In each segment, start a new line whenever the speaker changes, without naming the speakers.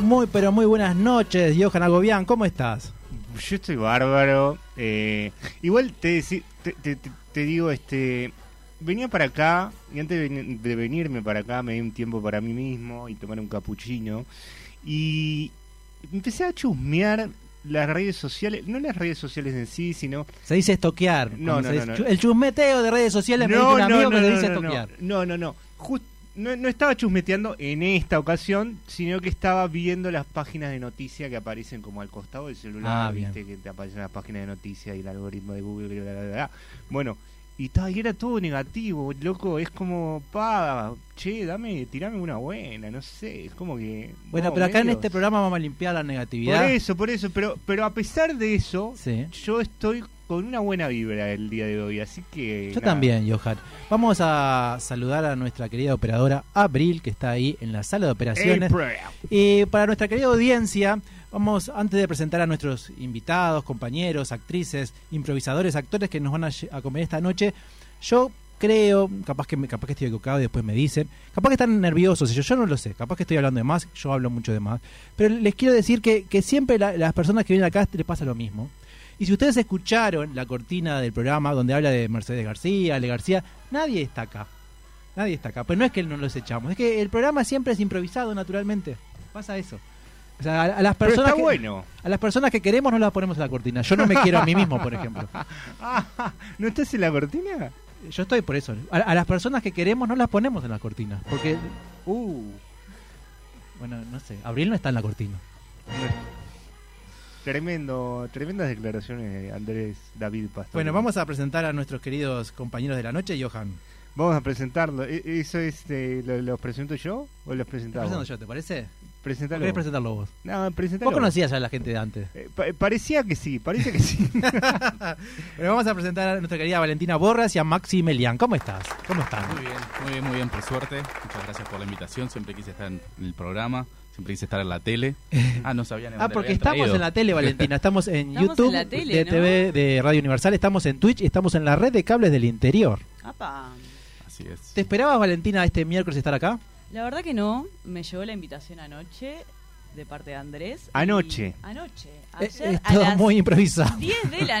Muy, pero muy buenas noches, Johan Agobián, ¿cómo estás?
Yo estoy bárbaro. eh, igual te, deci- te, te- te- te digo, este venía para acá y antes de ven- de venirme para acá me di un tiempo para mí mismo y tomar un capuchino. Y empecé a chusmear las redes sociales, no las redes sociales en sí, sino...
Se dice estoquear.
No,
cuando se
no,
dice-
no,
chu-
no.
El chusmeteo de redes sociales me dijo un amigo que se dice
no,
estoquear.
no, no, no. Jus- no, no estaba chusmeteando en esta ocasión, sino que estaba viendo las páginas de noticia que aparecen como al costado del celular,
Ah, bien.
viste que te aparecen las páginas de noticias y el algoritmo de Google y bla, bla, bla, bla. Bueno, y, estaba- y era todo negativo, loco, es como, pa, che, dame, tirame una buena, no sé, es como que...
Bueno,
no,
pero acá en
medio-
este programa vamos a limpiar la negatividad.
Por eso, por eso, pero, pero a pesar de eso,
Sí.
yo estoy con una buena vibra el día de hoy, así que...
Yo
nada.
también, Johan. Vamos a saludar a nuestra querida operadora Abril, que está ahí en la sala de operaciones.
April.
Y para nuestra querida audiencia, vamos, antes de presentar a nuestros invitados, compañeros, actrices, improvisadores, actores que nos van a lle- a acompañar esta noche, yo creo, capaz que, me- capaz que estoy equivocado y después me dicen, capaz que están nerviosos, yo, yo no lo sé, capaz que estoy hablando de más, yo hablo mucho de más, pero les quiero decir que, que siempre la- las personas que vienen acá les pasa lo mismo. Y si ustedes escucharon la cortina del programa donde habla de Mercedes García, Ale García, nadie está acá. Nadie está acá. Pero no es que no los echamos, es que el programa siempre es improvisado naturalmente. Pasa eso. O sea, a, a las
Pero
personas
está
que,
bueno.
a las personas que queremos no las ponemos en la cortina. Yo no me quiero a mí mismo, por ejemplo.
Ah, ¿No estás en la cortina?
Yo estoy por eso. A, a las personas que queremos no las ponemos en la cortina. Porque,
Uh.
bueno, no sé, Abril no está en la cortina.
Tremendo, tremendas declaraciones de Andrés David Pastor.
Bueno, vamos a presentar a nuestros queridos compañeros de la noche, Johan.
Vamos a presentarlo. E- ¿Eso es, eh, lo- los presento yo o los
Te
presentamos?
presento yo, ¿te parece?
Presentalo.
¿Querés presentarlo vos?
No, presentalo.
Vos conocías ya a la gente de antes.
Eh, pa- parecía que sí, parece que sí.
Pero vamos a presentar a nuestra querida Valentina Borras y a Maxi Melian. ¿Cómo estás? ¿Cómo están?
Muy bien, muy bien, muy bien, por suerte. Muchas gracias por la invitación. Siempre quise estar en el programa, siempre quise estar en la tele. Ah, no sabían
Ah, porque estamos en la tele, Valentina. Estamos en
Estamos en
YouTube,
la tele,
de
¿no?
TV, de Radio Universal, estamos en Twitch y estamos en la red de cables del interior.
Apa.
Así es.
¿Te esperabas, Valentina, este miércoles estar acá?
La verdad que no, me llegó la invitación anoche de parte de Andrés.
Anoche.
Y- Anoche.
Eh,
Ayer
Es
a
todo
las
muy improvisado.
10 de la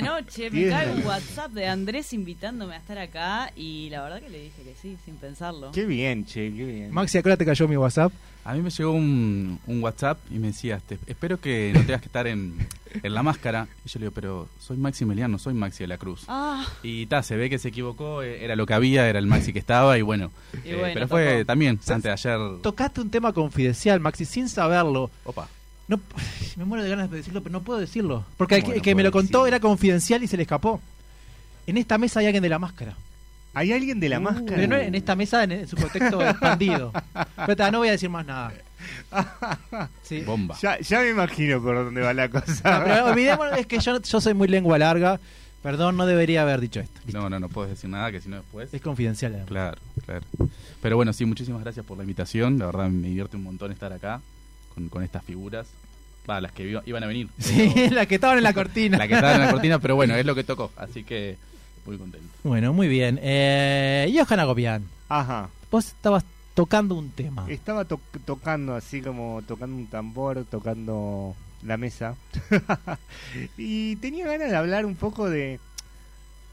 noche me
10
cae
de
un
la-
WhatsApp de Andrés invitándome a estar acá y la verdad que le dije que sí, sin pensarlo.
qué bien, che, qué bien.
Maxi, acá te cayó mi WhatsApp.
A mí me llegó un, un WhatsApp y me decía, "Te- espero que no tengas que estar en, en la máscara. Y yo le digo, pero soy Maxi Meliano, soy Maxi de la Cruz.
Ah,
Y ta, se ve que se equivocó, eh, era lo que había, era el Maxi que estaba y bueno.
Y
Eh,
bueno,
pero fue
tocó.
también, antes de ayer...
Tocaste un tema confidencial, Maxi, sin saberlo.
Opa.
No, me muero de ganas de decirlo, pero no puedo decirlo. Porque el que,
¿Cómo no
el que me
puedo
lo contó
decirlo?
era confidencial y se le escapó. En esta mesa hay alguien de la máscara.
¿Hay alguien de la
Uh,
máscara?
Pero no en esta mesa, en, en su contexto expandido. Pero ta, no voy a decir más nada. Sí.
Bomba.
Ya, ya me imagino por dónde va la
No,
cosa.
pero olvidémonos, es que yo, yo soy muy lengua larga. Perdón, no debería haber dicho esto.
No, no, no puedes decir nada, que si no después...
Es confidencial. además.
Claro, claro. Pero bueno, sí, muchísimas gracias por la invitación. La verdad me divierte un montón estar acá con, con estas figuras. Va, las que iba- iban a venir.
Sí,
Pero-
la que estaban en la cortina.
la que estaban en la cortina, pero bueno, es lo que tocó. Así que muy contento.
Bueno, muy bien. Eh, Johan Agopian,
Ajá.
vos estabas tocando un tema.
Estaba to- tocando así como tocando un tambor, tocando la mesa. y tenía ganas de hablar un poco de...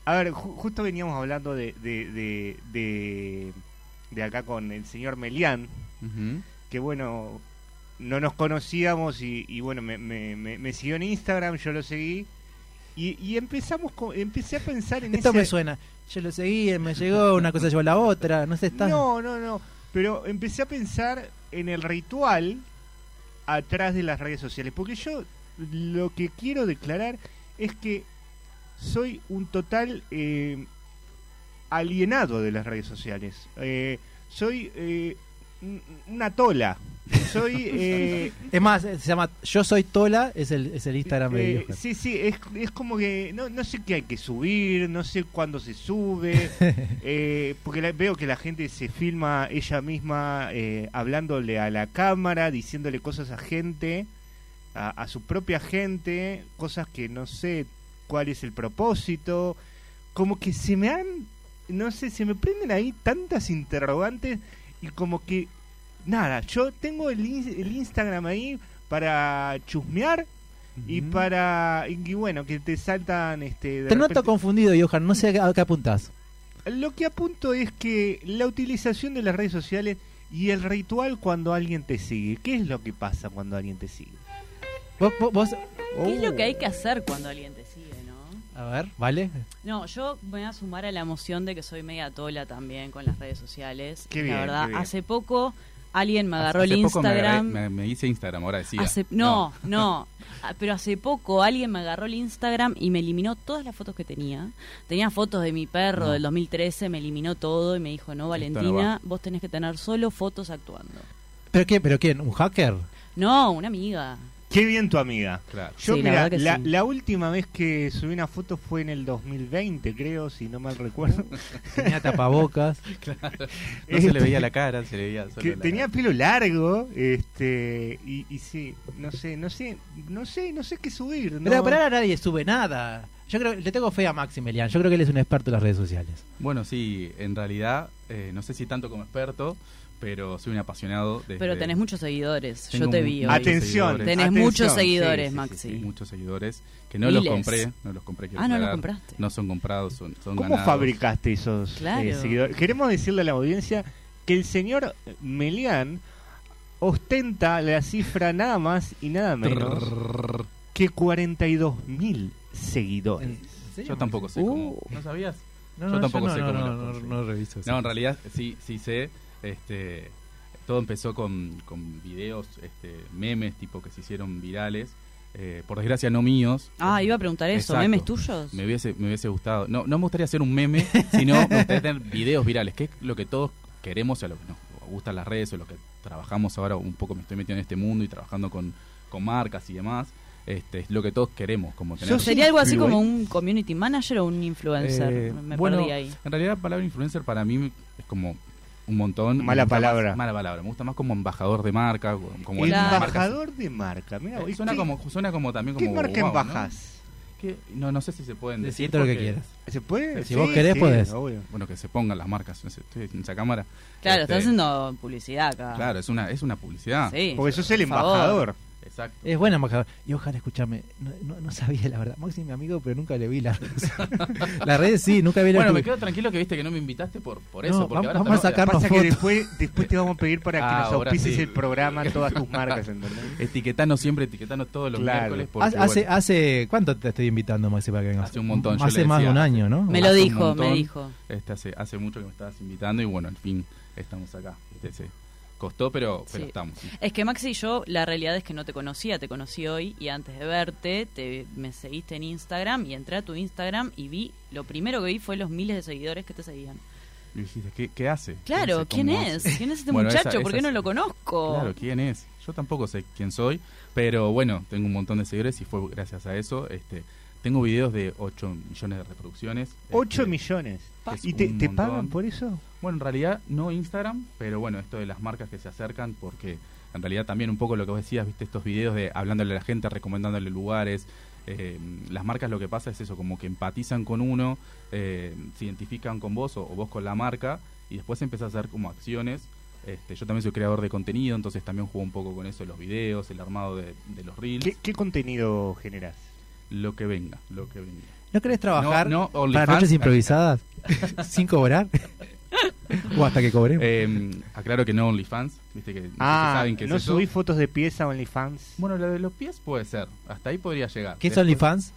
A ver, ju- justo veníamos hablando de, de, de, de, de acá con el señor Melián, que bueno, no nos conocíamos y, y bueno, me, me, me- me siguió en Instagram, yo lo seguí. Y, y empezamos con- empecé a pensar en
Esto
ese-
me suena. Yo lo seguí, me llegó, una cosa llevó a la otra. No sé, está.
No, no, no. Pero empecé a pensar en el ritual atrás de las redes sociales. Porque yo lo que quiero declarar es que soy un total eh, alienado de las redes sociales. Eh, soy eh, un- una tola. Soy eh,
Es más, eh, se llama Yo Soy Tola, es el, es el Instagram de
Eh,
Johan.
sí, sí, es, es como que no, no sé qué hay que subir, no sé cuándo se sube, eh, porque la- veo que la gente se filma ella misma eh, hablándole a la cámara, diciéndole cosas a gente, a, a su propia gente, cosas que no sé cuál es el propósito, como que se me han, no sé, se me prenden ahí tantas interrogantes y como que, nada, yo tengo el, ins- el Instagram ahí para chusmear y
Ujú.
para y, que, bueno que te saltan este de
Te noto
repente-
confundido, Johan, no sé a qué apuntás.
lo que apunto es que la utilización de las redes sociales y el ritual cuando alguien te sigue qué es lo que pasa cuando alguien te sigue
Vos, vos- vos-
¿Qué es lo que hay
Oh.
que hacer cuando alguien te sigue, no?
A ver, ¿vale?
No, yo me voy a sumar a la emoción de que soy media tola también con las redes sociales.
Qué
la
bien,
verdad,
qué bien.
hace poco alguien me agarró
Hace
el
poco me agarré-
Instagram.
Me, me hice Instagram, ahora decía.
Hace- no, no, Ah, Pero hace poco alguien me agarró el Instagram y me eliminó todas las fotos que tenía. Tenía fotos de mi perro
No.
del 2013, me eliminó todo y me dijo, no,
Esto no
Valentina,
va".
vos tenés que tener solo fotos actuando.
¿Pero qué? ¿Pero quién? ¿Un hacker?
No, una amiga.
qué bien tu amiga
Claro.
yo
Sí,
mira,
la
la,
verdad que sí.
la última vez que subí una foto fue en el 2020 creo si no mal recuerdo
Tenía tapabocas.
No se le veía la cara, se le veía solo
Este, que
la
tenía
cara.
pelo largo este y, y sí no sé no sé no sé no sé qué subir no. Eh,
Pero, pero ahora nadie sube nada. Yo creo, le tengo fe a Maximilian, yo creo que él es un experto en las redes sociales.
Bueno, sí, en realidad, eh, no sé si tanto como experto, pero soy un apasionado de.
Pero tenés muchos seguidores,
Tengo
yo te
mu-
vi hoy.
muchos
Atención.
seguidores.
Tenés
Atención,
muchos
sí,
seguidores,
Sí, sí,
Maxi.
sí, muchos seguidores que no
Miles.
los compré, no los compré. quiero
Ah, no los
aclarar.
compraste.
No son comprados, son, son
¿Cómo
ganados.
fabricaste esos
Claro.
eh, seguidores? Queremos decirle a la audiencia que el señor Melián ostenta la cifra nada más y nada menos
Trrr.
que 42 mil seguidores.
¿En serio?
Yo tampoco
Uh,
sé cómo. ¿No sabías?
No,
yo
no,
tampoco
no,
sé
no,
cómo
no,
lo
no,
consigo.
no reviso eso.
No, en realidad sí, sí sé. Este, todo empezó con, con videos, este, memes tipo que se hicieron virales. eh, por desgracia no míos.
Ah, iba a preguntar eso,
Exacto.
¿memes tuyos?
Me hubiese, me hubiese gustado. No, no me gustaría hacer un meme, sino me gustaría tener videos virales, que es lo que todos queremos, o lo que nos gustan las redes, o lo que trabajamos ahora un poco, me estoy metiendo en este mundo y trabajando con, con marcas y demás. Este, es lo que todos queremos, como tener...
Yo sé
Sería algo así
Influen-
como un community manager o un influencer.
Eh,
me
bueno,
perdí ahí.
En realidad, la palabra influencer para mí es como un montón. Me
Mala
gusta
palabra.
más- mala palabra. Me gusta más como embajador de marca. Como
Claro.
la marca-
Embajador de marca. Mira,
Eh, Suena como, suena como también
¿Qué
como. wow,
marca
¿no?
embajas?
Que- ¿no? no sé si se pueden
Decí
decir.
todo lo que
porque-
quieras.
¿Se puede?
Si vos querés, podés.
obvio.
Bueno, que se pongan las marcas. no sé, Estoy en esa cámara.
Claro,
Este,
estás haciendo publicidad acá.
Claro, es una, es una publicidad.
Sí.
Porque sos el
Por favor.
embajador.
Exacto.
Es buen embajador. Johan, escúchame, no, no, no sabía la verdad. Maxi es mi amigo, pero nunca le vi las redes. las redes sí, nunca vi las
Bueno, me quedo tranquilo que viste que no me invitaste por, por eso.
No,
porque
vam-
ahora
vamos a
estamos-
sacar-
Pasa que
foto.
después, después te vamos a pedir para que
Ah,
nos
ahora
auspices
sí.
el programa todas tus marcas, ¿entendés?
Etiquetanos siempre, etiquetanos todos los
Claro.
miércoles. porque,
Hace, hace,
bueno,
hace- ¿Cuánto te estoy invitando, Maxi, para que vengas?
Hace un montón, yo
Hace
le
más de
decía,
un
hace-
año, ¿no?
Me lo
Hace un
dijo, me
montón.
dijo.
Este hace, hace mucho que me estabas invitando y bueno, al fin estamos acá. Este, se costó, pero, pero
Sí. Eh,
estamos.
Es que Maxi y yo, la realidad es que no te conocía, te conocí hoy y antes de verte, te, me seguiste en Instagram y entré a tu Instagram y vi, lo primero que vi fue los miles de seguidores que te seguían.
Y dijiste, ¿qué, qué hace?
Claro,
¿Qué hace?
¿quién
¿Cómo
es?
hace?
¿Quién es este
Bueno, esa-
muchacho? ¿Por qué
esa-
no lo conozco?
Claro, ¿quién es? Yo tampoco sé quién soy, pero bueno, tengo un montón de seguidores y fue gracias a eso. Este, tengo videos de 8 millones de reproducciones.
8
Este,
millones.
Es
¿Y te,
un
te
montón.
pagan por eso?
Bueno, en realidad no Instagram, pero bueno, esto de las marcas que se acercan, porque en realidad también un poco lo que vos decías, viste estos videos de hablándole a la gente, recomendándole lugares. eh, las marcas lo que pasa es eso, como que empatizan con uno, eh, se identifican con vos o, o vos con la marca y después empezás a hacer como acciones. Este, yo también soy creador de contenido, entonces también juego un poco con eso, los videos, el armado de, de los reels,
¿Qué, qué contenido generas?
lo que venga, lo que venga.
¿No querés trabajar
No, no,
para
OnlyFans.
noches improvisadas sin cobrar? ¿O hasta que cobremos?
Eh, aclaro que no OnlyFans, viste que
Ah,
saben que
¿no
es eso.
subí fotos de pies a OnlyFans?
Bueno, lo de los pies puede ser. Hasta ahí podría llegar.
¿Qué es
Después-
OnlyFans?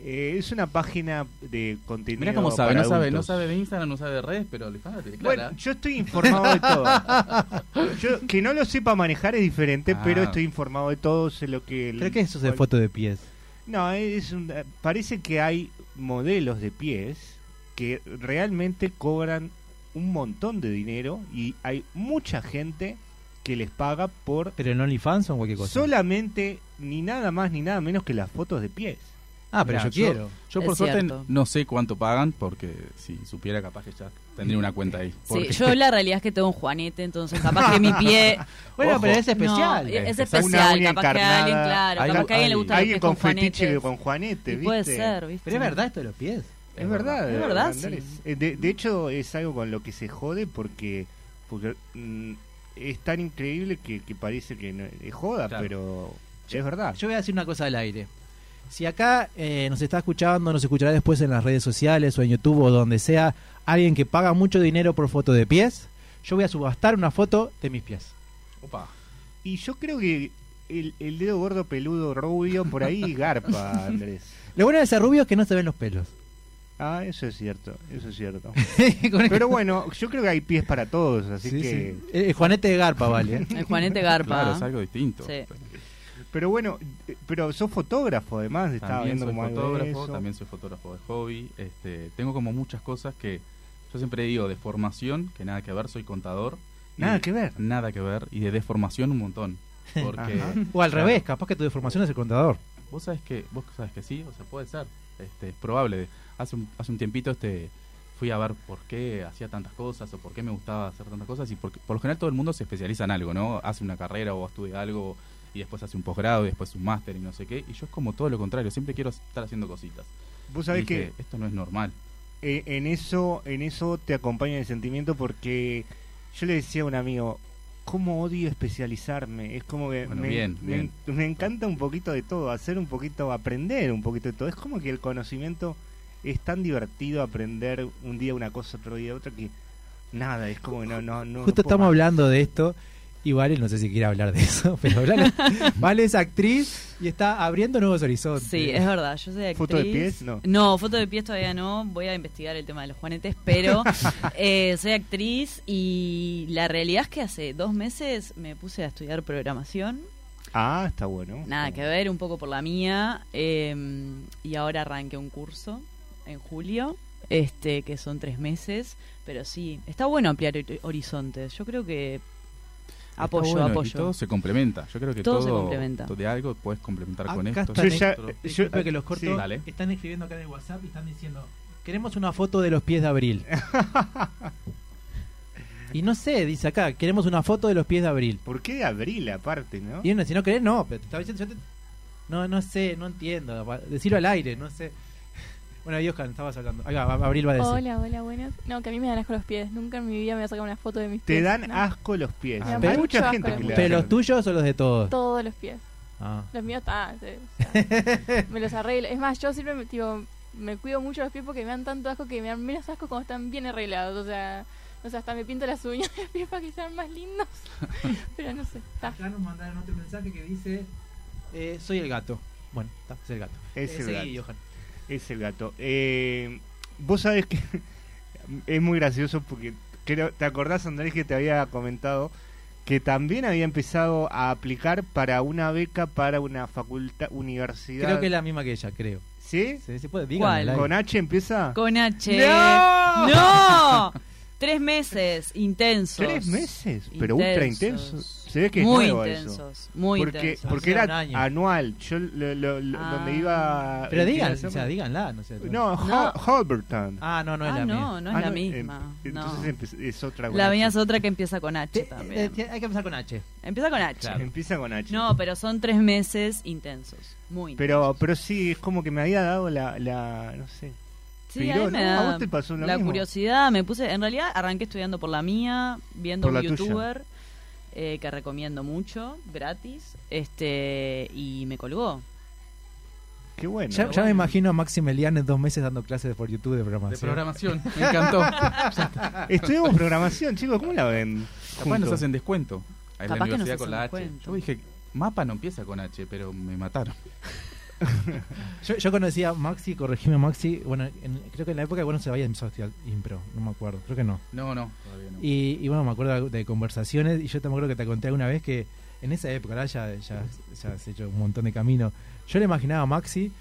Eh, es una página de contenido.
Mirá cómo sabe,
para
no sabe, no
adultos.
sabe de Instagram, no sabe de redes, pero OnlyFans la tiene clara.
Bueno, yo estoy informado de todo. Yo, que no lo sepa manejar es diferente,
Ah.
pero estoy informado de todo. Sé lo que.
Creo que eso es de foto de pies.
No, es un- eh, parece que hay modelos de pies que realmente cobran un montón de dinero y hay mucha gente que les paga por
Pero en OnlyFans o en cualquier cosa.
solamente ni nada más ni nada menos que las fotos de pies.
Ah, pero
Mirá,
yo quiero.
Yo
Es
por suerte
cierto.
no sé cuánto pagan porque si supiera capaz que ya tendría una cuenta ahí.
Sí,
Porque-
yo la realidad es que tengo un juanete, entonces capaz que mi pie...
Bueno,
Ojo.
pero es especial.
No, es
Exacto.
Una
especial,
uña
capaz que a alguien,
encarnada.
claro,
Hay-
capaz que a alguien le
hay-
gusta los
Alguien
pies
con
juanetes.
fetiche con Juanete,
Y
¿viste?
puede ser, ¿viste?
Pero es verdad esto de los pies.
Es verdad,
Es verdad,
Andrés.
sí.
Eh, De, de hecho, es algo con lo que se jode porque, porque mm, es tan increíble que, que parece que no- es joda,
Claro.
pero es verdad.
Yo voy a decir una cosa al aire.
Si acá eh, nos está escuchando, nos escuchará después en las redes sociales o en YouTube o donde sea, alguien que paga mucho dinero por foto de pies, yo voy a subastar una foto de mis pies.
Opa.
Y yo creo que el, el dedo gordo peludo rubio por ahí garpa, Andrés.
Lo bueno de ser rubio es que no se ven los pelos.
Ah, eso es cierto, eso es cierto.
Con el-
Pero bueno, yo creo que hay pies para todos, así
Sí,
que...
sí. Eh, Juanete de Garpa, vale. ¿eh?
El juanete garpa.
Claro, es algo distinto.
Sí.
Pero bueno, eh, pero sos fotógrafo además, estaba
También
viendo
soy
como algo de
fotógrafo,
eso.
también soy fotógrafo de hobby. Este, tengo como muchas cosas que yo siempre digo de formación, que nada que ver, soy contador. y-
Nada que ver.
Nada que ver. Y de deformación un montón. Porque
Ajá.
O al revés, capaz que tu deformación es el contador.
vos sabes que vos sabes que sí, o sea, puede ser. Este, es probable. Hace un, hace un tiempito este fui a ver por qué hacía tantas cosas o por qué me gustaba hacer tantas cosas y por, por lo general todo el mundo se especializa en algo, ¿no? Hace una carrera o estudia algo y después hace un posgrado y después un máster y no sé qué. Y yo es como todo lo contrario, siempre quiero estar haciendo cositas.
Vos sabés
Y
que
dije, esto no es normal.
eh, en eso en eso te acompaña el sentimiento porque yo le decía a un amigo cómo odio especializarme es como que
Bueno,
me,
bien,
me-
bien.
me encanta un poquito de todo hacer un poquito aprender un poquito de todo es como que el conocimiento es tan divertido aprender un día una cosa otro día otra que nada es como que no no no
Justo
no puedo
estamos
más.
hablando de esto y Vale, no sé si quiere hablar de eso, pero Vale, Vale es actriz y está abriendo nuevos horizontes.
Sí, es verdad, yo soy actriz.
¿Foto de pies? No.
foto de pies todavía no. Voy a investigar el tema de los juanetes, pero eh, soy actriz y la realidad es que hace dos meses me puse a estudiar programación.
ah está bueno
Nada
Está
que
bueno.
ver, un poco por la mía. eh, y ahora arranqué un curso en julio, este que son tres meses. Pero sí, está bueno ampliar hor- horizontes. Yo creo que apoyo,
Está bueno, Y
apoyo.
todo se complementa. Yo creo que
Todo
todo,
se complementa.
de algo puedes complementar
Acá
con esto.
está
con
Yo ya-
otro.
eh,
Disculpe que los corto.
sí.
Dale.
Están escribiendo acá en el WhatsApp y están diciendo: Queremos una foto de los pies de abril. y no sé, dice acá: Queremos una foto de los pies de abril.
¿Por qué de abril aparte, no?
Y uno, si no querés, no. Pero te estaba diciendo, yo te- No, no sé, no entiendo. Va- Decirlo al aire, no sé. Bueno, ahí Oscar, estabas hablando. Ahí va, va- abril va a decir.
Hola, hola, buenas. No, que a mí me dan asco los pies. Nunca en mi vida me voy a sacar una foto de mis pies.
Te dan
no.
asco los pies.
Ah,
Hay
pero-
mucho
mucha
asco
gente
los
que le
pies.
da
¿Pero los
asco.
tuyos o los de todos?
Todos los pies.
Ah.
Los míos están. sí, o sea, me los arreglo. Es más, yo siempre me, tipo, me cuido mucho los pies porque me dan tanto asco que me dan menos asco cuando están bien arreglados. O sea, o sea hasta me pinto las uñas de los pies para que sean más lindos. Pero no sé, está.
Acá nos mandaron otro mensaje que dice: eh, Soy el gato. Bueno, está, es el gato.
Es
Eh,
el
seguí,
gato.
Johan.
Es el gato. Eh, Vos sabés que es muy gracioso porque creo, ¿te acordás Andrés que te había comentado que también había empezado a aplicar para una beca para una facultad, universidad?
Creo que es la misma que ella, creo.
¿Sí?
¿Se, se puede? Díganlo al aire.
¿Con H empieza?
Con H.
¡No!
¡No! Tres meses intensos.
Tres meses, pero ultra intenso. Se ve que es
muy
nuevo eso.
intensos, muy
porque
intensos.
porque
Hacía
era
un año.
anual. Yo lo- lo- lo-
Ah.
donde iba.
Pero
eh,
digan,
quiero
o sea,
hacer-
díganla, no sé.
No,
No.
Ho- Holberton.
Ah, no, no es
ah,
la
no,
mía.
no es
Ah,
la
no,
misma.
em-
no.
Entonces empe- es otra con
La
H. eh,
mía es otra que empieza con H
Te-
también.
te- hay que empezar con H.
Empieza con H.
Claro.
Empieza con H.
No, pero son tres meses intensos. Muy intensos.
Pero, pero sí, es como que me había dado la, la no sé.
Sí, a
piró,
mí me
¿no?
da
¿A vos te pasó lo
la
mismo?
curiosidad. Me puse, en realidad arranqué estudiando por la mía, viendo
Por la
un
tuya.
youtuber eh, que recomiendo mucho, gratis, este y me colgó.
Qué bueno.
Ya, ya me imagino a Maximiliano dos meses dando clases por YouTube de
De
programación.
programación, me encantó.
Estudiamos programación, chicos, ¿cómo la ven?
Capaz nos
Juntos.
hacen descuento. En
Capaz
la
que nos
universidad
hacen
con la H.
descuento.
Yo dije, mapa no empieza con H, pero me mataron.
Yo, yo conocía a Maxi, corregime Maxi, bueno, en- creo que en la época bueno se había empezado a estudiar impro, no me acuerdo, creo que no.
No, no, todavía no.
Y, y bueno, me acuerdo de conversaciones y yo te me acuerdo que te conté alguna vez que
en esa época, ahora ya, ya, ya has hecho un montón de camino. Yo le imaginaba a Maxi,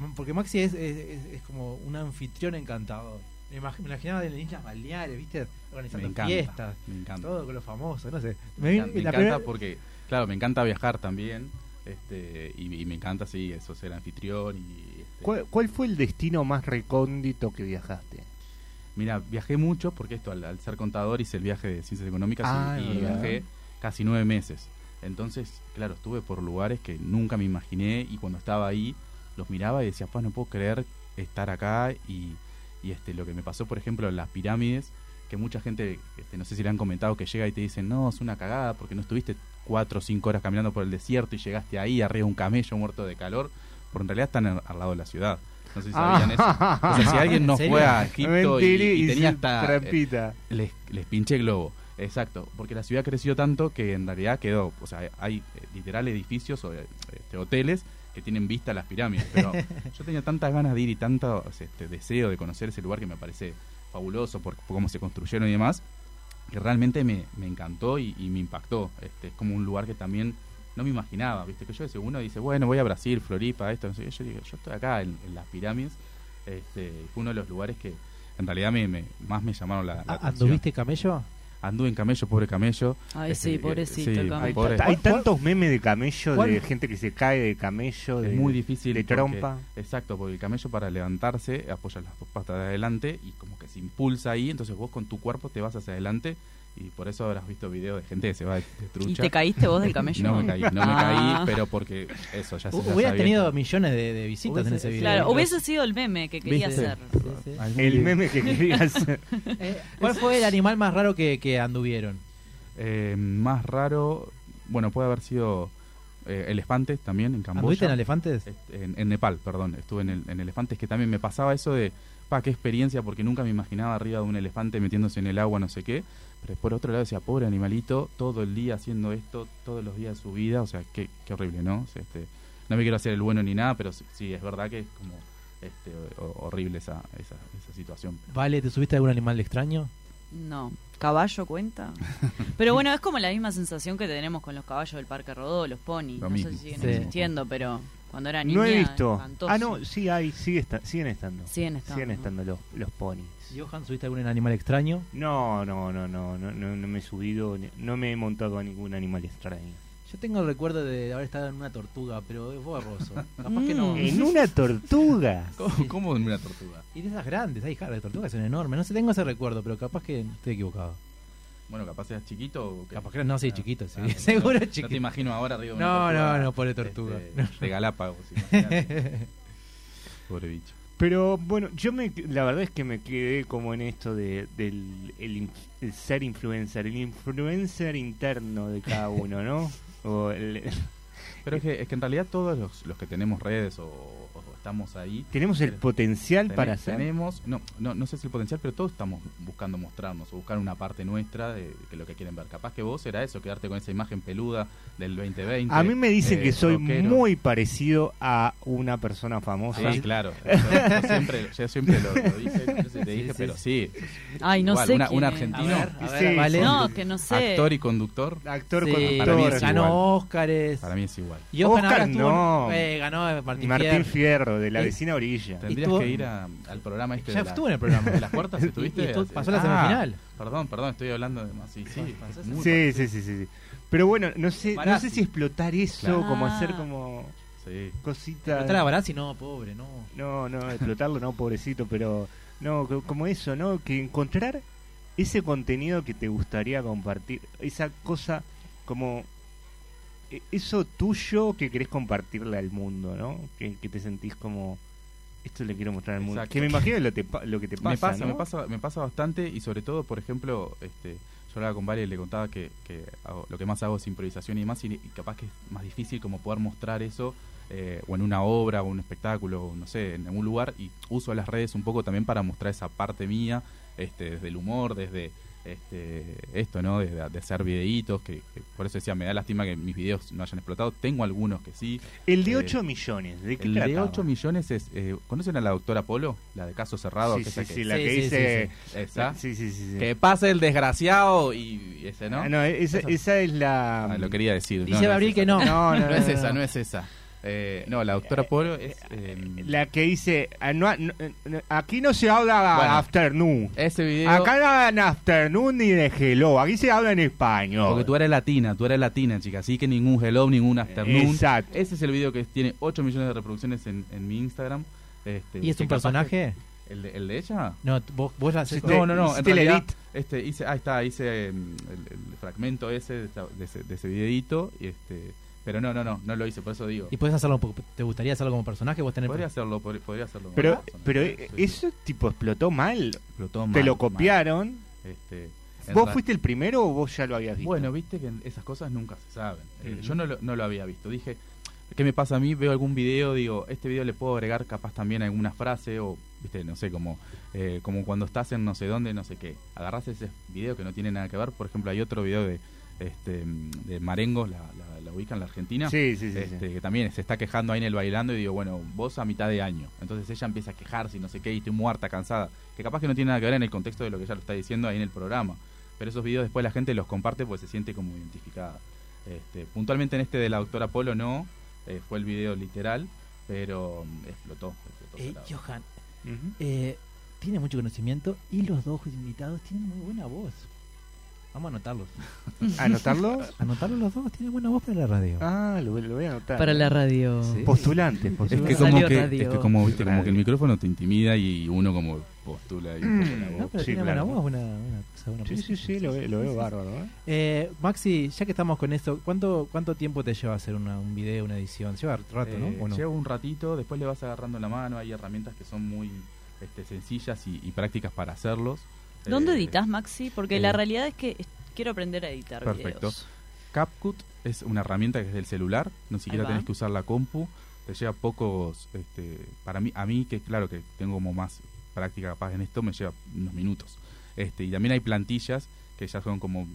m- porque Maxi es, es- es- es como un anfitrión encantador. Me imag- me imaginaba en las Islas Balneares, ¿viste?
Me
Organizando
encanta.
fiestas,
Me encanta.
todo con los famosos, no sé.
Me,
vi-
encanta, me
la
encanta
primera-
porque, claro, me encanta viajar también. Este, y, y me encanta, sí, eso, ser anfitrión. Y, este,
¿Cuál, cuál fue el destino más recóndito que viajaste?
Mira, viajé mucho porque esto, al, al ser contador, hice el viaje de ciencias económicas y-
Ah,
y,
es verdad.
viajé casi nueve meses. Entonces, claro, estuve por lugares que nunca me imaginé y cuando estaba ahí los miraba y decía, pues no puedo creer estar acá y, y, este, lo que me pasó, por ejemplo, en las pirámides, que mucha gente, este, no sé si le han comentado, que llega y te dicen, no, es una cagada porque no estuviste cuatro o cinco horas caminando por el desierto y llegaste ahí arriba de un camello muerto de calor, porque en realidad están al, al lado de la ciudad. No sé si sabían eso. O sea, si alguien no
¿En serio?
fue a Egipto y,
Mentiri-
y
y
tenía
sin
hasta... eh,
Trampita.
Les, les pinché globo. Exacto, porque la ciudad creció tanto que en realidad quedó... O sea, hay eh, literal edificios o eh, este, hoteles que tienen vista a las pirámides. Pero yo tenía tantas ganas de ir y tanto este, deseo de conocer ese lugar que me parece fabuloso por, por cómo se construyeron y demás, que realmente me, me encantó y, y me impactó. Este, es como un lugar que también no me imaginaba, ¿viste? Que yo decía, uno dice, bueno, voy a Brasil, Floripa, esto, no sé qué. Yo digo, yo estoy acá en, en las pirámides. Este, y fue uno de los lugares que en realidad me, me- más me llamaron la, la
Ah,
atención.
¿Anduviste camello?
Anduve en camello, pobre camello.
Ay,
Este,
sí,
eh,
pobrecito
sí,
el
ay,
camello.
pobre.
Hay, hay tantos memes de camello, de
¿Cuál?
gente que se cae de camello.
Es
de-
muy difícil.
de
porque-
trompa.
exacto, porque el camello para levantarse apoya las dos patas de adelante y como que se impulsa ahí, entonces vos con tu cuerpo te vas hacia adelante y por eso habrás visto videos de gente que se va de, de
¿Y
trucha.
te caíste vos del camello?
No me caí, no me
Ah.
caí, pero porque eso ya se ya
Hubieras
sabía.
tenido millones de, de visitas en
Hubiese-
ese video.
Claro, hubiese sido el meme que quería
¿Viste?
hacer.
sí.
Algún
El
día.
meme que querías hacer.
Eh, ¿Cuál fue el animal más raro que, que anduvieron?
Eh, más raro, bueno, puede haber sido eh, elefantes también en Camboya.
¿Anduviste en elefantes?
Este, en, en Nepal, perdón, estuve en, el, en elefantes, que también me pasaba eso de, pa, qué experiencia, porque nunca me imaginaba arriba de un elefante metiéndose en el agua, no sé qué, pero por otro lado decía, pobre animalito, todo el día haciendo esto, todos los días de su vida, o sea, qué, qué horrible, ¿no? O sea, este, no me quiero hacer el bueno ni nada, pero sí, sí, es verdad que es como este, o- horrible esa, esa, esa situación.
Vale, ¿te subiste a algún animal extraño?
No. ¿Caballo cuenta? Pero bueno, es como la misma sensación que tenemos con los caballos del Parque Rodó, los ponis.
Lo
no sé
mismo.
si siguen
Sí.
existiendo, pero cuando era niña.
No he visto.
espantoso.
Ah, no, sí hay, sigue esta- siguen estando.
Siguen estando.
Siguen estando los, los ponis.
Johan, ¿subiste a algún animal extraño?
No, no, no, no, no, no, no me he subido, ni- no me he montado a ningún animal extraño.
Yo tengo el recuerdo de haber estado en una tortuga, pero es borroso. Capaz que
Mm.
no.
En una tortuga.
¿Cómo, cómo en una tortuga?
Y de esas grandes, hay jarras de tortuga que son enormes. No sé, tengo ese recuerdo, pero capaz que estoy equivocado.
Bueno, capaz eras chiquito o qué?
Capaz que no, sí,
Ah,
chiquito, sí.
ah, no,
Seguro
no, No te
chiquito.
imagino ahora arriba de
No,
una tortuga.
no, no, pobre tortuga.
este, de Galápagos, imagínate. Pobre bicho.
Pero bueno, yo me, la verdad es que me quedé como en esto de, del el, in- el ser influencer, el influencer interno de cada uno, ¿no? O el-
Pero es que, es que en realidad todos los, los que tenemos redes o, o estamos ahí, eh,
tenemos el potencial
tene-
para ser.
tenemos, no, no, no sé si el potencial, pero todos estamos buscando mostrarnos o buscar una parte nuestra de, que lo que quieren ver. Capaz que vos era eso, quedarte con esa imagen peluda del 2020.
A mí me dicen
eh,
que soy
rockero.
muy parecido a una persona famosa.
Sí, claro. Yo, yo siempre, yo siempre lo, lo dije, no sé si te dije,
sí.
pero sí.
Ay, no
Igual,
sé.
una-
quién
un
es.
argentino.
A ver,
Sí,
vale.
No, que no sé.
Actor y conductor,
Actor,
Sí,
para mí
conductor.
es
ganó Óscares.
para mí es igual.
Ah, Y Johan
Óscar
ahora estuvo-
no.
eh, ganó Martín,
Martín
Fierro.
Fierro, de la
Sí.
vecina orilla.
Tendrías
tú-
que ir a- al programa este
Ya
de la-
estuvo en el programa.
¿De las puertas estuviste?
Y- y estuvo- pasó la
Ah,
semifinal.
Perdón, perdón, estoy hablando de más. Sí, sí. muy
Sí, sí, sí, sí, sí. Pero bueno, no sé, no
Barassi.
sé si explotar eso,
Claro.
como
Ah.
hacer como
Sí.
cositas.
Está la Barazzi, no, pobre, no.
No, no, explotarlo no, pobrecito, pero no, co- como eso, ¿no? Que encontrar ese contenido que te gustaría compartir, esa cosa como e- eso tuyo que querés compartirle al mundo, ¿no? Que, que te sentís como esto le quiero mostrar al mundo.
Exacto.
Que me imagino lo, te pa- lo que te pasa,
me pasa,
¿no?
me pasa, me pasa bastante y sobre todo, por ejemplo, este, yo hablaba con Vale y le contaba que, que hago- lo que más hago es improvisación y más y, y capaz que es más difícil como poder mostrar eso eh, o en una obra o un espectáculo, o no sé, en algún lugar y uso las redes un poco también para mostrar esa parte mía, este, desde el humor, desde este, esto, ¿no? De, de- de hacer videitos, que, que por eso decía, me da lástima que mis videos no hayan explotado. Tengo algunos que sí.
El de
Eh,
8 millones, ¿de qué
El de
trataba?
8 millones es... eh, ¿Conocen a la doctora Polo? La de caso cerrado.
Sí,
que
sí,
esa
sí,
que-
la
Sí,
que
sí,
dice...
Esa.
Sí, sí, sí. sí.
Que pase el desgraciado y y ese, ¿no?
Ah, no, esa,
Esa-
esa es la...
Ah, lo quería decir. no,
Dice
no es
Gabriel
esa.
que no.
No, no, no,
No es
no,
esa,
no.
no es esa. Eh, no, la doctora Polo es... eh,
La que dice... ah, no, no, no, aquí no se habla
Bueno.
afternoon.
Ese video...
ah, Acá no hablan afternoon ni de hello. Aquí se habla en español.
Porque tú eres latina, tú eres latina, chica. Así que ningún hello, ningún afternoon.
Exacto.
Ese es el video que tiene 8 millones de reproducciones en, en mi Instagram. Este,
¿Y es
que
un
capaz
personaje?
que- ¿El de, el de ella?
No, t- vos, vos la
Sí,
haces.
Te-
No, no, no. En
hiciste el
realidad,
edit.
este, hice, ahí está, hice mm, el, el fragmento ese de, esta- de ese, de ese videito. Y este, pero no, no, no, no lo hice, por eso digo.
Y podés hacerlo, porque ¿te gustaría hacerlo como personaje? Vos tenés
Podría hacerlo, podría, podría hacerlo. con
Pero,
otra persona.
pero
Sí,
eh,
sí, sí.
eso tipo explotó mal.
Explotó
Te
mal,
lo
mal.
copiaron.
Este, en
¿Vos
ra-
fuiste el primero o vos ya lo habías visto?
Bueno, viste que esas cosas nunca se saben. Eh,
Ujú.
Yo no lo, no lo había visto. Dije, ¿qué me pasa a mí? Veo algún video, digo, este video le puedo agregar capaz también alguna frase o, viste, no sé, como, eh, como cuando estás en no sé dónde, no sé qué. Agarrás ese video que no tiene nada que ver. Por ejemplo, hay otro video de, este, mm, de Marengos, la, la, la ubica en la Argentina.
Sí, sí, sí. sí.
Este, que también se está quejando ahí en el bailando y digo, bueno, vos a mitad de año. Entonces ella empieza a quejarse y no sé qué, y estoy muerta, cansada. Que capaz que no tiene nada que ver en el contexto de lo que ella lo está diciendo ahí en el programa. Pero esos videos después la gente los comparte porque se siente como identificada. Este, puntualmente en este de la doctora Polo no, eh, fue el video literal, pero mm, explotó. explotó
Eh,
salado.
Johan,
Ujú.
eh, tiene mucho conocimiento y los dos invitados tienen muy buena voz. Vamos a anotarlos.
¿Anotarlo?
Anotarlos los dos, tienen buena voz para la radio.
Ah, lo, lo voy a anotar.
Para la radio.
Sí.
Postulantes,
Es
postulantes.
que como
Salió
que,
radio.
es que como, viste, como
Radio.
que el micrófono te intimida y uno como postula y un poco la
Mm. No,
voz.
pero
Sí,
tiene
claro.
buena voz, buena, buena cosa, buena
Sí,
voz.
sí, sí, lo, ve- lo veo bárbaro. ¿eh?
Eh, Maxi, ya que estamos con esto, ¿cuánto, cuánto tiempo te lleva hacer una- un video, una edición? Lleva rato, ¿no?
Eh,
¿O no?
Lleva un ratito, después le vas agarrando la mano, hay herramientas que son muy este, sencillas y, y prácticas para hacerlos.
¿Dónde
Eh,
editas, Maxi? Porque
eh,
la realidad es que es- quiero aprender a editar
Perfecto.
videos.
CapCut es una herramienta que es del celular, no siquiera
va.
tenés que usar la compu, te lleva pocos, este, para mí, a mí que claro que tengo como más práctica capaz en esto, me lleva unos minutos. Este, y también hay plantillas que ya son como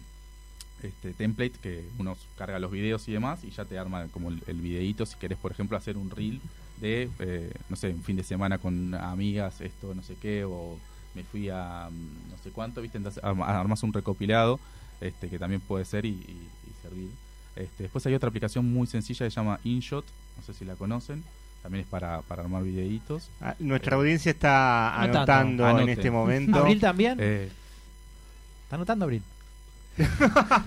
este template que uno carga los videos y demás y ya te arma como el, el videíto si querés por ejemplo hacer un reel de eh, no sé un fin de semana con amigas esto no sé qué o me fui a mm, no sé cuánto viste Entonces, arma- armas un recopilado este que también puede ser y, y- y servir este, después hay otra aplicación muy sencilla que se llama InShot no sé si la conocen también es para, para armar videitos
Ah, Nuestra audiencia está
Anotando.
anotando en
Anoten.
este momento.
¿Abril también?
Eh,
¿Está anotando Abril?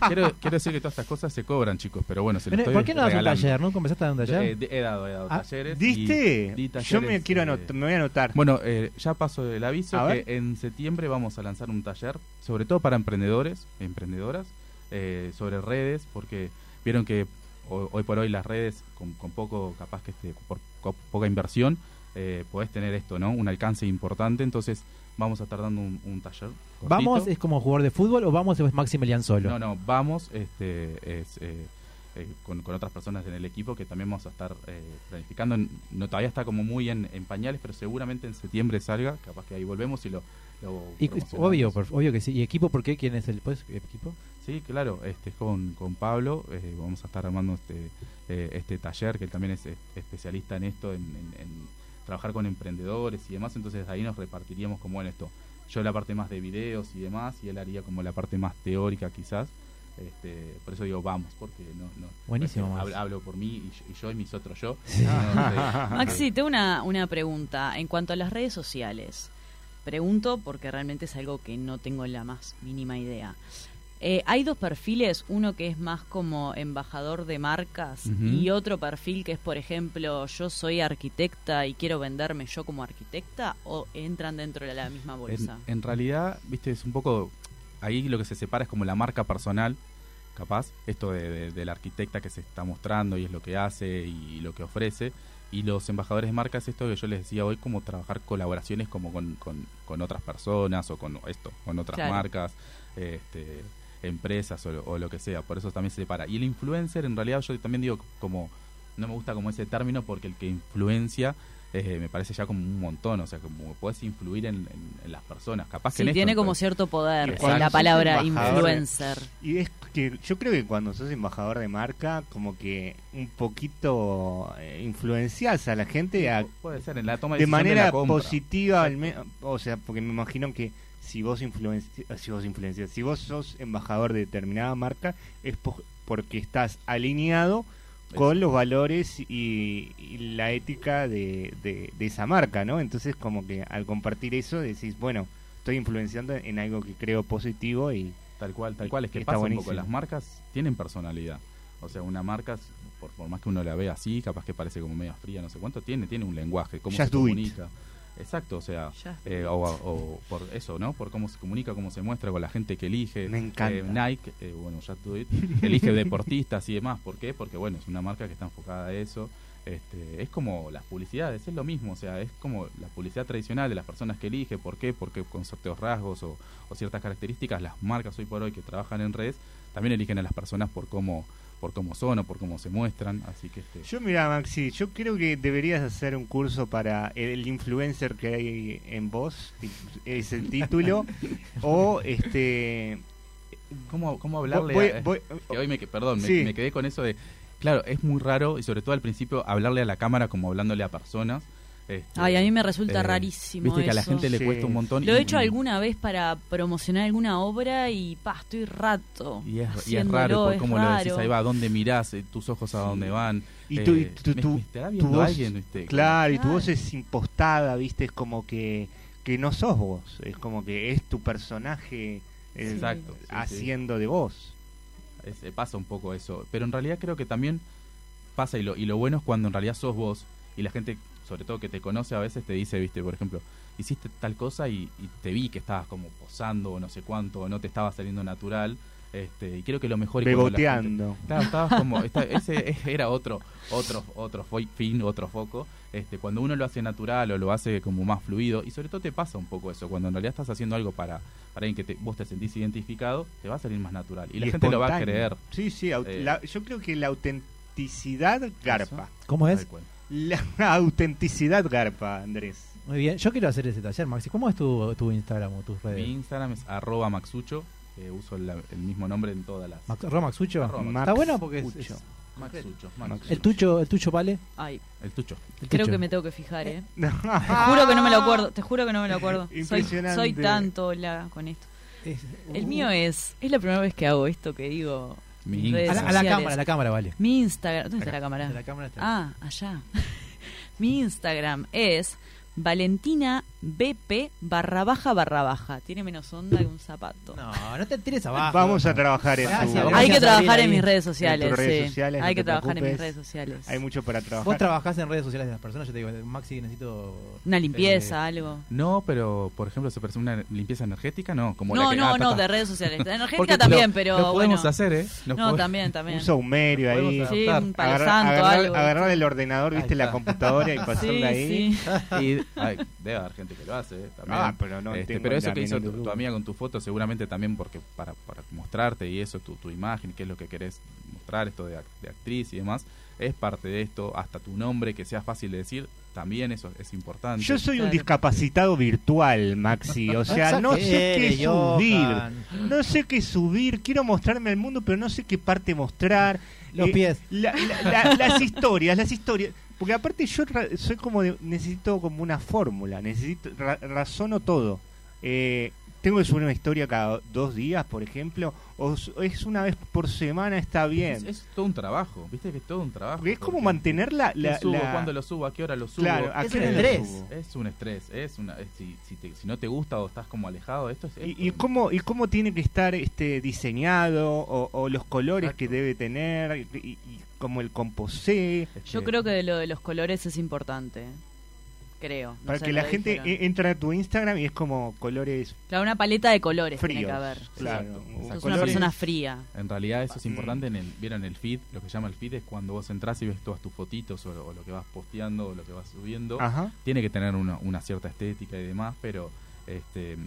quiero, quiero decir que todas estas cosas se cobran chicos pero bueno se los
Pero,
estoy
¿Por qué no das un
regalando.
taller? ¿No comenzaste a dar un taller?
Eh, de- he dado, he dado
Ah,
talleres.
¿Diste?
y di
Yo
talleres,
me quiero
eh,
anotar, me voy a anotar.
Bueno, eh, ya paso el aviso
A
que en septiembre vamos a lanzar un taller, sobre todo para emprendedores, emprendedoras, eh, sobre redes, porque vieron que ho- hoy por hoy las redes, con, con poco, capaz que este, por co- poca inversión, eh, podés tener esto, ¿no? Un alcance importante, entonces vamos a estar dando un, un taller. cortito.
¿Vamos es como jugador de fútbol o vamos es Maximilian solo?
No, no, vamos este, es, eh, eh, con, con otras personas en el equipo que también vamos a estar eh, planificando. No, todavía está como muy en, en pañales, pero seguramente en septiembre salga. Capaz que ahí volvemos y lo. lo
Y-
promocionamos.
obvio, por- obvio que sí. ¿Y equipo por qué? ¿Quién es el pues, equipo?
Sí, claro, este, es con, con Pablo. eh, vamos a estar armando este, eh, este taller, que él también es eh, especialista en esto, en, en- en trabajar con emprendedores y demás. Entonces ahí nos repartiríamos como en esto. Yo la parte más de videos y demás, y él haría como la parte más teórica quizás. Este, por eso digo vamos, porque no... no
Buenísimo,
no es que
Max.
hablo, hablo por mí y yo y, yo y mis otros yo. este,
Maxi, tengo una, una pregunta en cuanto a las redes sociales. Pregunto porque realmente es algo que no tengo la más mínima idea. Eh, hay dos perfiles, uno que es más como embajador de marcas
Ujú.
y otro perfil que es, por ejemplo, yo soy arquitecta y quiero venderme yo como arquitecta o entran dentro de la misma
En,
bolsa.
en realidad, viste, es un poco. Ahí lo que se separa es como la marca personal, capaz. Esto de, de- de la arquitecta que se está mostrando y es lo que hace y lo que ofrece. Y los embajadores de marca es esto que yo les decía hoy, como trabajar colaboraciones como con, con- con otras personas o con esto, con otras
Claro.
marcas, este, empresas o, lo- o lo que sea. Por eso también se separa. Y el influencer, en realidad, yo también digo como. No me gusta como ese término porque el que influencia eh, me parece ya como un montón, o sea, como puedes influir en, en- en las personas. Capaz que
Sí,
en esto
tiene
no
como
puedes.
cierto poder
Exacto.
la palabra
Sos embajador.
influencer.
Y es que yo creo que cuando sos embajador de marca, como que un poquito eh, influencias a la gente a-
Puede ser en la toma de,
de
decisión de
manera
la compra.
positiva, al me- o sea, porque me imagino que si vos influencias, si vos influencias, si vos sos embajador de determinada marca, es po- porque estás alineado con los valores y, y la ética de, de- de esa marca, ¿no? Entonces, como que al compartir eso decís, bueno, estoy influenciando en algo que creo positivo y
Tal cual, tal cual. Es que
Está
pasa un
buenísimo.
poco. Las marcas tienen personalidad. O sea, una marca, por, por más que uno la vea así, capaz que parece como media fría, no sé cuánto, tiene tiene un lenguaje, cómo
Just
se
do it.
comunica. Exacto, o sea,
Ya.
eh, o, o por eso, ¿no? Por cómo se comunica, cómo se muestra con la gente que elige.
Me encanta.
Eh, Nike, eh, bueno, ya tú elige deportistas y demás. ¿Por qué? Porque, bueno, es una marca que está enfocada a eso. Este, es como las publicidades, es lo mismo, o sea, es como la publicidad tradicional de las personas que elige, ¿por qué? Porque con ciertos rasgos o, o ciertas características, las marcas hoy por hoy que trabajan en redes también eligen a las personas por cómo, por cómo son o por cómo se muestran, así que este,
Yo mira Maxi, yo creo que deberías hacer un curso para el influencer que hay en vos, es el título, o este
¿cómo, cómo hablarle
voy-
a-
voy-
que hoy me, que- perdón, me-
Sí.
me, quedé con eso de, claro, es muy raro y sobre todo al principio hablarle a la cámara como hablándole a personas. este,
Ay, a mí me resulta
eh,
rarísimo
Viste que a la
eso.
gente le
Sí.
cuesta un montón.
Lo
y-
he hecho
y-
alguna vez para promocionar alguna obra y pa, estoy rato.
Y es, y es
haciéndolo,
raro, por
es
cómo lo decís,
raro.
ahí va, a dónde mirás, eh, tus ojos a dónde van.
y
eh,
tu, y tu,
¿me-
tu-
me estará
tu
viendo
voz,
alguien, Este, viste?
claro, y tu
Claro.
voz es impostada, viste, es como que que no sos vos, es como que es tu personaje eh,
Exacto. sí, sí.
haciendo de vos.
Es- eh, pasa un poco eso. Pero en realidad creo que también pasa, y lo, y lo bueno es cuando en realidad sos vos y la gente, sobre todo que te conoce, a veces te dice, viste, por ejemplo, hiciste tal cosa y, y te vi que estabas como posando o no sé cuánto, o no te estaba saliendo natural. Este, y creo que lo mejor es cuando la gente-
Beboteando.
Claro, estabas como. esta- ese era otro, otro, otro fo- fin, otro foco. Este, cuando uno lo hace natural o lo hace como más fluido, y sobre todo te pasa un poco eso, cuando en realidad estás haciendo algo para, para alguien que te- vos te sentís identificado, te va a salir más natural. Y, la gente lo va a
espontáneo.
creer.
Sí, sí, aut-
Eh.
la- yo creo que la autenticidad garpa.
¿Cómo es?
Tal cual.
La autenticidad garpa, Andrés.
Muy bien. Yo quiero hacer ese taller, Maxi. ¿Cómo es tu, tu Instagram o tus
Mi
redes?
Instagram es arroba maxucho, eh, uso la- el mismo nombre en todas las.
Max, arroba Maxucho.
Arroba.
Max
Está bueno porque es-
Ucho.
es-
Maxucho,
Maxucho.
el tuyo, el tucho vale.
Ay,
El tucho.
El
creo
tucho.
que me tengo que fijar, ¿eh? Te
Ah,
juro que no me lo acuerdo, te juro que no me lo acuerdo. Soy,
Impresionante.
soy tanto la con esto.
Es-
El
uh,
mío es, es la primera vez que hago esto que digo.
Mi
Redes
A la, a la
sociales.
cámara, a la cámara vale.
Mi Instagram, ¿dónde está la cámara?
A la cámara está.
Ah, allá. Mi Instagram es Valentina BP barra baja barra baja. Tiene menos onda que un zapato.
No, no te tires abajo.
Vamos a trabajar en
Gracias,
tu-
gracias.
Hay que
Gabriela,
trabajar en
ahí.
mis redes sociales.
En tus redes
sí.
sociales,
Hay
no
que
te
trabajar en mis
preocupes.
redes sociales.
Hay mucho para
Vos
trabajar.
trabajás en redes sociales de las personas. Yo te digo, Maxi, necesito. eh,
Una limpieza, algo.
No, pero por ejemplo, se parece una limpieza energética, no. Como la
No,
que-
no,
ah,
no,
ta, ta.
de redes sociales. De
Porque
Energética
lo-
también, pero
lo podemos
bueno.
hacer, ¿eh? Lo
no,
podemos-
también, también.
Un saumerio ahí.
Podemos
sí,
adaptar.
un palo
Agarrar,
santo,
agarrar-
algo.
agarrar el ordenador, viste,
Ahí
la
está.
computadora y pasarla
sí,
ahí.
sí.
Y, ay, debe haber gente que lo hace eh, también.
Ah, pero no
Este,
tengo
pero eso
la
que hizo
menor
tu, tu
duda.
amiga con tu foto, seguramente también porque para, para mostrarte y eso, tu, tu imagen, qué es lo que querés mostrar, esto de, ac- de actriz y demás, es parte de esto. Hasta tu nombre, que sea fácil de decir, también eso es importante.
Yo soy un
Claro.
discapacitado virtual, Maxi. O sea, no sé qué subir. No sé qué subir. Quiero mostrarme al mundo, pero no sé qué parte mostrar.
Los
Eh,
pies.
la- la- la- las historias, las historias. Porque aparte yo ra- soy como de- necesito como una fórmula, necesito ra- razono todo. Eh, tengo que subir una historia cada dos días, por ejemplo, o s- es una vez por semana está
Es,
bien.
es todo un trabajo, viste que es todo un trabajo.
Porque es como
porque-
mantener la,
¿qué
la,
subo?
la-
¿Cuándo lo subo? ¿A qué hora lo subo?
claro, ¿a
Es
qué
un
hora lo
estrés.
subo?
Es un estrés, es una es- si, si te- si no te gusta o estás como alejado de esto es es
Y, y
un-
cómo y cómo tiene que estar este diseñado o, o los colores que debe tener y, y- y como el composé
este,
Yo creo que de lo de los colores es importante. Creo. no
para
sé,
que
me
la
lo
gente
dijeron.
e- entra a tu Instagram y es como colores
Claro, una paleta de colores tiene que
fríos.
haber.
Claro,
Exacto,
o
Sos
exacto.
una
colores-
persona fría.
En realidad eso es
Mm.
importante en el, vieron el feed, lo que llama el feed es cuando vos entras y ves todas tus fotitos o lo, o lo que vas posteando o lo que vas subiendo.
Ajá.
Tiene que tener una, una cierta estética y demás, pero este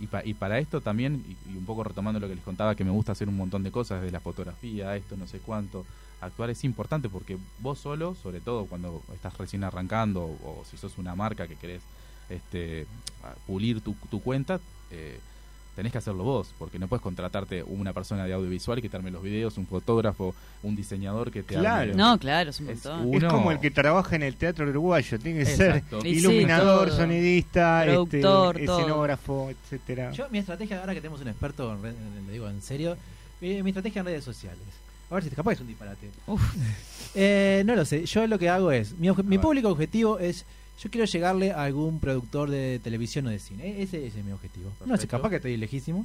y, pa- y para esto también, y, y un poco retomando lo que les contaba, que me gusta hacer un montón de cosas, desde la fotografía, esto, no sé cuánto, actuar es importante porque vos solo, sobre todo cuando estás recién arrancando o, o si sos una marca que querés este, a- pulir tu, tu cuenta, eh, tenés que hacerlo vos, porque no puedes contratarte una persona de audiovisual que te arme los videos, un fotógrafo, un diseñador que te
Claro.
arme-
No, claro, es un
Es
montón.
uno-
Es como el que trabaja en el teatro uruguayo, tiene que
Exacto.
ser
Y sí,
iluminador,
todo.
sonidista, este,
Productor, todo.
escenógrafo, etcétera.
Yo, mi estrategia, ahora que tenemos un experto, en red- en- le digo en serio, eh, mi estrategia en redes sociales. A ver si capaz que es un disparate. Eh, no lo sé, yo lo que hago es, mi, obje- mi
ver.
público objetivo es, yo quiero llegarle a algún productor de televisión o de cine, E- ese, ese es mi objetivo. No sé,
Perfecto.
capaz que estoy lejísimo.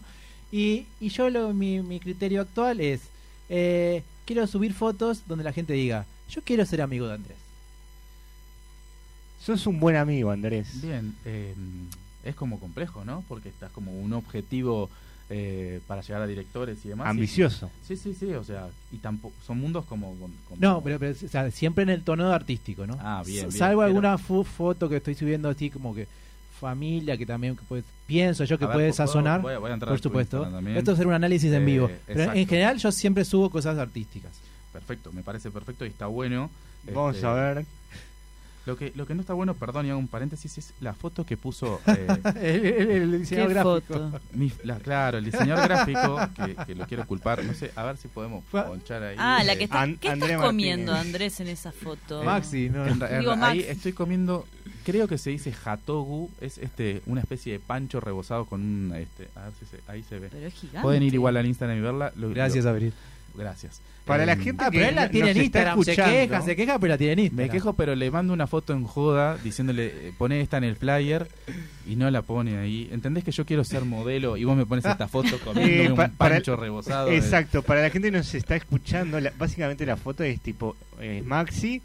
Y, y yo lo, mi, mi criterio actual es, eh, quiero subir fotos donde la gente diga, yo quiero ser amigo de Andrés.
Sos un buen amigo, Andrés.
Bien, eh, es como complejo, ¿no? Porque estás como un objetivo eh, para llegar a directores y demás. y-
Ambicioso.
Sí, sí, sí, o sea, y tampoco, son mundos como... como-
No, pero, pero, o sea, siempre en el tono artístico, ¿no?
Ah, bien,
S-
bien,
Salvo
pero-
alguna fu- foto que estoy subiendo así como que familia, que también que puede- pienso yo que
A ver,
puede
¿puedo-
sazonar,
voy a- voy a entrar
por
a tu
supuesto.
Instagram también.
Esto es un análisis en
Eh,
vivo. Pero en
exacto.
general yo siempre subo cosas artísticas.
Perfecto, me parece perfecto y está bueno.
Vamos
Este,
a ver.
Lo que, lo que no está bueno, perdón, y hago un paréntesis, es la foto que puso... eh,
el, el- el
Qué
diseñador gráfico.
foto.
mi- la- claro, el diseñador gráfico, que, que lo quiero culpar, no sé, a ver si podemos
Fue-
ponchar ahí.
Ah, la
Eh,
que está,
An-
¿qué estás
Andrea
comiendo,
Martínez.
Andrés, en esa foto?
Maxi, no,
En ra- en
Digo,
ra-
Max.
ahí estoy comiendo, creo que se dice hatogu, es este una especie de pancho rebozado con un... Este, a ver si se- ahí se ve.
Pero es gigante.
Pueden ir igual al Instagram y verla. lo-
Gracias,
lo-
Abril.
gracias.
Para la
Em,
gente
Ah,
que
pero él la
nos
tiene en
está
Instagram. Se
escuchando,
queja, se queja, pero la tiene en Instagram.
Me quejo, pero le mando una foto en joda diciéndole, eh, pone esta en el flyer y no la pone ahí. ¿Entendés que yo quiero ser modelo y vos me pones esta foto comiéndome
Eh, Ah. pa-
un
para-
pancho rebozado? de-
Exacto, para la gente que nos está escuchando, la- básicamente la foto es tipo eh, Maxi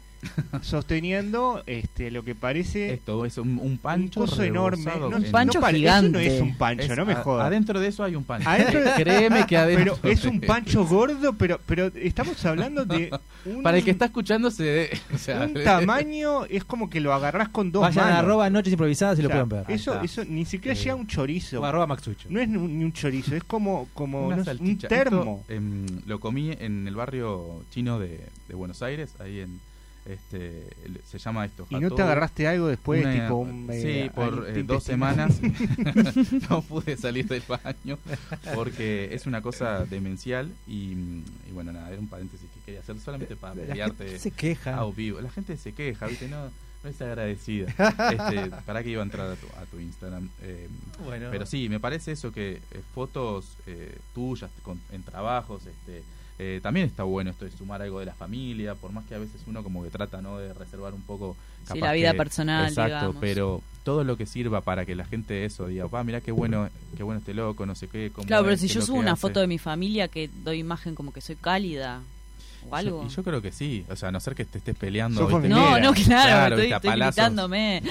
sosteniendo este lo que parece
Esto es un, un pancho
un coso
rebozado
enorme. No,
en-
Un pancho
no pare-
gigante.
Eso no es un pancho,
es-
no me
a-
jodas.
Adentro de eso hay un pancho.
Adentro-
Créeme que adentro.
pero es un pancho gordo, pero pero estamos hablando de un,
Para el que está escuchando, se dé. o sea,
un tamaño, es como que lo agarrás con dos
Vayan
manos.
a arroba noches improvisadas y
O
lo
sea,
pueden ver.
Ahí
Eso,
está.
eso ni siquiera
Sí.
llega a un chorizo.
O arroba Maxucho.
No es ni un ni un chorizo, es como, como
Una
no sé, un
salchicha.
termo.
Esto, em, lo comí en el barrio chino de, de Buenos Aires, ahí en este el- se llama esto.
¿Y no te
hatobu.
agarraste algo después?
Una-
tipo un,
sí,
eh,
por eh,
algo
dos
intestinal?
semanas no pude salir del baño porque es una cosa demencial y, mm, y bueno, nada, era un paréntesis que quería hacer solamente para
La gente
mediarte
se queja.
a vivo. La gente se queja, ¿viste? No, no es agradecida. Este, para que iba a entrar a tu, a tu Instagram. eh,
Bueno.
pero sí, me parece eso que eh, fotos eh, tuyas con- en trabajos, este, eh, también está bueno esto de sumar algo de la familia, por más que a veces uno como que trata no de reservar un poco
Sí,
capaz
la vida
que-
personal,
Exacto,
digamos.
pero todo lo que sirva para que la gente eso diga, va, mirá qué bueno, qué bueno este loco, no sé qué. cómo
Claro,
es,
pero
qué
si
es
yo
lo
subo
que
una
hace".
foto de mi familia que doy imagen como que soy cálida o algo.
Y yo creo que sí, o sea, a no ser que te estés peleando.
Sos
¿viste?
No,
Mira,
no, claro,
claro,
estoy,
viste, a
estoy
palazos.
gritándome.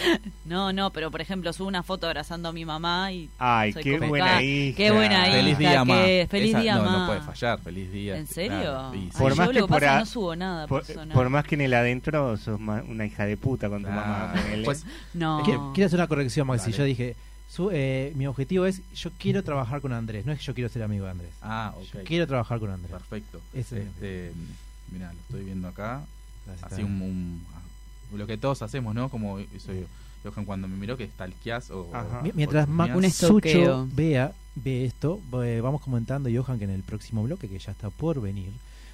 No, no, pero por ejemplo, subo una foto abrazando a mi mamá y.
Ay,
Soy
qué
como
buena
acá.
hija.
Qué buena hija.
Feliz día, ma.
que- feliz
Esa-
día,
no,
ma.
no puede fallar, feliz día.
¿En serio?
Nada, sí, sí.
Ay,
Por
yo
más
lo
que
que
por
pasa es
a-
que no subo nada
Por,
personal.
por más que en el adentro sos ma- una hija de puta con tu mamá.
Nah,
ponele.
pues,
No.
Qui- Quiero hacer una corrección, Maxi.
Dale.
Yo dije, su- eh, mi objetivo es, yo quiero trabajar con Andrés. No es que yo quiero ser amigo de Andrés.
ah, ok. Ah,
Yo quiero trabajar con Andrés.
Perfecto.
Ese es mi
este, mira, lo estoy viendo acá.
Gracias,
Así
también.
un, un- ah, lo que todos hacemos, ¿no? Como soy Johan cuando me miró que stalkeás o
Ajá.
Mi- Mientras más
Un estoqueo.
Sucho vea, ve esto, eh, vamos comentando, Johan, que en el próximo bloque, que ya está por venir,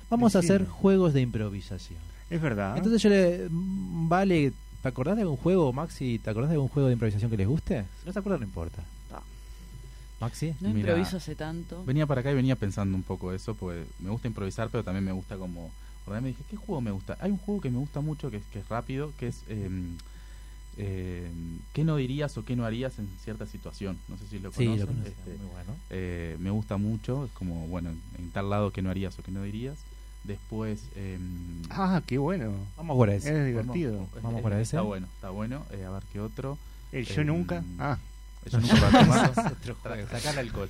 vamos a hacer
Decime.
juegos de improvisación.
es verdad.
Entonces yo le... mm, Vale, ¿te acordás de algún juego, Maxi? ¿Te acordás de algún juego de improvisación que les guste? Si no se acuerdan, no importa.
No.
Maxi.
No
Mira.
improviso hace tanto.
Venía para acá y venía pensando un poco eso, porque me gusta improvisar, pero también me gusta como... ordenar. Me dije, ¿qué juego me gusta? Hay un juego que me gusta mucho, que es, que es rápido, que es... em, em, ¿Qué no dirías o qué no harías en cierta situación? No sé si lo
Sí,
conocen.
lo conozco.
este,
Muy bueno.
eh, me gusta mucho, es como, bueno, en tal lado que no harías o que no dirías. Después... em,
Ah, qué bueno.
Vamos a jugar a
Es
ese.
divertido.
vamos-
Vamos por ese.
Está bueno, está bueno. Eh, a ver qué otro.
El yo
Em,
nunca. Ah,
Eso nunca va a tomar.
otro juego.
Tra- Sacar alcohol.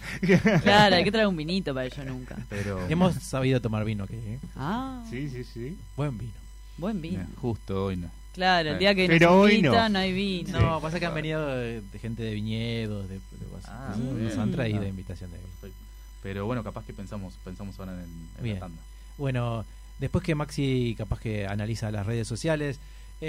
Claro, hay que traer un vinito para yo nunca.
Pero...
Hemos sabido tomar vino aquí. ¿eh?
Ah,
sí, sí, sí.
Buen vino.
buen vino.
Mira, Justo hoy no.
Claro, el día que
Eh, Pero
nos
hoy
invita,
no.
no. hay vino.
No, pasa que han venido eh, de gente de viñedos, de, de cosas.
Ah,
Entonces,
muy
nos han
bien.
traído
Ah.
invitación de vino.
Perfecto. Pero bueno, capaz que pensamos pensamos ahora en, en
Bien.
la tanda.
Bueno, Después que Maxi capaz que analiza las redes sociales.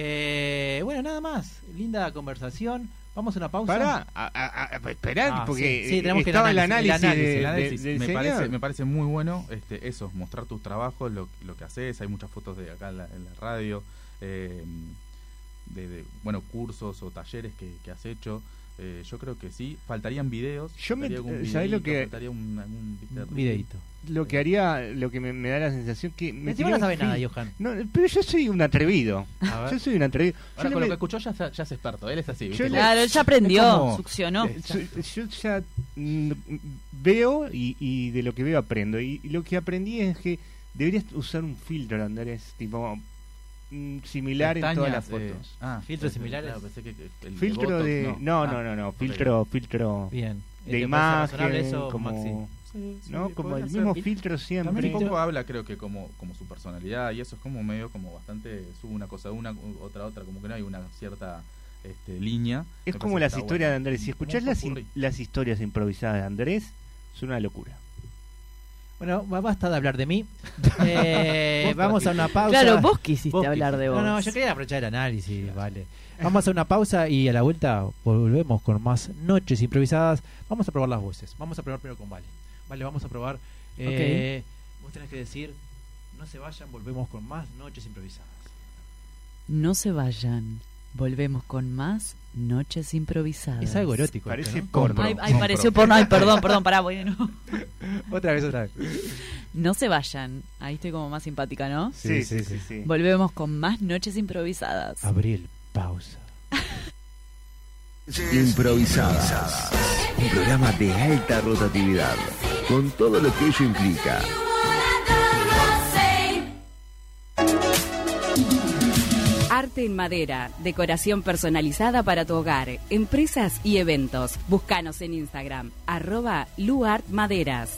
Eh, bueno, nada más. Linda conversación. Vamos a una pausa.
Pará, a- a- a- esperad,
Ah,
porque eh,
sí, sí, tenemos que ir
estaba
al
el
análisis,
análisis,
el análisis,
de-
análisis.
de- del
el
me,
señor.
parece, me parece muy bueno este, eso, mostrar tus trabajos, lo, lo que haces. Hay muchas fotos de acá en la, en la radio, eh, de, de, bueno, cursos o talleres que, que has hecho. Eh, yo creo que sí. Faltarían videos.
Yo me-
faltaría algún
¿sabés lo
videíto,
que-
Faltaría un, algún- viste,
Un videíto.
Lo que haría, lo que me, me da la sensación que... Me
Encima
tiré
no
un
sabe
fil-
nada, Johan.
No, pero yo soy un atrevido.
A ver.
Yo soy un atrevido. Yo
Ahora,
no
con lo
me-
que escuchó ya, se- ya es experto. Él es así. ¿viste?
Yo le-
Claro, él ya aprendió,
Es como-
succionó.
Eh, yo- Yo ya mm, veo y, y de lo que veo aprendo. Y, y lo que aprendí es que deberías usar un filtro, Andrés, tipo mm, similar en todas las
Pestañas,
fotos.
eh, ah,
Filtros
eh,
similares.
claro, pensé que- que el Ah,
filtro
Botox,
de... No, no, no, no. Filtro, filtro
Bien.
de
¿Te parece razonable
imagen,
eso,
como,
Maxi?
Sí, sí,
¿no? como
podría
el
ser.
mismo
Y-
filtro siempre.
También un poco habla, creo que como, como su personalidad y eso es como medio como bastante sube una cosa una u- otra otra como que no hay una cierta este, línea.
Es
Me
como
parece que
las
está
historias
bueno.
de Andrés. Si
Como un
escuchás las,
popurrí.
las historias improvisadas de Andrés, es una locura.
Bueno, ba- basta de hablar de mí. Eh, vamos a una pausa.
Claro, vos quisiste
Vos
hablar de
quisiste.
vos.
No, no, yo quería aprovechar el análisis, vale. Vamos a una pausa y a la vuelta volvemos con más noches improvisadas. Vamos a probar las voces. Vamos a probar primero con Vale. Vale, vamos a probar. Eh, Vos tenés que decir, no se vayan, volvemos con más noches improvisadas.
No se vayan. Volvemos con más Noches Improvisadas.
Es algo erótico. esto,
Parece
¿no?
porno.
Ay, ay, pareció porno. Ay, perdón, perdón, pará, voy de nuevo.
Otra vez, otra vez.
No se vayan. Ahí estoy como más simpática, ¿no?
Sí, sí, sí. sí.
Volvemos con más Noches Improvisadas.
Abril, pausa.
Improvisadas. Un programa de alta rotatividad, con todo lo que ello implica.
Arte en madera, decoración personalizada para tu hogar, empresas y eventos. Búscanos en Instagram, arroba luartmaderas.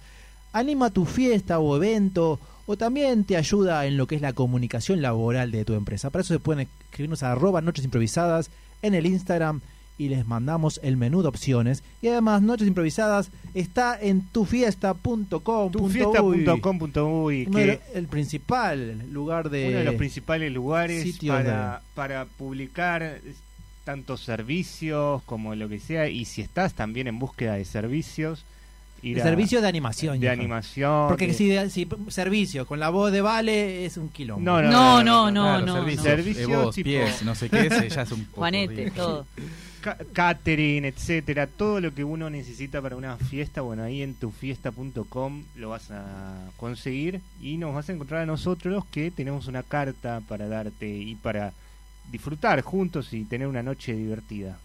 anima tu fiesta o evento o también te ayuda en lo que es la comunicación laboral de tu empresa. Para eso se pueden escribirnos a arroba Noches Improvisadas en el Instagram y les mandamos el menú de opciones. Y además, Noches Improvisadas está en tufiesta.com.uy.
Tufiesta.com.uy,
Uno
que-
de lo- el principal lugar de...
uno de los principales lugares
sitios
para, para publicar eh, tantos servicios como lo que sea. Y si estás también en búsqueda de servicios, ir
de
a-
servicio de animación.
de
Johan.
animación.
Porque
de-
si, de- si servicio con la voz de Vale es un quilombo.
No,
No, no, no,
Claro,
no.
servicios,
no.
Servicio
eh, vos,
tipo-
pies, no sé qué, ese ya es un poco
Juanete,
horrible.
todo.
ca- catering, etcétera, todo lo que uno necesita para una fiesta, bueno, ahí en tufiesta.com lo vas a conseguir y nos vas a encontrar a nosotros que tenemos una carta para darte y para disfrutar juntos y tener una noche divertida.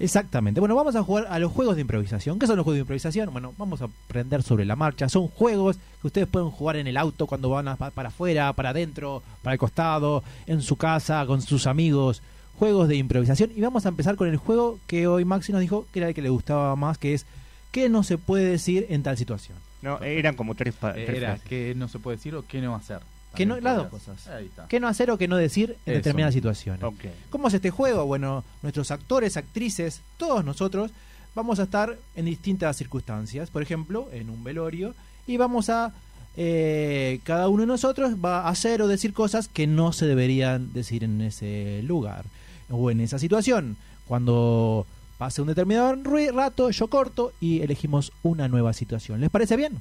Exactamente. Bueno, vamos a jugar a los juegos de improvisación. ¿Qué son los juegos de improvisación? Bueno, vamos a aprender sobre la marcha. Son juegos que ustedes pueden jugar en el auto cuando van a- pa- para afuera, para adentro, para el costado, en su casa, con sus amigos. Juegos de improvisación. Y vamos a empezar con el juego que hoy Maxi nos dijo que era el que le gustaba más, que es ¿qué no se puede decir en tal situación?
No, eran como tres, pa-
Eh,
tres
Era
frases.
qué no se puede decir o qué no hacer.
Que no-
También
las
podrías.
dos cosas.
Ahí está.
¿Qué no hacer o qué no decir en
Eso.
determinadas situaciones?
Ok.
¿Cómo es este juego? Bueno, nuestros actores, actrices, todos nosotros vamos a estar en distintas circunstancias. Por ejemplo, en un velorio y vamos a eh, cada uno de nosotros va a hacer o decir cosas que no se deberían decir en ese lugar o en esa situación. Cuando pase un determinado ru- rato, yo corto y elegimos una nueva situación. ¿Les parece bien?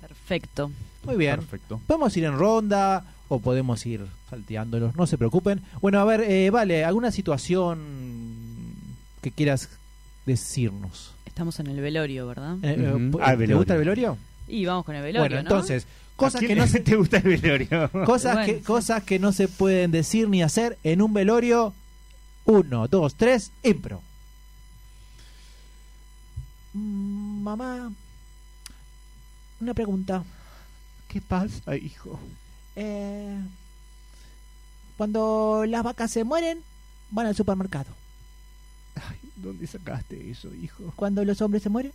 Perfecto.
Muy bien.
Perfecto.
Podemos ir en ronda o podemos ir salteándolos, no se preocupen. Bueno, a ver, eh, vale, ¿alguna situación que quieras decirnos?
Estamos en el velorio, ¿verdad?
Eh, eh,
Ujú.
¿Te
Ah,
gusta
velorio.
el velorio?
Y vamos con el velorio,
bueno,
¿no?
entonces, cosas
¿A
que
quién
no
le-
se,
te gusta el velorio?
cosas
Bueno,
que
sí.
cosas que no se pueden decir ni hacer en un velorio. Uno, dos, tres, impro. Mm, Mamá, una pregunta.
¿Qué pasa, hijo?
Eh, cuando las vacas se mueren, van al supermercado.
¿Dónde sacaste eso, hijo?
Cuando los hombres se mueren,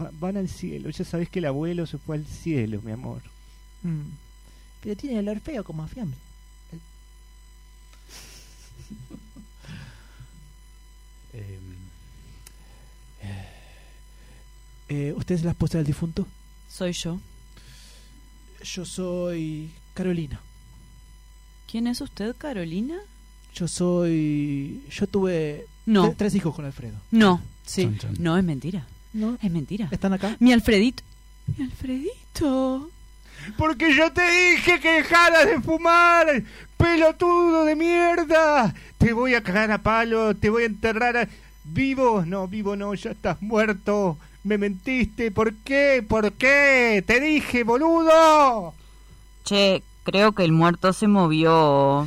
Va- van al cielo. Ya sabes que el abuelo se fue al cielo, mi amor.
mm, pero tienen el olor feo como a fiambre.
Eh,
Eh, ¿Usted es la esposa del difunto?
Soy yo.
Yo soy Carolina.
¿Quién es usted, Carolina?
Yo soy... Yo tuve
No.
tre- tres hijos con Alfredo.
No. Sí.
Chan, chan.
No, es mentira.
¿No?
Es mentira.
¿Están acá?
Mi Alfredito. Mi Alfredito.
Porque yo te dije que dejaras de fumar, pelotudo de mierda. Te voy a cagar a palo, te voy a enterrar a... vivo. No, vivo no, ya estás muerto. Me mentiste, ¿por qué? ¿Por qué? Te dije, boludo.
Che, creo que el muerto se movió.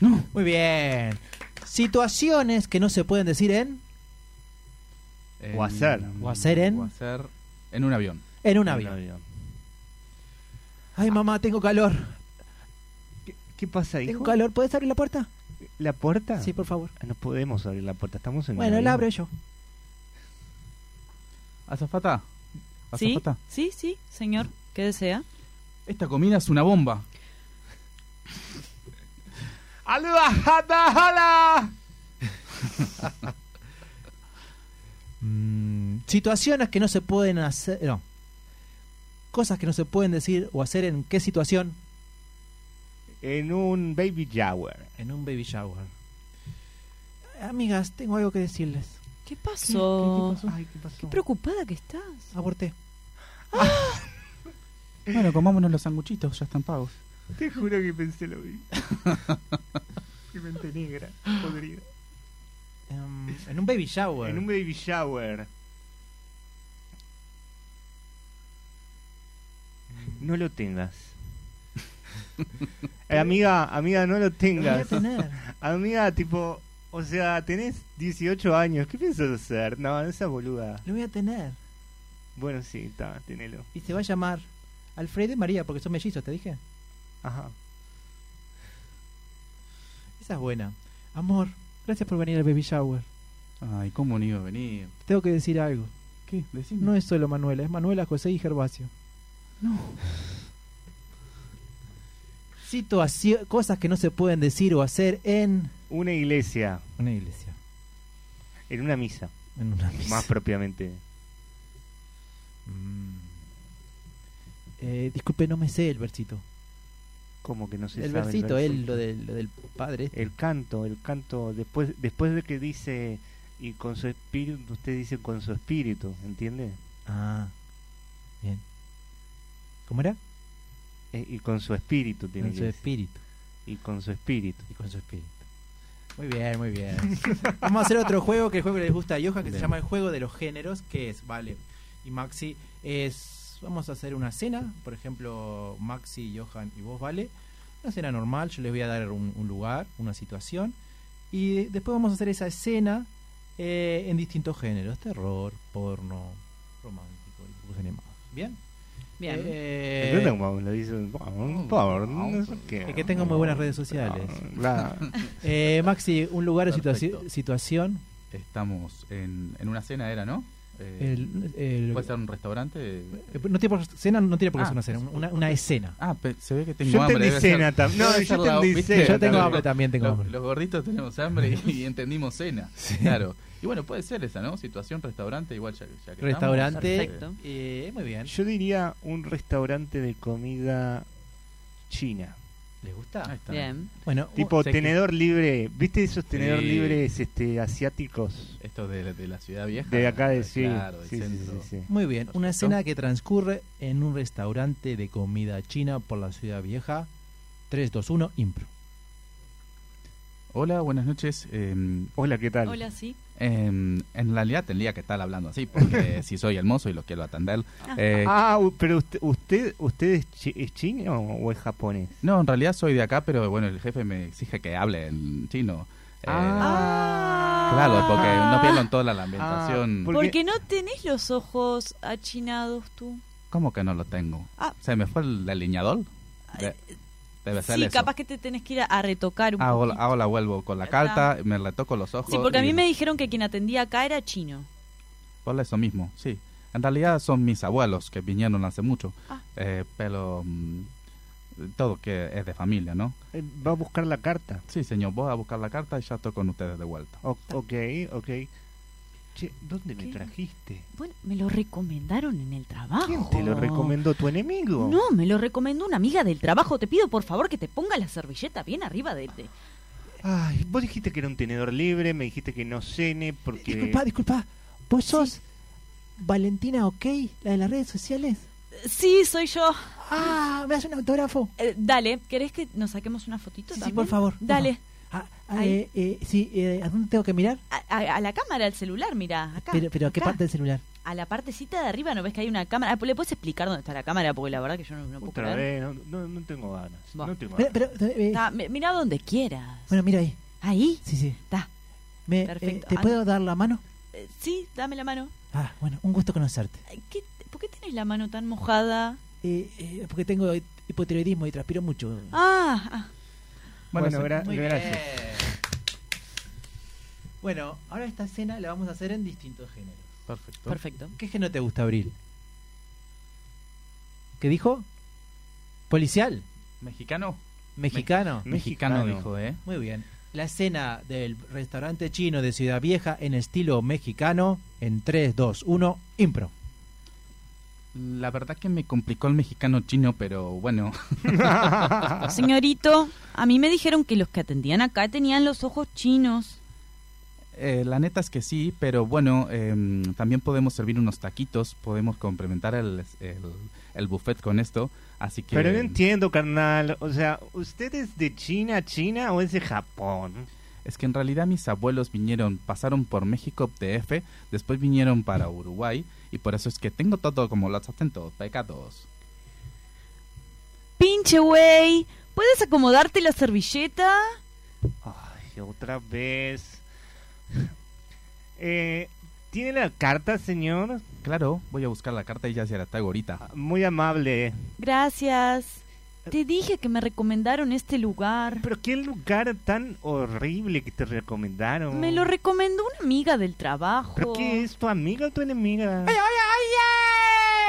Muy bien. Situaciones que no se pueden decir en...
en-
O hacer.
O hacer en-
o hacer en un avión.
En un avión. Ay, mamá, tengo calor.
¿Qué, qué pasa,
Tengo
hijo?
calor. ¿Puedes abrir la puerta?
¿La puerta?
Sí, por favor.
Ah, No podemos abrir la puerta, estamos en un
Bueno, la abro
avión.
yo.
Azafata.
¿Sí?
Azafata.
Sí, sí, señor. ¿Qué desea?
Esta comida es una bomba.
¡Alba, jata, ala!
Mm, situaciones que no se pueden hacer. No. Cosas que no se pueden decir o hacer en qué situación.
En un baby shower.
En un baby shower. Amigas, tengo algo que decirles.
¿Qué pasó? ¿Qué,
Ay, ¿qué pasó?
preocupada que estás?
Aborté. Ah.
Bueno, comámonos los sanguchitos, ya están pagos.
Te juro que pensé lo mismo. Qué mente negra, podrida.
Em, en un baby shower.
En un baby shower. No lo tengas. Eh, amiga, amiga, no lo
Lo voy a
tengas.
tener.
Amiga, tipo, o sea, tenés 18 años, ¿qué piensas hacer? No, no seas boluda.
Lo voy a tener.
Bueno, sí, está, tenelo.
Y se va a llamar Alfredo y María, porque son mellizos, te dije.
Ajá.
Esa es buena. Amor, gracias por venir al baby shower.
Ay, cómo ni iba a venir.
Te Tengo que decir algo.
¿Qué? Decime.
No es solo Manuela, es Manuela, José y Gervasio.
No.
Situación, cosas que no se pueden decir o hacer en
Una iglesia,
una iglesia.
en una misa,
En una misa.
más propiamente.
Mm. Eh, disculpe, no me sé el versito.
Como que no se
el
sabe
versito,
versículo.
él, lo, del- lo del padre. este.
El canto, el canto, después, después de que dice, y con su espíritu, usted dice con su espíritu, ¿entiende?
Ah, bien. ¿Cómo era?
Eh, y con su espíritu tiene
Con
que
su
decir.
espíritu.
Y con su espíritu.
Y con su espíritu. Muy bien, muy bien. Vamos a hacer otro juego que el juego que les gusta a Yoja, que se
Bien.
llama el juego de los géneros, que es, vale, y Maxi, es, vamos a hacer una cena, por ejemplo, Maxi, Johan y vos, vale. Una cena normal, yo les voy a dar un, un lugar, una situación, y de- después vamos a hacer esa escena eh, en distintos géneros, terror, porno, romántico y dibujos animados. ¿Bien?
Bien.
Eh, Oh,
Entonces, como lo dice, por favor, no sé qué.
Es que tengo muy buenas redes sociales.
Claro.
eh, Maxi, un lugar o situaci-
Perfecto.
situación.
Estamos en, en una cena, ¿era, no? Eh,
El- el-
¿Puede ser un restaurante?
eh, no tiene por cena, no tiene por qué
Ah,
ser una cena,
eso.
una, una escena.
Ah, pe- se ve que tengo
Yo
hambre.
entendí
debe ser-
cena también. No,
debe ser
yo
la-
entendí
¿viste?
cena.
Yo tengo
también.
hambre también, tengo
Los-
hambre.
Los gorditos tenemos hambre y, y entendimos cena. Claro. Y bueno, puede ser esa, ¿no? Situación, restaurante, igual ya, ya que
Restaurante.
Perfecto.
Eh, muy bien.
Yo diría un restaurante de comida china.
¿Les
estamos. Ahí
gusta?
está.
Bien.
Bueno,
Tipo
o sea que-
tenedor libre. ¿Viste esos tenedor
Sí.
libres este, asiáticos?
Esto de, la- de la ciudad vieja.
De acá de sí.
Claro, del
sí, sí,
centro.
sí, sí.
Muy bien, una
Perfecto.
escena que transcurre en un restaurante de comida china por la ciudad vieja. 3, 2, 1, impro.
Hola, buenas noches. Eh,
Hola, ¿qué tal?
Hola, sí.
em, en realidad tendría que estar hablando así, porque si soy el mozo y lo quiero atender. eh,
Ah, u- pero usted, usted, usted es, chi- es chino o es japonés?
no, en realidad soy de acá, pero bueno, el jefe me exige que hable en chino. Eh,
Ah.
Claro, porque no pierdo en toda la
Ah,
ambientación.
por-
Porque no tenés los ojos achinados tú.
¿Cómo que no lo tengo?
Ah.
¿Se me fue el delineador? De- debe ser
Sí,
eso. Ah,
capaz que te tenés que ir a, a retocar un
Hago,
poquito.
hago la vuelvo con la carta, me retoco los ojos.
Sí, porque a
y-
mí me dijeron que quien atendía acá era chino.
Por eso mismo, sí. En realidad son mis abuelos que vinieron hace mucho.
Ah.
Eh, pero mm, todo que es de familia, ¿no?
Eh, Va a buscar la carta.
Sí, señor, voy a buscar la carta y ya estoy con ustedes de vuelta.
O- ok, ok. Che, ¿dónde me
¿Qué?
trajiste?
Bueno, me lo recomendaron en el trabajo.
¿Quién te lo recomendó? ¿Tu enemigo?
No, me lo recomendó una amiga del trabajo. Te pido por favor que te ponga la servilleta bien arriba de... de-
Ay, vos dijiste que era un tenedor libre, me dijiste que no cene porque...
Disculpa, disculpa. ¿Vos sos Valentina OK, la de las redes sociales?
Sí, soy yo.
Ah, ¿me das un autógrafo?
Eh, dale, ¿querés que nos saquemos una fotito
Sí, sí,
también?
por favor, por
Dale,
Ah, ah,
Ahí.
eh, eh, sí, eh, ¿a dónde tengo que mirar?
a, a- a la cámara, al celular, mira, acá.
pero, pero ¿a qué
acá.
parte del celular?
A la partecita de arriba, ¿no ves que hay una cámara? Ah, ¿Le puedes explicar dónde está la cámara? Porque la verdad que yo no, no puedo
Otra
creer.
vez, no, no, no tengo ganas.
Va.
No tengo
Pero,
ganas.
pero, eh,
Está, mi- mira donde quieras.
bueno, mira ahí.
Ahí.
Sí, sí.
Está.
Me, eh,
Perfecto.
¿Te
Ah,
puedo dar la mano?
Eh, sí, dame la mano.
Ah, bueno, un gusto conocerte.
Ay, ¿qué- ¿Por qué tienes la mano tan mojada?
Eh, eh, porque tengo hipotiroidismo y transpiro mucho.
Ah, ah.
Bueno,
se-
gra- gracias.
Bueno, ahora esta escena la vamos a hacer en distintos géneros.
Perfecto.
perfecto.
¿Qué género te gusta, Abril? ¿Qué dijo? ¿Policial?
¿Mexicano?
¿Mexicano?
Mexicano, dijo, ¿eh?
Muy bien. La escena del restaurante chino de Ciudad Vieja en estilo mexicano en 3, 2, 1, impro.
Mm, La verdad que me complicó el mexicano chino, pero bueno.
ah. Señorito, a mí me dijeron que los que atendían acá tenían los ojos chinos.
Eh, la neta es que sí, pero bueno, em, también podemos servir unos taquitos, podemos complementar el, el, el buffet con esto, así que...
Pero no entiendo, carnal. O sea, ¿usted es de China, China o es de Japón?
Es que en realidad mis abuelos vinieron, pasaron por México DF, después vinieron para Uruguay, y por eso es que tengo todo como los acentos, pecados.
Pinche güey, ¿puedes acomodarte la servilleta?
Ay, otra vez. Eh, ¿Tiene la carta, señor? Ah,
Claro, voy a buscar la carta y ya se la traigo ahorita.
Muy amable.
Gracias. Te dije que me recomendaron este lugar.
Pero qué lugar tan horrible que te recomendaron.
Me lo recomendó una amiga del trabajo.
¿Pero qué es tu amiga o tu enemiga?
¡Oye, oye, oye!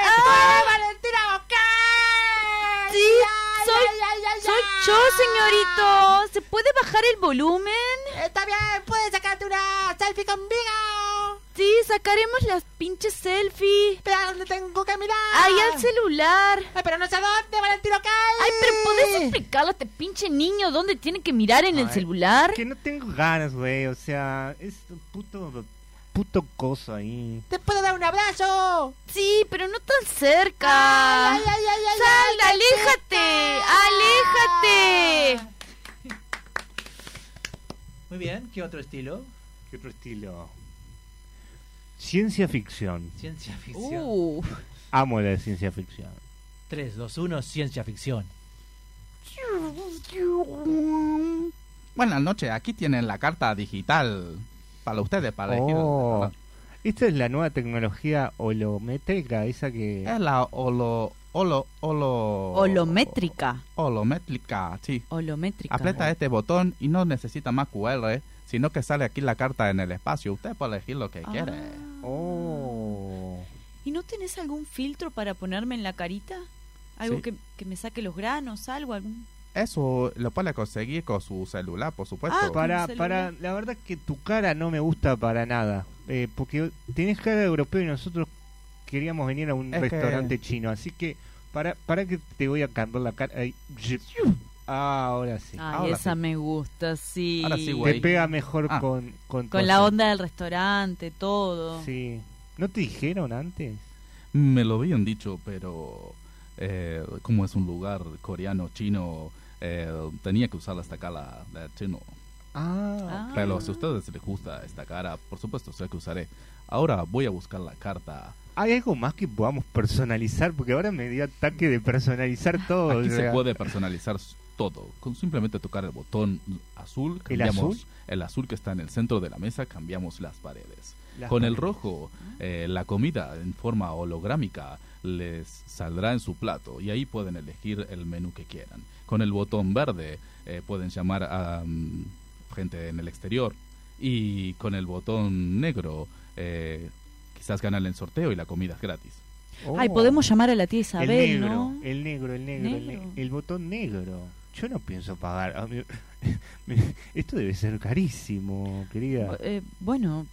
Ah.
¡Tú eres Valentina Bocay!
Sí,
Ay,
soy-
ay, ay, ay,
Soy
ay.
yo, señorito. ¿Se puede bajar el volumen?
Está bien, puedes sacarte una selfie conmigo.
Sí, sacaremos las pinches selfies.
Pero ¿a dónde tengo que mirar?
Ahí al celular.
Ay, pero no sé a dónde, Valentino Cal.
Ay, pero ¿podés explicarle a este pinche niño dónde tiene que mirar en el
Ay,
celular?
Que no tengo ganas, güey. O sea, es un puto, puto coso ahí.
Te puedo dar un abrazo.
Sí, pero no tan cerca.
Ay, ay, ay, ay,
Sal,
ay,
aléjate, aléjate.
Muy bien, ¿qué otro estilo?
¿Qué otro estilo? Ciencia ficción.
Ciencia ficción.
Uh,
Amo la ciencia ficción.
3, 2, 1, ciencia ficción.
Buenas noches, aquí tienen la carta digital para ustedes, para elegir.
Oh. Esta es la nueva tecnología holométrica, esa que...
Es la holo, holo, holo...
holométrica,
Holométrica, sí.
holométrica.
Aprieta este botón y no necesita más QR, sino que sale aquí la carta en el espacio. Usted puede elegir lo que
Ah.
quiere.
Oh.
¿Y no tenés algún filtro para ponerme en la carita? Algo
Sí.
que, que me saque los granos, algo, algún...
Eso lo puede conseguir con su celular, por supuesto.
Ah,
Para,
Con el
para, la verdad es que tu cara no me gusta para nada. eh, porque tenés cara de europeo y nosotros queríamos venir a un
Es que-
restaurante chino. Así que, para, para que te voy a cambiar la cara. Ay, yu- Ah, ahora sí.
Ay,
ahora
esa
sí.
me gusta, sí.
Ahora sí,
te
güey.
pega mejor
Ah.
con, con,
Con
tu
la
acento.
onda del restaurante, todo.
Sí. ¿No te dijeron antes?
Me lo habían dicho, pero eh, como es un lugar coreano, chino, eh, tenía que usar esta cara de chino.
Ah.
Ah.
Pero si a ustedes les gusta esta cara, por supuesto sé que usaré. Ahora voy a buscar la carta.
¿Hay algo más que podamos personalizar? Porque ahora me dio ataque de personalizar todo.
Aquí
o
se
sea.
puede personalizar s- todo. Con simplemente tocar el botón azul,
¿El
cambiamos
azul?
el azul que está en el centro de la mesa, cambiamos las paredes.
Las
Con el
paredes.
rojo, eh, la comida en forma holográmica les saldrá en su plato y ahí pueden elegir el menú que quieran. Con el botón verde eh, pueden llamar a mm, gente en el exterior y con el botón negro eh, quizás ganan el sorteo y la comida es gratis.
Oh.
Ay, podemos llamar a la tía
El
Isabel,
negro,
¿no?
el negro, el negro, el
Negro.
ne- el botón negro. Yo no pienso pagar. A mí- Esto debe ser carísimo, querida.
Eh, bueno,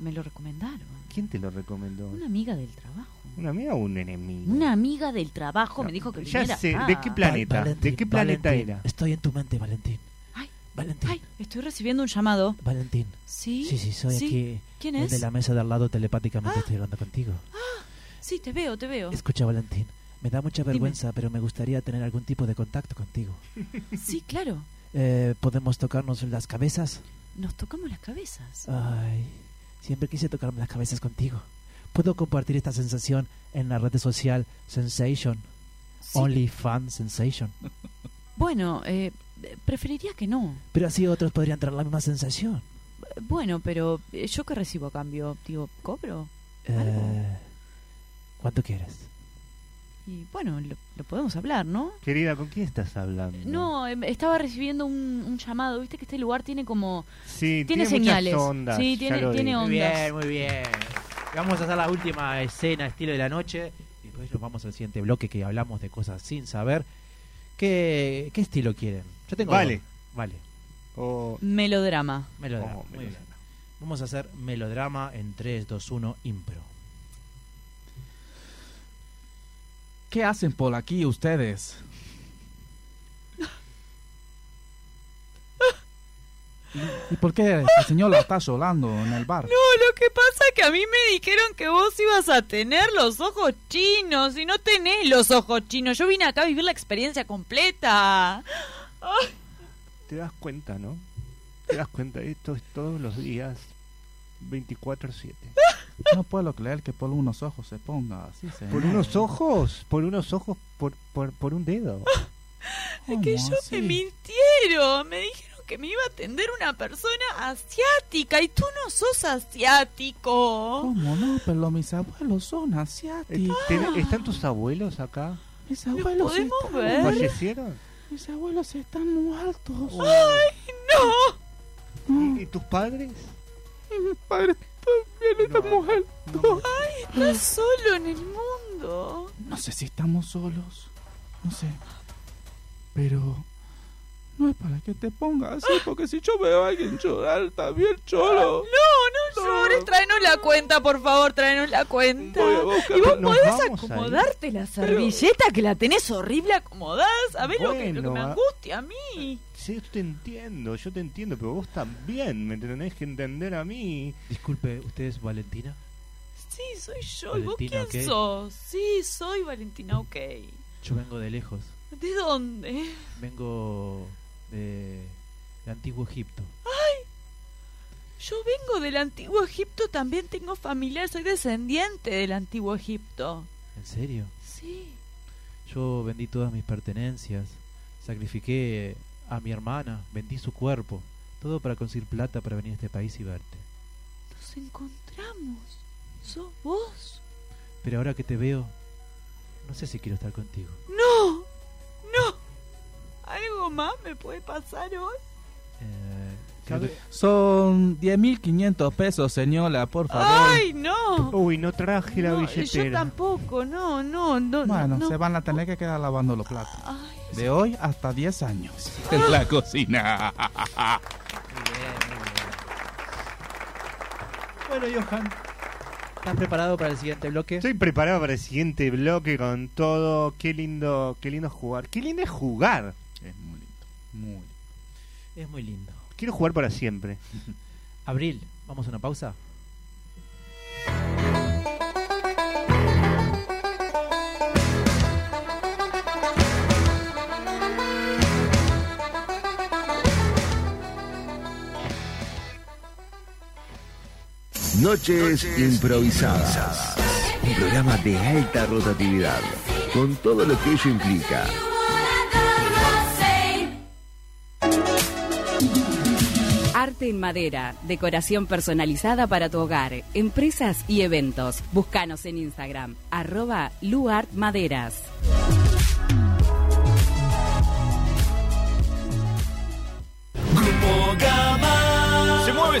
me lo recomendaron.
¿Quién te lo recomendó?
Una amiga del trabajo.
¿Una amiga o un enemigo?
Una amiga del trabajo me dijo que
ya
viniera
sé,
acá.
¿de qué planeta?
Val-
¿De qué planeta
Valentín,
era?
Estoy en tu mente, Valentín.
Ay,
Valentín.
Ay, estoy recibiendo un llamado.
Valentín.
¿Sí?
Sí, sí, soy aquí.
¿Quién
desde
es?
la mesa de al lado telepáticamente
Ah.
estoy hablando contigo.
Sí, te veo, te veo.
Escucha, Valentín. Me da mucha vergüenza, pero me gustaría tener algún tipo de contacto contigo.
Sí, claro.
Eh, ¿Podemos tocarnos las cabezas?
Nos tocamos las cabezas.
Ay, siempre quise tocarme las cabezas contigo. Puedo compartir esta sensación en la red social Sensation,
Sí.
Only Fan Sensation.
Bueno, eh, preferiría que no.
Pero así otros podrían tener la misma sensación.
Eh, Bueno, pero eh, yo que recibo a cambio, digo, cobro.
Eh, ¿Cuánto quieres?
Y bueno, lo, lo podemos hablar, ¿no?
Querida, ¿con quién estás hablando?
Eh,
No, em, estaba recibiendo un, un llamado. Viste que este lugar tiene como.
Sí,
Tiene,
muchas
señales.
ondas,
sí,
ya
tiene,
lo
tiene
dije.
ondas.
muy bien. Vamos a hacer la última escena, estilo de la noche. Y después nos vamos al siguiente bloque que hablamos de cosas sin saber. ¿Qué, qué estilo quieren? Yo tengo.
Vale.
dos. Vale.
O-
Melodrama.
Melodrama.
Oh,
Muy
melodrama.
bien. Vamos a hacer melodrama en 3, 2, 1, impro.
¿Qué hacen por aquí ustedes? ¿Y por qué la señora está llorando en el bar?
No, lo que pasa es que a mí me dijeron que vos ibas a tener los ojos chinos y no tenés los ojos chinos. Yo vine acá a vivir la experiencia completa.
Ah.
Te das cuenta, ¿no? Te das cuenta, esto es todos los días, 24-7.
No, puedo creer que por unos ojos se ponga así, señor.
Por unos ojos, por unos ojos, por, por, por un dedo.
Es que
¿Cómo
yo
así?
me mintieron. Me dijeron que me iba a atender una persona asiática y tú no sos asiático.
¿Cómo no? Pero mis abuelos son
Eh,
asiáticos.
¿te- ¿Están tus abuelos acá?
Mis
¿Lo
abuelos
podemos
están-
ver?
¿Fallecieron?
Mis abuelos están muertos.
¡Ay,
no! ¿Y, y tus padres?
Y mis padres también están muertos.
¡Ay, estás solo en el mundo!
No sé si estamos solos. No sé. Pero. No es para que te pongas así, porque si yo veo a alguien llorar, también
No,
lloro.
no llores, tráenos la cuenta, por favor, tráenos la cuenta.
buscar-
Y vos
Nos
podés
vamos
acomodarte la servilleta que la tenés horrible acomodada. ¿Sabés lo que- lo, que,
Bueno,
me
ah.
angustia a mí?
Sí, yo te entiendo, yo te entiendo, pero vos también me tenés que entender a mí.
Disculpe, ¿usted es Valentina?
Sí, soy yo. ¿Y vos quién
Valentina, ¿ok?
sos? Sí, soy Valentina, ok.
Yo vengo de lejos.
¿De dónde?
Vengo de, de antiguo Egipto.
¡Ay! Yo vengo del antiguo Egipto, también tengo familiar, soy descendiente del antiguo Egipto.
¿En serio?
Sí.
Yo vendí todas mis pertenencias. Sacrifiqué a mi hermana, vendí su cuerpo. Todo para conseguir plata para venir a este país y verte.
Nos encontramos. ¿Sos vos?
Pero ahora que te veo, no sé si quiero estar contigo.
¡No! ¡No! ¿Algo más me puede pasar hoy?
Son 10.500 pesos, señora, por favor.
¡Ay, no!
Uy, no traje la
No,
billetera.
yo tampoco, no, no, no.
Bueno,
no.
se van a tener que quedar lavando los platos.
Ay.
De hoy hasta 10 años.
Ah.
En la cocina.
Bueno, Johan, ¿estás preparado para el siguiente bloque?
Estoy preparado para el siguiente bloque con todo. Qué lindo, qué lindo jugar. Qué lindo es jugar.
Es muy lindo. Muy lindo.
Es muy lindo.
Quiero jugar para siempre.
Abril, vamos a una pausa.
Noches improvisadas. Un programa de alta rotatividad, con todo lo que ello implica.
Arte en madera, decoración personalizada para tu hogar, empresas y eventos. Búscanos en Instagram, arroba luartmaderas.
Se mueve,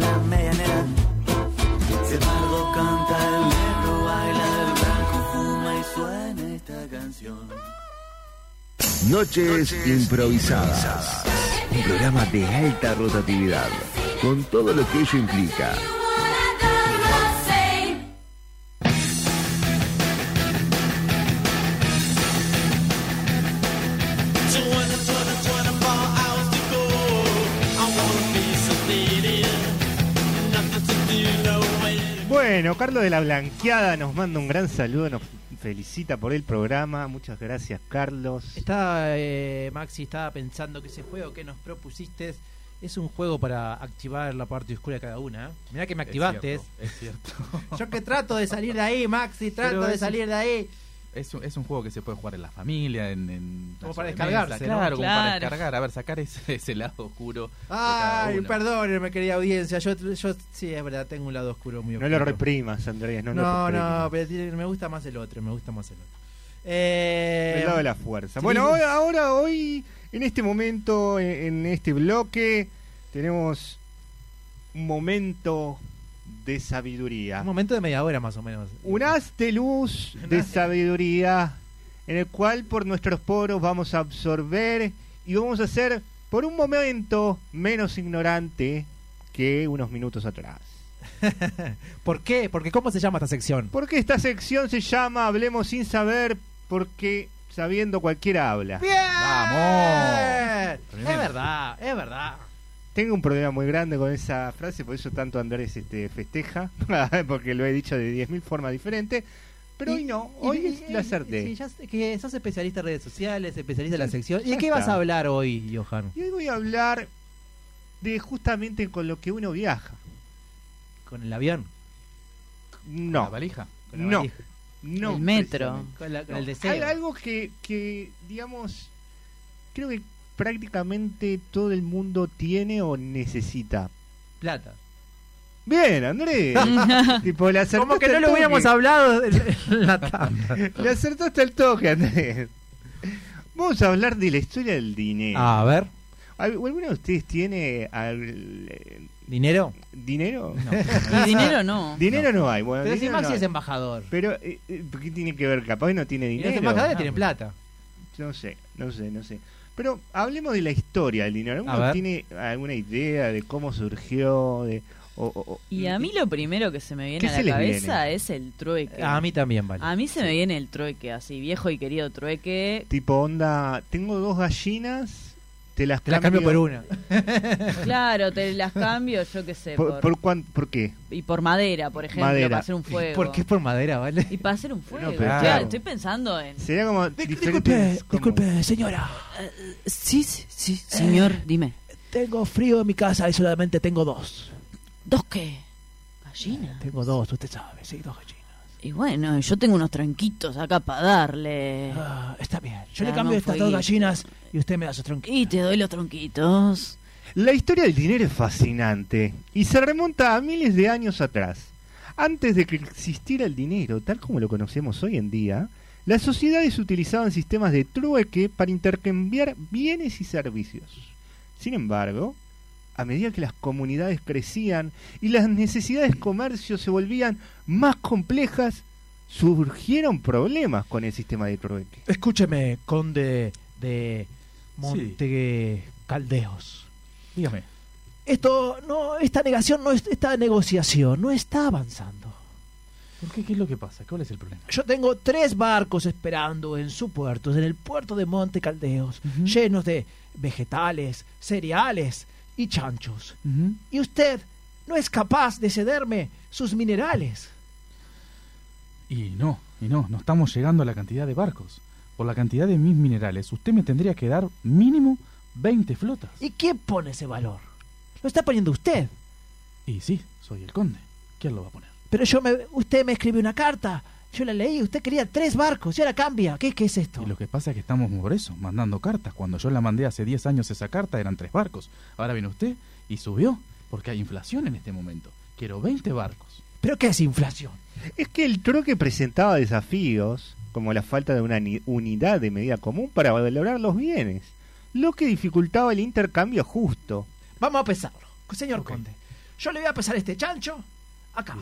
la medianera. Si el pardo canta, el negro baila, el blanco fuma y suena esta canción.
Noches improvisadas. Un programa de alta rotatividad, con todo lo que ello implica.
So when the 20, 24 hours to go, I wanna be sedated. Nothing to do, no way.
Bueno, Carlos de la Blanqueada nos manda un gran saludo, nos felicita por el programa. Muchas gracias, Carlos.
Está eh, Maxi, estaba pensando que ese juego que nos propusiste Es un juego para activar la parte oscura de cada una. ¿eh? Mirá que me
Es
activaste.
cierto, Es cierto.
Yo que trato de salir de ahí, Maxi, trato
Pero
de
es-
salir de ahí.
Es un, es un juego que se puede jugar en la familia, en. en
Como
la
para
sobremesa,
descargarse, ¿no?
Claro, como para
Claro.
descargar. A ver, sacar ese, ese lado oscuro. de cada
Ay,
uno.
perdónenme, querida audiencia. Yo, yo sí, es verdad, tengo un lado oscuro muy
No
oscuro.
lo reprimas, Andrés. No,
No,
lo
no,
reprimas.
pero tiene- me gusta más el otro, me gusta más el otro. Eh,
Del lado de la fuerza.
sí.
Bueno, ahora, ahora, hoy, en este momento, en, en este bloque, tenemos un momento de sabiduría.
Un momento de media hora más o menos.
Un haz de luz de sabiduría en el cual por nuestros poros vamos a absorber y vamos a ser por un momento menos ignorante que unos minutos atrás.
¿Por qué? Porque ¿cómo se llama esta sección?
Porque esta sección se llama Hablemos sin saber porque sabiendo cualquiera habla.
¡Vamos! Es
Tremendo.
verdad, es verdad.
Tengo un problema muy grande con esa frase, por eso tanto Andrés este, festeja, porque lo he dicho de 10.000 formas diferentes, pero hoy no, hoy
y- eh,
es la acerté.
Sí, ya sé que sos especialista en redes sociales, especialista en la
Ya-
sección.
ya
¿Y de qué vas
está.
a hablar hoy, Johan?
Y hoy voy a hablar de justamente con lo que uno viaja.
¿Con el avión?
No.
la valija?
Con la
no.
valija.
No.
El metro.
precisamente.
Con la- con
No.
el deseo.
Hay algo que, que, digamos, creo que prácticamente todo el mundo tiene o necesita.
Plata.
Bien, Andrés. tipo, le acertaste
Como que no
al
lo hubiéramos
toque.
hablado en en la tanda.
Le acertaste el toque, Andrés. Vamos a hablar de la historia del dinero.
A ver.
¿Al- ¿Alguno de ustedes tiene al- eh,
¿Dinero?
dinero?
Y dinero no.
Dinero no, hay. Bueno,
Pero si
dinero
Maxi
no hay.
es embajador.
Pero, eh, eh, ¿qué tiene que ver? Capaz no tiene
Y
dinero. Ah,
los embajadores tienen plata.
No sé, no sé, no sé. Pero hablemos de la historia del dinero.
A
¿Alguno
ver.
tiene alguna idea de cómo surgió? De, o- o- o-
Y a mí lo primero que se me
Mm. ¿Qué
viene
se
a la
les
cabeza
viene?
es el
eh,
trueque.
A mí también, vale.
A mí se me viene el trueque, así viejo y querido trueque.
Tipo, onda, tengo dos gallinas, te las
Te la cambio por una.
Claro, te las cambio, yo qué sé.
¿Por,
Por,
por cuán- por qué?
Y por madera, por ejemplo,
Madera.
para hacer un fuego.
¿Por qué por madera, vale?
Y para hacer un fuego.
pero
claro,
claro.
estoy pensando en.
Sería como
Ah, Disculpe,
diferentes...
disculpe, señora.
Sí, sí, señor, dime.
Eh, Tengo frío en mi casa y solamente tengo dos.
¿Dos qué? Gallina.
Tengo dos, usted sabe, sí, dos gallinas.
Y bueno, yo tengo unos tranquitos acá para darle.
Ah, está bien. Yo
Dame
le cambio
un
estas dos
fueguito.
gallinas y usted me da sus tronquitos.
Y te doy los tronquitos.
La historia del dinero es fascinante y se remonta a miles de años atrás. Antes de que existiera el dinero, tal como lo conocemos hoy en día, las sociedades utilizaban sistemas de trueque para intercambiar bienes y servicios. Sin embargo, a medida que las comunidades crecían y las necesidades de comercio se volvían más complejas, surgieron problemas con el sistema de trueque.
Escúcheme, conde de Monte Caldeos.
Dígame.
Esto no, esta negación, no es- esta negociación no está avanzando.
¿Por qué? ¿Qué es lo que pasa? ¿Cuál es el problema?
Yo tengo tres barcos esperando en su puerto, en el puerto de Monte Caldeos, llenos de vegetales, cereales y chanchos. Y usted no es capaz de cederme sus minerales.
Y no, y no, no estamos llegando a la cantidad de barcos. Por la cantidad de mis minerales, usted me tendría que dar mínimo 20 flotas.
¿Y quién pone ese valor? Lo está poniendo usted.
Y sí, soy el conde. ¿Quién lo va a poner?
Pero yo me, usted me escribió una carta. Yo la leí. Usted quería tres barcos. Y ahora cambia. ¿Qué, qué es esto?
Y lo que pasa es que estamos por eso, mandando cartas. Cuando yo la mandé hace 10 años esa carta eran tres barcos. Ahora viene usted y subió, porque hay inflación en este momento. Quiero 20 barcos.
¿Pero qué es inflación?
Es que el troque presentaba desafíos, como la falta de una ni- unidad de medida común para valorar los bienes, lo que dificultaba el intercambio justo.
Vamos a pesarlo. Señor Conde, yo le voy a pesar este chancho acá.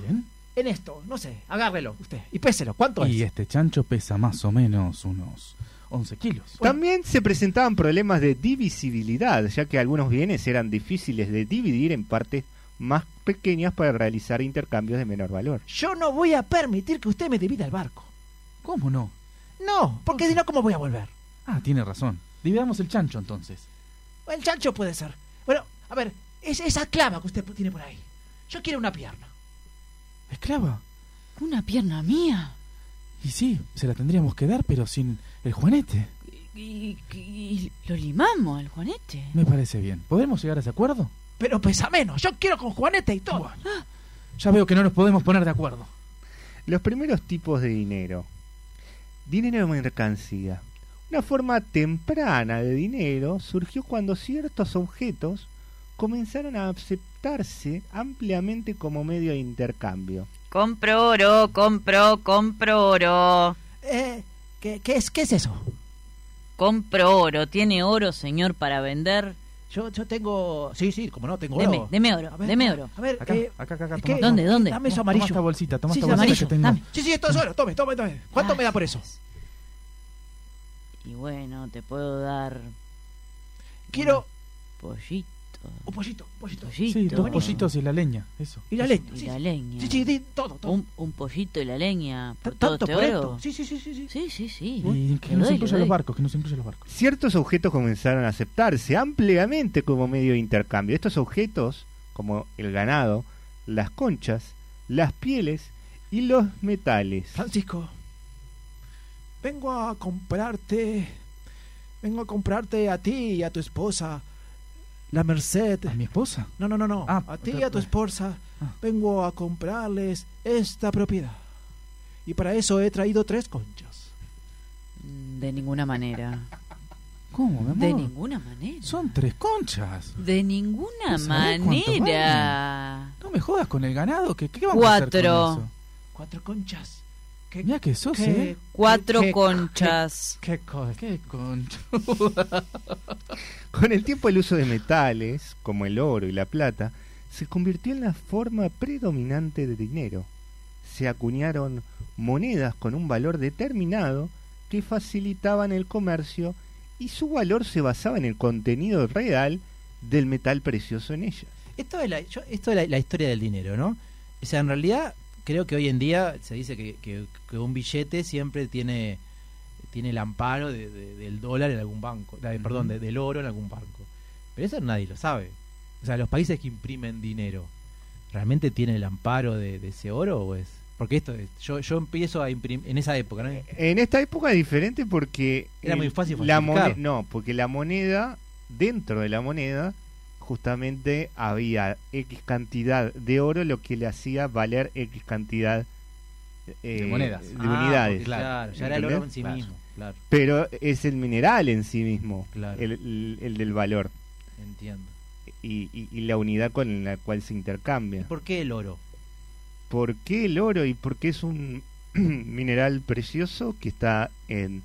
En esto, no sé, agárrelo usted y péselo. ¿Cuánto
Y
es?
este chancho pesa más o menos unos 11 kilos.
También se presentaban problemas de divisibilidad, ya que algunos bienes eran difíciles de dividir en partes más pequeñas para realizar intercambios de menor valor.
Yo no voy a permitir que usted me divida el barco.
¿Cómo no?
No, porque si no, ¿cómo voy a volver?
Ah, tiene razón. Dividamos el chancho entonces.
El chancho puede ser. Bueno, a ver, es esa clava que usted tiene por ahí. Yo quiero una pierna.
¿Esclava?
Una pierna mía.
Y sí, se la tendríamos que dar, pero sin el juanete.
y, y- y lo limamos al Juanete.
Me parece bien. ¿Podemos llegar a ese acuerdo?
Pero pesa menos. Yo quiero con Juanete y todo. Ah,
Ya veo que no nos podemos poner de acuerdo.
Los primeros tipos de dinero. Dinero de mercancía. Una forma temprana de dinero surgió cuando ciertos objetos comenzaron a aceptarse ampliamente como medio de intercambio.
Compro oro, compro, compro oro.
Eh, ¿qué, qué es, ¿Qué es eso?
Compro oro. ¿Tiene oro, señor, para vender?
Yo, yo tengo. Sí, sí, como no, tengo
Deme,
oro.
deme oro,
A ver,
deme
no,
oro.
A ver,
Acá,
eh,
acá, acá, acá.
¿qué?
Toma,
¿Dónde,
toma.
dónde?
Dame eso
Toma
amarillo.
esta bolsita, toma
Sí,
esta
sí,
bolsita
amarillo,
que tengo.
dame. Sí, sí, esto es oro. Tome, tome, tome. ¿Cuánto me da por eso?
Y bueno, te puedo dar
Quiero
pollito.
un pollito, un pollito.
Pollito.
Sí, dos pollitos y la leña, eso.
Y la leña.
Y
Sí,
la
sí.
leña.
Sí, sí, di todo, todo.
Un, un pollito y la leña. Por todo
¿Tanto
este
por
oro.
esto? Sí, sí, sí, sí. sí.
Sí, sí, sí.
Y
Te
que nos
doy,
incluya
le
los
doy.
barcos, que nos incluya los barcos.
Ciertos objetos comenzaron a aceptarse ampliamente como medio de intercambio. Estos objetos, como el ganado, las conchas, las pieles y los metales.
Francisco, vengo a
Eh,
comprarte. Vengo a comprarte a ti y a tu esposa. La Merced.
¿A mi esposa?
No, no, no, no.
Ah,
a ti
otra-
y a tu esposa. Vengo a comprarles esta propiedad. Y para eso he traído tres conchas.
Mm, De ninguna manera.
¿Cómo, mi amor?
De ninguna manera.
Son tres conchas.
De ninguna
¿No sabés cuánto
manera.
No me jodas con el ganado, que qué vamos a hacer
Cuatro.
con
Cuatro conchas. ¿Qué,
eso? Mira que sos,
qué-
eh.
Cuatro
qué-
conchas.
qué- qué co-
Qué concha.
Con el tiempo el uso de metales, como el oro y la plata, se convirtió en la forma predominante de dinero. Se acuñaron monedas con un valor determinado que facilitaban el comercio y su valor se basaba en el contenido real del metal precioso en ellas.
Esto es, la, yo- esto es la, la historia del dinero, ¿no? O sea, en realidad creo que hoy en día se dice que, que- que un billete siempre tiene, tiene el amparo de- de- del dólar en algún banco, de- perdón, de- del oro en algún banco. Pero eso nadie lo sabe. O sea, los países que imprimen dinero, ¿realmente tienen el amparo de, de ese oro o es...? Porque esto es, yo, yo empiezo a imprimir en esa época, ¿no?
En esta época es diferente porque
Era muy fácil
la moneda,
falsificar.
no, porque la moneda dentro de la moneda justamente había X cantidad de oro lo que le hacía valer X cantidad eh,
De monedas.
de
Ah,
unidades.
porque Claro, ya era el oro en sí
¿Entendés?
mismo, claro,
Pero es el mineral en sí mismo,
Claro.
el, el- el del valor
entiendo.
y, y- y la unidad con la cual se intercambia.
¿Por qué el oro?
¿Por qué el oro y por qué es un mineral precioso que está en,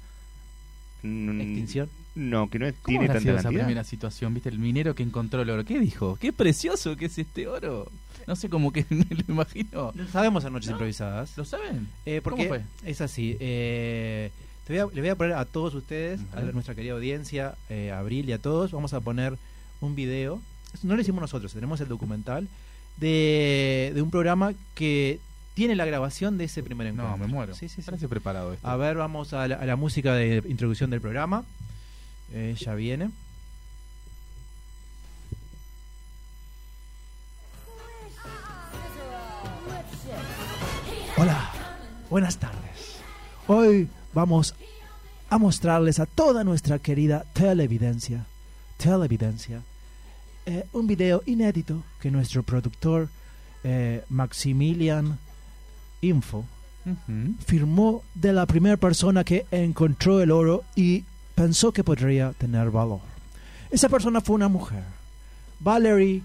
en-
¿Extinción?
No, que no es-
¿Cómo
tiene
habrá
tanta
sido esa
cantidad.
primera situación? ¿Viste? El minero que encontró el oro. ¿Qué dijo? ¡Qué precioso que es este oro! No sé, como que me lo imagino.
Lo sabemos en Noches Improvisadas.
¿Lo saben?
Eh, porque
¿Cómo
es así. eh, te voy a- le voy a poner a todos ustedes, a
Ujú.
nuestra querida audiencia, eh, a Abril y a todos, vamos a poner un video. Eso No lo hicimos nosotros, tenemos el documental de, de un programa que tiene la grabación de ese primer encuentro.
No, me muero.
Sí, sí, sí.
Parece preparado esto.
A ver, vamos a la, a la música de introducción del programa. Eh, ya viene.
Hola, buenas tardes. Hoy vamos a mostrarles a toda nuestra querida televidencia, televidencia, eh, un video inédito que nuestro productor eh, Maximilian Info
Ujú.
firmó de la primera persona que encontró el oro y pensó que podría tener valor. Esa persona fue una mujer, Valerie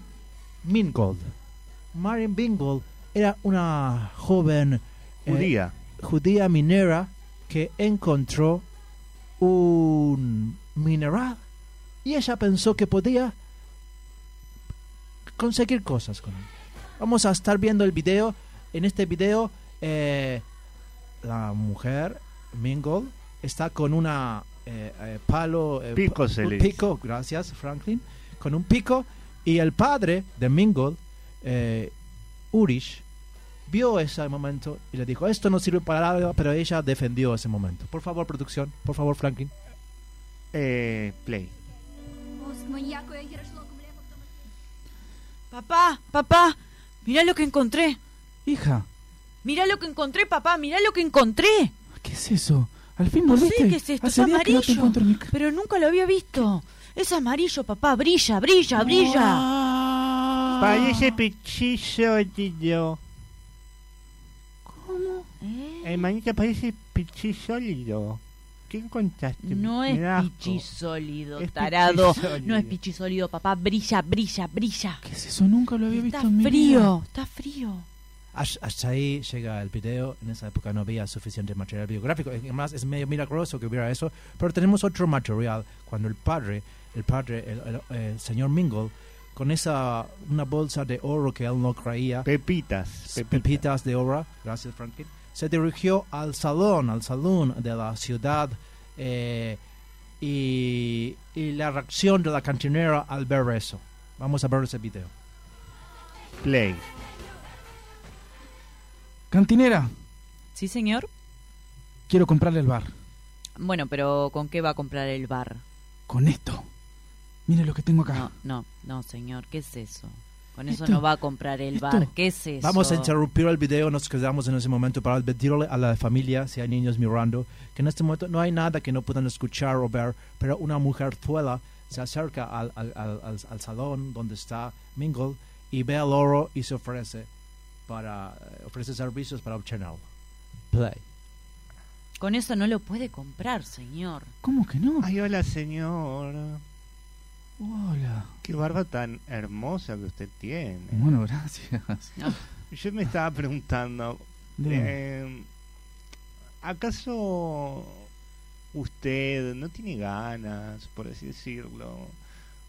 Mingold. Marion Bingold era una joven eh,
Judía.
judía minera que encontró un mineral y ella pensó que podía conseguir cosas con él. Vamos a estar viendo el video. En este video, eh, la mujer, Mingle, está con una eh, eh, palo. eh,
Pico
pa-
se
un
le dice.
pico, gracias, Franklin. Con un pico. Y el padre de Mingle, eh, Urish, vio ese momento y le dijo: Esto no sirve para nada, pero ella defendió ese momento. Por favor, producción, por favor, Franklin.
Eh, play.
Papá, papá, mirá lo que encontré.
Hija,
Mirá lo que encontré, papá, mirá lo que encontré.
¿qué es eso?
Al fin
No sé
volviste.
qué Pues es esto, es
Hace días que no te
amarillo.
encuentro en mi
Pero nunca lo había visto. Es amarillo, papá. Brilla, brilla,
Ah.
brilla.
Parece pichillo, tío. ¿Cómo?
Eh.
Hermanita, parece pichillo. ¿Qué encontraste?
No
Me
es
da
oh.
asco.
pichisólido,
Es
tarado.
pichisólido.
No es pichisólido, papá. Brilla, brilla, brilla. ¿Qué es
Eso nunca lo había
Está
visto en mi
frío,
vida.
está frío.
Hasta hasta ahí llega el video. En esa época no había suficiente material biográfico. Además, es medio milagroso que hubiera eso. Pero tenemos otro material cuando el padre, el padre, el, el- el señor Mingle, con esa una bolsa de oro que él no creía.
Pepitas.
Pepitas, de oro. Gracias, Franklin. Se dirigió al salón, al salón de la ciudad. eh, y, y la reacción de la cantinera al ver eso. Vamos a ver ese video.
Play.
Cantinera,
Sí, señor.
quiero comprarle el bar.
Bueno, pero ¿con qué va a comprar el bar?
Con esto. Mire lo que tengo acá.
No, no, señor. ¿Qué es eso? Con eso
Esto,
no va a comprar el
esto.
bar. ¿Qué es eso?
Vamos a interrumpir el video, nos quedamos en ese momento para advertirle a la familia, si hay niños mirando, que en este momento no hay nada que no puedan escuchar o ver, pero una mujer zuela se acerca al, al- al- al- al salón donde está Mingle y ve al oro y se ofrece para eh, ofrece servicios para obtenerlo. Play.
Con eso no lo puede comprar, señor.
¿Cómo que no?
Ay, hola, señor.
Hola.
Qué barba tan hermosa que usted tiene.
Bueno, gracias.
Yo me estaba preguntando,
Dime.
eh, ¿acaso usted no tiene ganas, por así decirlo,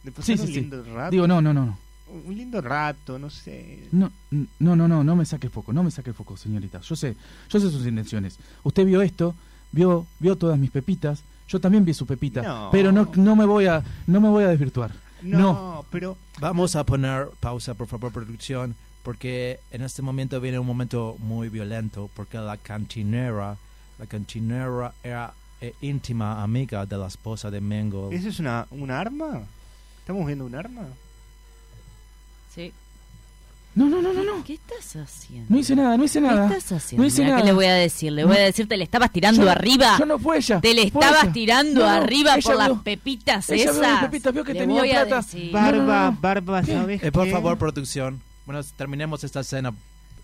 de
Sí,
pasar
sí,
un
sí.
lindo rato?
Digo, no, no, no, no.
Un lindo rato, no sé.
No, n- no, no, no, no me saque el foco, no me saque el foco, señorita. Yo sé, yo sé sus intenciones. Usted vio esto, vio, vio todas mis pepitas. Yo también vi su pepita,
No.
pero no, no me voy a, no me voy a desvirtuar.
No, pero
Vamos a poner pausa, por favor, producción, porque en este momento viene un momento muy violento, porque la cantinera, la cantinera era eh, íntima amiga de la esposa de Mengo.
¿eso es una, un arma? ¿Estamos viendo un arma?
Sí.
No, no, no, no, no.
¿Qué estás haciendo?
No hice nada, no hice nada.
¿Qué estás haciendo?
No hice
Mirá,
nada.
¿Qué le voy a decir? Le voy a
No.
decir, te le estabas tirando
Yo no-
arriba.
yo no fue ella,
Te le
fue
estabas
ella.
tirando
No, no,
arriba
ella
por las
vio-
pepitas
ella vio
esas.
mis pepitas, vio que
Le
tenía
voy a
plata.
decir.
Barba, barba, ¿sabes
Eh, por
qué?
favor, producción. Bueno, terminemos esta escena.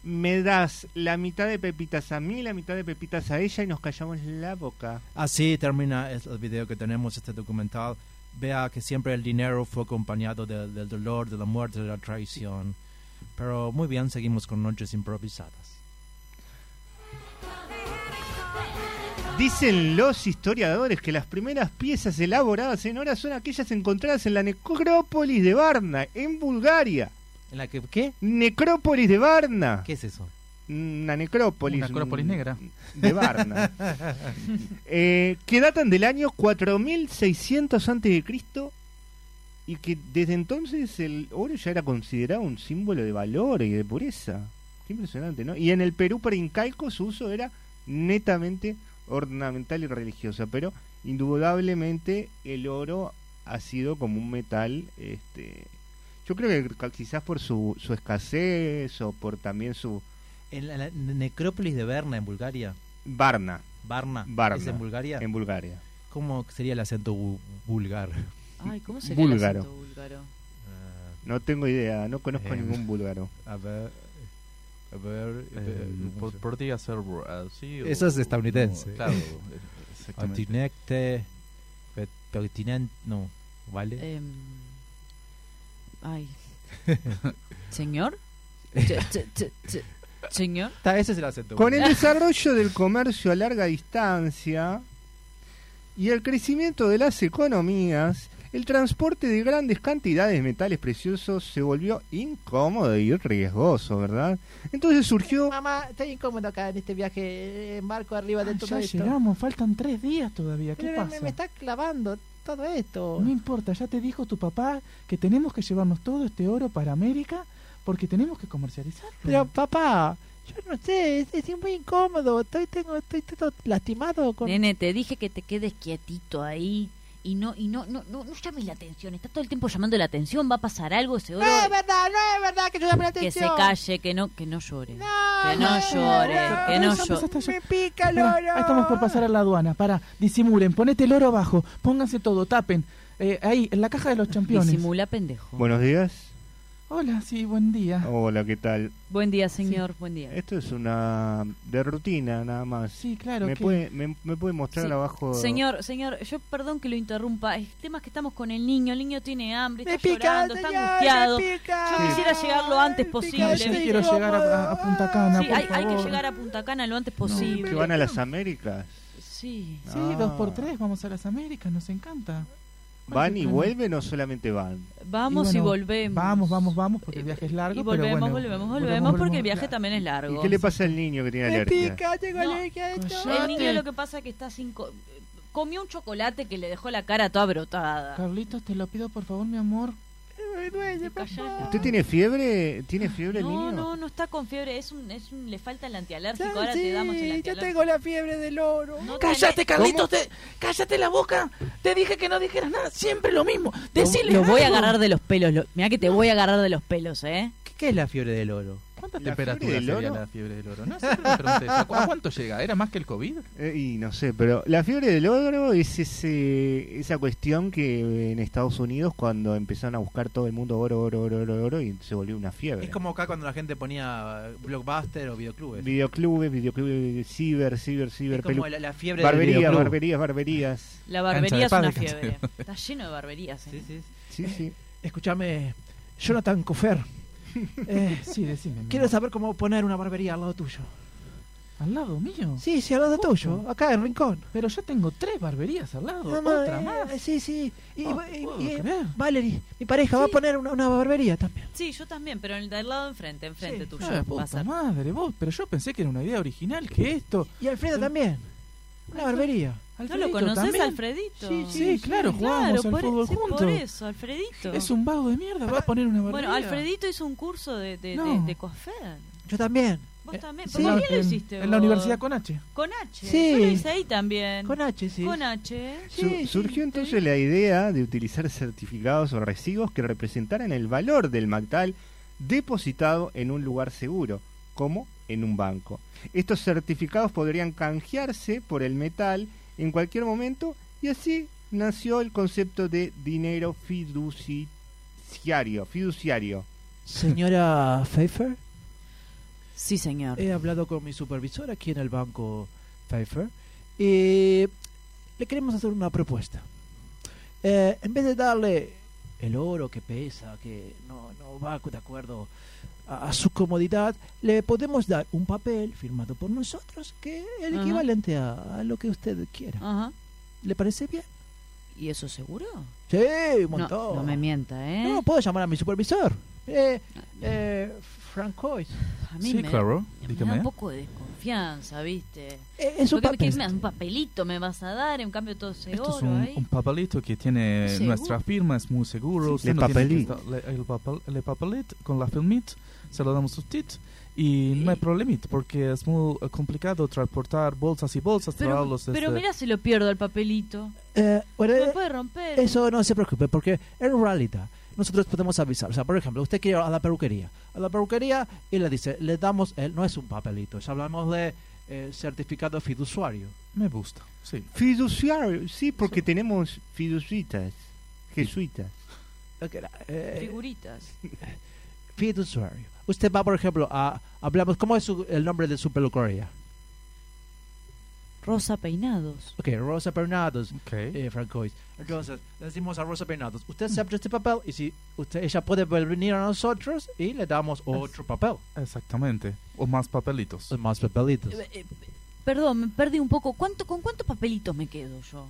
Me das la mitad de pepitas a mí, la mitad de pepitas a ella y nos callamos la boca.
Así termina es- el video que tenemos, este documental. Vea que siempre el dinero fue acompañado de- del dolor, de la muerte, de la traición. Pero muy bien, seguimos con noches improvisadas.
Dicen los historiadores que las primeras piezas elaboradas en hora son aquellas encontradas en la necrópolis de Varna, en Bulgaria.
¿En la que qué?
Necrópolis de Varna.
¿Qué es eso?
Una necrópolis.
Una necrópolis
mm,
negra.
De Varna. Eh, que datan del año 4600 a.C. y que desde entonces el oro ya era considerado un símbolo de valor y de pureza. Qué impresionante, ¿no? Y en el Perú preincaico su uso era netamente ornamental y religioso, pero indudablemente el oro ha sido como un metal este yo creo que ca- quizás por su, su escasez o por también su
En la, la necrópolis de Berna, en Bulgaria.
Varna,
Varna.
Varna.
¿Es en Bulgaria?
En Bulgaria.
¿Cómo sería el acento bu- vulgar?
Ay, ¿cómo sería el
Búlgaro.
acento búlgaro?
No tengo idea, no conozco
Eh,
ningún búlgaro.
A ver. A ver.
Eh, po- podría ser br- así o-
Eso es estadounidense.
no, claro, eh, exactamente.
Continente. pe- Pertinente. No,
Eh,
¿vale?
Em, ay. ¿Señor? Che- che- che- che- ¿Señor?
Ta, ese es el acento.
Con el
vulgar.
desarrollo del comercio a larga distancia y el crecimiento de las economías, el transporte de grandes cantidades de metales preciosos se volvió incómodo y riesgoso, ¿verdad? Entonces surgió
Mamá, estoy incómodo acá en este viaje en barco arriba
Ah,
de todo
ya
esto.
llegamos, faltan tres días todavía. ¿Qué
Pero me-
pasa?
me, me está clavando todo esto.
No importa, ya te dijo tu papá que tenemos que llevarnos todo este oro para América porque tenemos que comercializarlo.
Pero papá, yo no sé, es, es muy incómodo. Estoy, tengo, estoy todo lastimado con...
Nene, te dije que te quedes quietito ahí y no y no no no, no llames la atención, está todo el tiempo llamando la atención, va a pasar algo seguro.
No es verdad, no es verdad que yo llame la
que se
atención.
calle, que no que no llore. que no
no,
llore,
no,
que no
no,
llore.
Me pica el
Pará,
oro.
ahí estamos por pasar a la aduana. Para, disimulen, ponete el oro abajo, pónganse todo, tapen. Eh, ahí, en la caja de los campeones.
Disimula, pendejo.
Buenos días.
Hola, sí, buen día.
Hola, ¿qué tal?
Buen día, señor, buen día.
Esto es una de rutina nada más.
Sí, claro
¿Me
que-
puede, me, me puede mostrar
Sí.
abajo?
Señor, señor, yo perdón que lo interrumpa. El tema es que estamos con el niño. El niño tiene hambre,
Me
está
pica,
llorando, está
señor, me
angustiado.
pica.
Yo quisiera llegar lo antes posible.
yo quiero llegar a, a- a Punta Cana,
Sí,
por
hay, hay que
favor.
llegar a Punta Cana lo antes
No,
posible.
¿Que van a las Américas?
Sí.
Sí,
Ah.
dos por tres, vamos a las Américas, nos encanta.
¿Van y
Bueno.
vuelven o solamente van?
Vamos y,
bueno,
volvemos.
Vamos, vamos, vamos, porque el viaje es largo.
Y
pero bueno,
volvemos, volvemos, volvemos, porque el viaje también es largo.
¿Y qué le pasa al niño que tiene
Me
alergia?
Pica, tengo
No.
alergia de todo.
El niño lo que pasa es que está sin... co- Comió un chocolate que le dejó la cara toda brotada.
Carlitos, te lo pido por favor, mi amor.
Me duele, papá.
¿Usted tiene fiebre? ¿Tiene fiebre el
No,
niño?
no, no está con fiebre, es un, es un, le falta el antialérgico,
Ya,
ahora
sí,
te damos el
yo
antialérgico.
tengo la fiebre del oro.
¡Cállate, Carlitos! Te, ¡Cállate la boca! Te dije que no dijeras nada, siempre lo mismo. Decile
Lo voy a
algo.
agarrar de los pelos, lo- mirá que te voy a agarrar de los pelos, ¿eh?
¿Qué es la fiebre del oro?
¿Cuántas
La fiebre
temperaturas
del
sería
oro.
la fiebre del oro? No, siempre me pregunté eso. ¿Cu- ¿A cuánto llega? ¿Era más que el COVID?
Eh, y no sé, pero la fiebre del oro es ese, esa cuestión que en Estados Unidos cuando empezaron a buscar todo el mundo oro, oro, oro, oro, oro y se volvió una fiebre.
Es como acá cuando la gente ponía eh, blockbuster o videoclubes.
Videoclubes, videoclubes, ciber, ciber, ciber,
Es como
pelu-
la- la fiebre del
barberías,
videoclub.
barberías, barberías.
La barbería es una
pádel, cancha de
fiebre. Está lleno de barberías. ¿eh?
Sí, sí.
Escúchame, Jonathan Cofer. Eh,
Sí, decime. mi
quiero
amor.
saber cómo poner una barbería al lado tuyo.
¿Al lado mío?
Sí, sí, al lado
Justo.
tuyo, acá en Rincón.
Pero yo tengo tres barberías al lado.
No, no,
otra
eh,
más.
Sí, sí. Y,
No
y-
puedo
y- eh,
creer.
Valerie, mi pareja, va a poner una, una barbería también.
Sí, yo también, pero en el del lado enfrente, enfrente tuyo.
Ah,
va a
puta
ser.
madre, vos. Pero yo pensé que era una idea original que esto. Eh,
Y Alfredo también. Una barbería.
¿No lo conoces, Alfredito?
Sí, sí, claro, jugábamos al
por,
fútbol
sí,
juntos.
por eso, Alfredito.
Es un vago de mierda, va a poner una barbería.
Bueno, Alfredito hizo un curso de, de,
No.
de, de coafer.
Yo también.
Vos también.
Sí,
¿Por qué
en-
lo hiciste
En la
vos?
universidad con H.
Con H.
Sí.
Yo lo hice ahí también.
Con H, sí.
Con H.
Su- surgió entonces la idea de utilizar certificados o recibos que representaran el valor del Mactal depositado en un lugar seguro, como en un banco. Estos certificados podrían canjearse por el metal en cualquier momento y así nació el concepto de dinero fiduciario. fiduciario.
Señora Pfeiffer,
Sí, señor.
he hablado con mi supervisor aquí en el banco Pfeiffer. Y le queremos hacer una propuesta. Eh, en vez de darle el oro que pesa, que no, no va de acuerdo a, a su comodidad, le podemos dar un papel firmado por nosotros que es el
Ajá.
equivalente a, a lo que usted quiera.
Ajá.
¿Le parece bien?
¿Y eso seguro?
Sí, un
No,
montón.
no me mienta, ¿eh?
No, puedo llamar a mi supervisor. Eh, eh, Francois.
Ah, A mí
Sí,
me,
claro,
me da
dígame.
un poco de desconfianza, ¿viste?
Eh, es un
Porque, ¿qué
papel.
me das? un papelito me vas a dar, en cambio todo ese
Esto
oro
es un,
ahí.
un papelito que tiene
¿Seguro?
nuestra firma, es muy seguro.
Sí,
usted
sí. Le
no tiene que
papelito.
estar- le- el, papel, el papelito con la filmit, se lo damos a usted y no hay problemita porque es muy eh, complicado transportar bolsas y bolsas,
Pero,
traerlos
pero
desde-
mira si lo pierdo el papelito.
Eh, bueno,
Me
eh,
puede romper.
Eso no se preocupe, porque en realidad nosotros podemos avisar. O sea, por ejemplo, usted quiere ir a la peluquería. A la peluquería y le dice, le damos, el, no es un papelito, ya hablamos de eh, certificado fiduciario.
Me gusta, sí.
Fiduciario, sí, porque tenemos fiducitas, jesuitas.
Lo que era, eh,
Figuritas.
fiduciario. Usted va, por ejemplo, a, hablamos, ¿cómo es su- el nombre de su peluquería?
Rosa peinados.
Ok, Rosa Pernados,
Ok.
eh, Francois. Entonces, le decimos a Rosa Pernados, usted acepta este papel y si usted, ella puede venir a nosotros y le damos otro papel.
Exactamente. O más papelitos.
Más papelitos.
Eh, eh, Perdón, me perdí un poco. ¿Cuánto, ¿Con cuántos papelitos me quedo yo?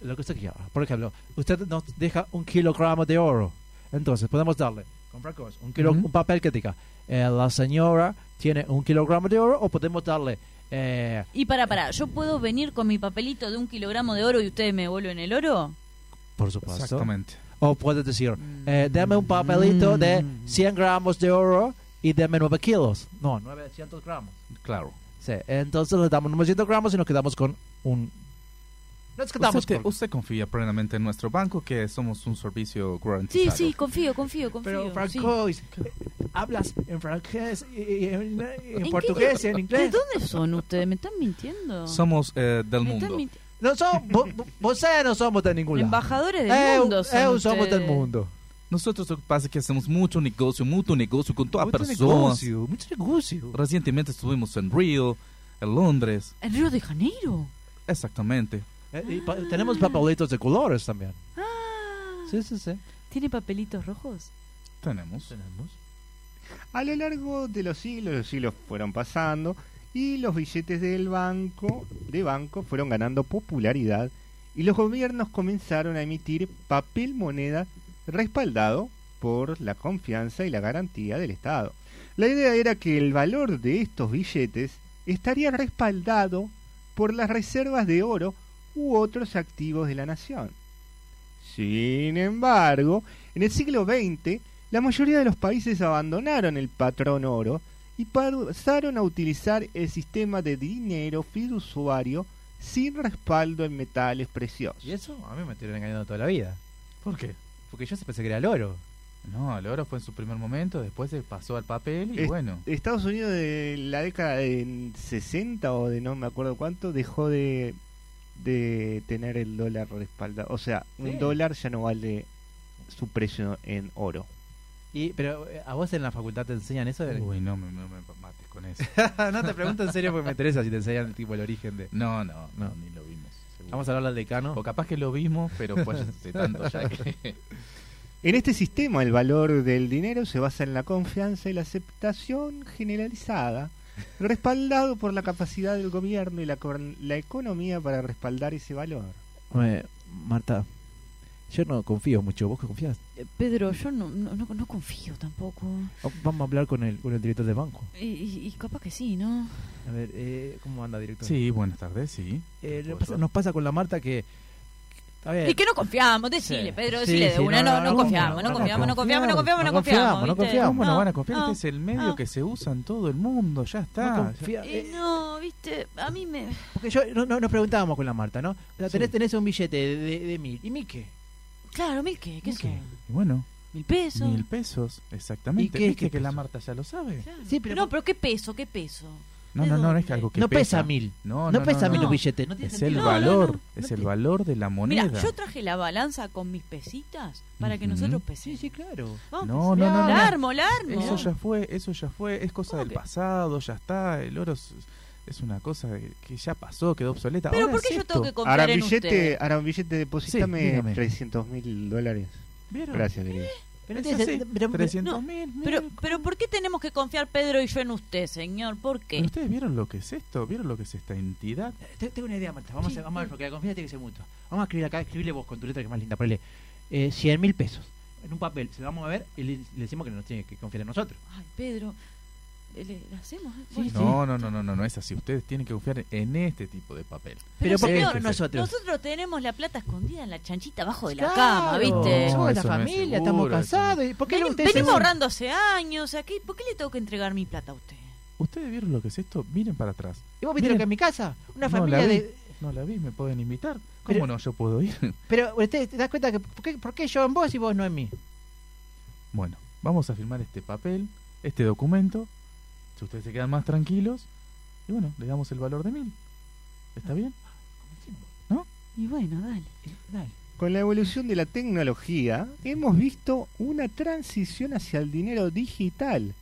lo que usted quiera. Por ejemplo, usted nos deja un kilogramo de oro. Entonces, podemos darle con Francois, un, kilo-
Ujú.
un papel que diga, eh, la señora tiene un kilogramo de oro o podemos darle... eh,
Y para, para, ¿yo puedo venir con mi papelito de un kilogramo de oro y ustedes me devuelven el oro?
por supuesto.
Exactamente.
O puede decir,
Mm.
eh, dame un papelito de 100 gramos de oro y dame 9 kilos. No, 900 gramos.
Claro.
Sí, entonces le damos 900 gramos y nos quedamos con un
Nos quedamos
usted,
con-
usted confía plenamente en nuestro banco, que somos un servicio
Sí,
garantizado.
sí, confío, confío, confío.
Pero
sí.
Francois, hablas en francés, y- y- y en, y en
¿En qué
portugués, y en
idioma?
inglés.
¿De dónde son ustedes? ¿Me están mintiendo?
Somos eh, del
Me están
mundo.
minti-
No somos, vo- vo- vosotros no somos de ningún lado.
Embajadores del
Eh,
Eu-
mundo son
eu somos
ustedes.
del mundo.
Nosotros lo que pasa es que hacemos mucho negocio, mucho negocio con todas
Mucho
personas.
negocio, mucho negocio.
Recientemente estuvimos en Río, en Londres.
¿En Río de Janeiro?
Exactamente.
Eh, y pa- tenemos papelitos de colores también. Sí, sí, sí.
¿Tiene papelitos rojos?
Tenemos.
A lo largo de los siglos, los siglos fueron pasando y los billetes del banco, de banco fueron ganando popularidad y los gobiernos comenzaron a emitir papel moneda respaldado por la confianza y la garantía del Estado. La idea era que el valor de estos billetes estaría respaldado por las reservas de oro u otros activos de la nación. Sin embargo, en el siglo XX, la mayoría de los países abandonaron el patrón oro y pasaron a utilizar el sistema de dinero fiduciario sin respaldo en metales preciosos.
¿Y eso? A mí me estuvieron engañando toda la vida.
¿Por qué?
Porque yo se pensé que era el oro.
No, el oro fue en su primer momento, después se pasó al papel y
Es-
bueno.
Estados Unidos de la década de 60 o de no me acuerdo cuánto dejó de, de tener el dólar respaldado. O sea,
Sí.
un dólar ya no vale su precio en oro.
Y, pero eh, a vos en la facultad te enseñan eso.
Uy, no me, no me mates con eso.
no te pregunto en serio porque me interesa si te enseñan tipo el origen de.
No, no,
No.
no, ni lo vimos. seguro.
Vamos a hablar al decano.
O capaz que lo vimos, pero pues hace tanto ya que...
En este sistema, el valor del dinero se basa en la confianza y la aceptación generalizada, respaldado por la capacidad del gobierno y la, cor- la economía para respaldar ese valor.
Eh, Marta, yo no confío mucho. ¿Vos que confías?
Eh, Pedro, yo no, no, no- no confío tampoco.
O- Vamos a hablar con el, con el director del banco.
Y, y- y capaz que sí, ¿no?
A ver, eh, ¿cómo anda, director?
Sí, buenas tardes, sí.
Eh, nos, pasa, nos pasa con la Marta que. que- a ver,
Y que no confiamos, decile,
Eh. Sí.
Pedro,
Sí,
decile de
sí,
una.
no,
No,
no,
no
no,
confiamos,
no,
no
no
confiamos, no confiamos, no confiamos, no confiamos.
no
¿viste?
confiamos,
¿Cómo no van a confiar?
no,
este es el medio
no.
que se usa en todo el mundo, ya está.
No confía-
Y no, viste, a mí me.
eh, Porque yo no, no- nos preguntábamos con la Marta, ¿no? O sea, tenés,
Sí.
tenés un billete de, de- de mil. ¿Y mil qué?
Claro, mil qué, qué son.
Y bueno,
Mil pesos.
mil pesos, Eh. exactamente.
¿Y qué es
Viste
que
que la
pesos?
Marta ya lo sabe.
Claro.
Sí, pero-
no, pero qué peso, qué peso.
No,
¿De
no, no, no
dónde?
es algo que
No pesa
pesa
mil.
No,
No
no,
pesa
no,
mil
no.
un billete. No tiene
Es el
sentido.
valor,
no,
es el valor de la moneda.
Mira, yo traje la balanza con mis pesitas para que
Ujú.
nosotros pesemos.
Sí, claro.
Vamos,
No, no, no, no.
La armo, la armo.
Eso ya fue, eso ya fue, es cosa
¿Cómo
del
que?
pasado, ya está, el oro es, es una cosa de- que ya pasó, quedó obsoleta.
Pero
Ahora
¿por
es
qué yo
esto.
tengo que confiar
Ahora
en
un billete, ah,
ustedes?
ahora un billete, deposítame
dígame.
300 mil dólares.
¿Vieron?
Gracias,
¿eh?
querido.
Pero
Es
no tiene
así,
sen- pero-
300
No,
mil, mil.
pero, pero ¿por qué tenemos que confiar Pedro y yo en usted, señor? ¿Por qué?
¿Ustedes vieron lo que es esto? ¿Vieron lo que es esta entidad?
Te- Tengo una idea, Marta. Vamos, a, vamos a ver, porque la confianza tiene que ser mutua. Vamos a escribir acá, escribirle vos con tu letra que es más linda. Ponle eh, 100 mil pesos en un papel. Se lo vamos a ver y le, le decimos que nos tiene que confiar en nosotros.
Ay, Pedro, eh, ¿le, le hacemos?
Sí,
Bueno,
sí.
No, no, no, no, no, no es así. Ustedes tienen que confiar en este tipo de papel. este.
Pero, ¿por qué
señor,
no nosotros?
Nosotros tenemos la plata escondida en la chanchita abajo de la
Claro.
cama, ¿viste?
No,
Somos
eso no
la
es
familia, estamos
seguro, eso no-
casados. ¿Y por qué no
Veni-
ustedes se-
venimos ahorrando hace años, o sea, ¿qué- ¿por qué le tengo que entregar mi plata a usted?
¿Ustedes vieron lo que es esto? Miren para atrás.
¿Y vos viste lo
Miren.
que es mi casa? Una
No,
familia
la vi.
de.
No la vi, me pueden invitar. ¿Cómo
Pero-
no? Yo puedo ir.
Pero usted te das cuenta que. ¿por qué, por qué yo en vos y vos no en mí?
Bueno, vamos a firmar este papel, este documento. Si ustedes se quedan más tranquilos, y bueno, le damos el valor de mil. ¿Está bien?
Y bueno, dale.
Eh,
Dale.
Con la evolución de la tecnología, hemos visto una transición hacia el dinero digital.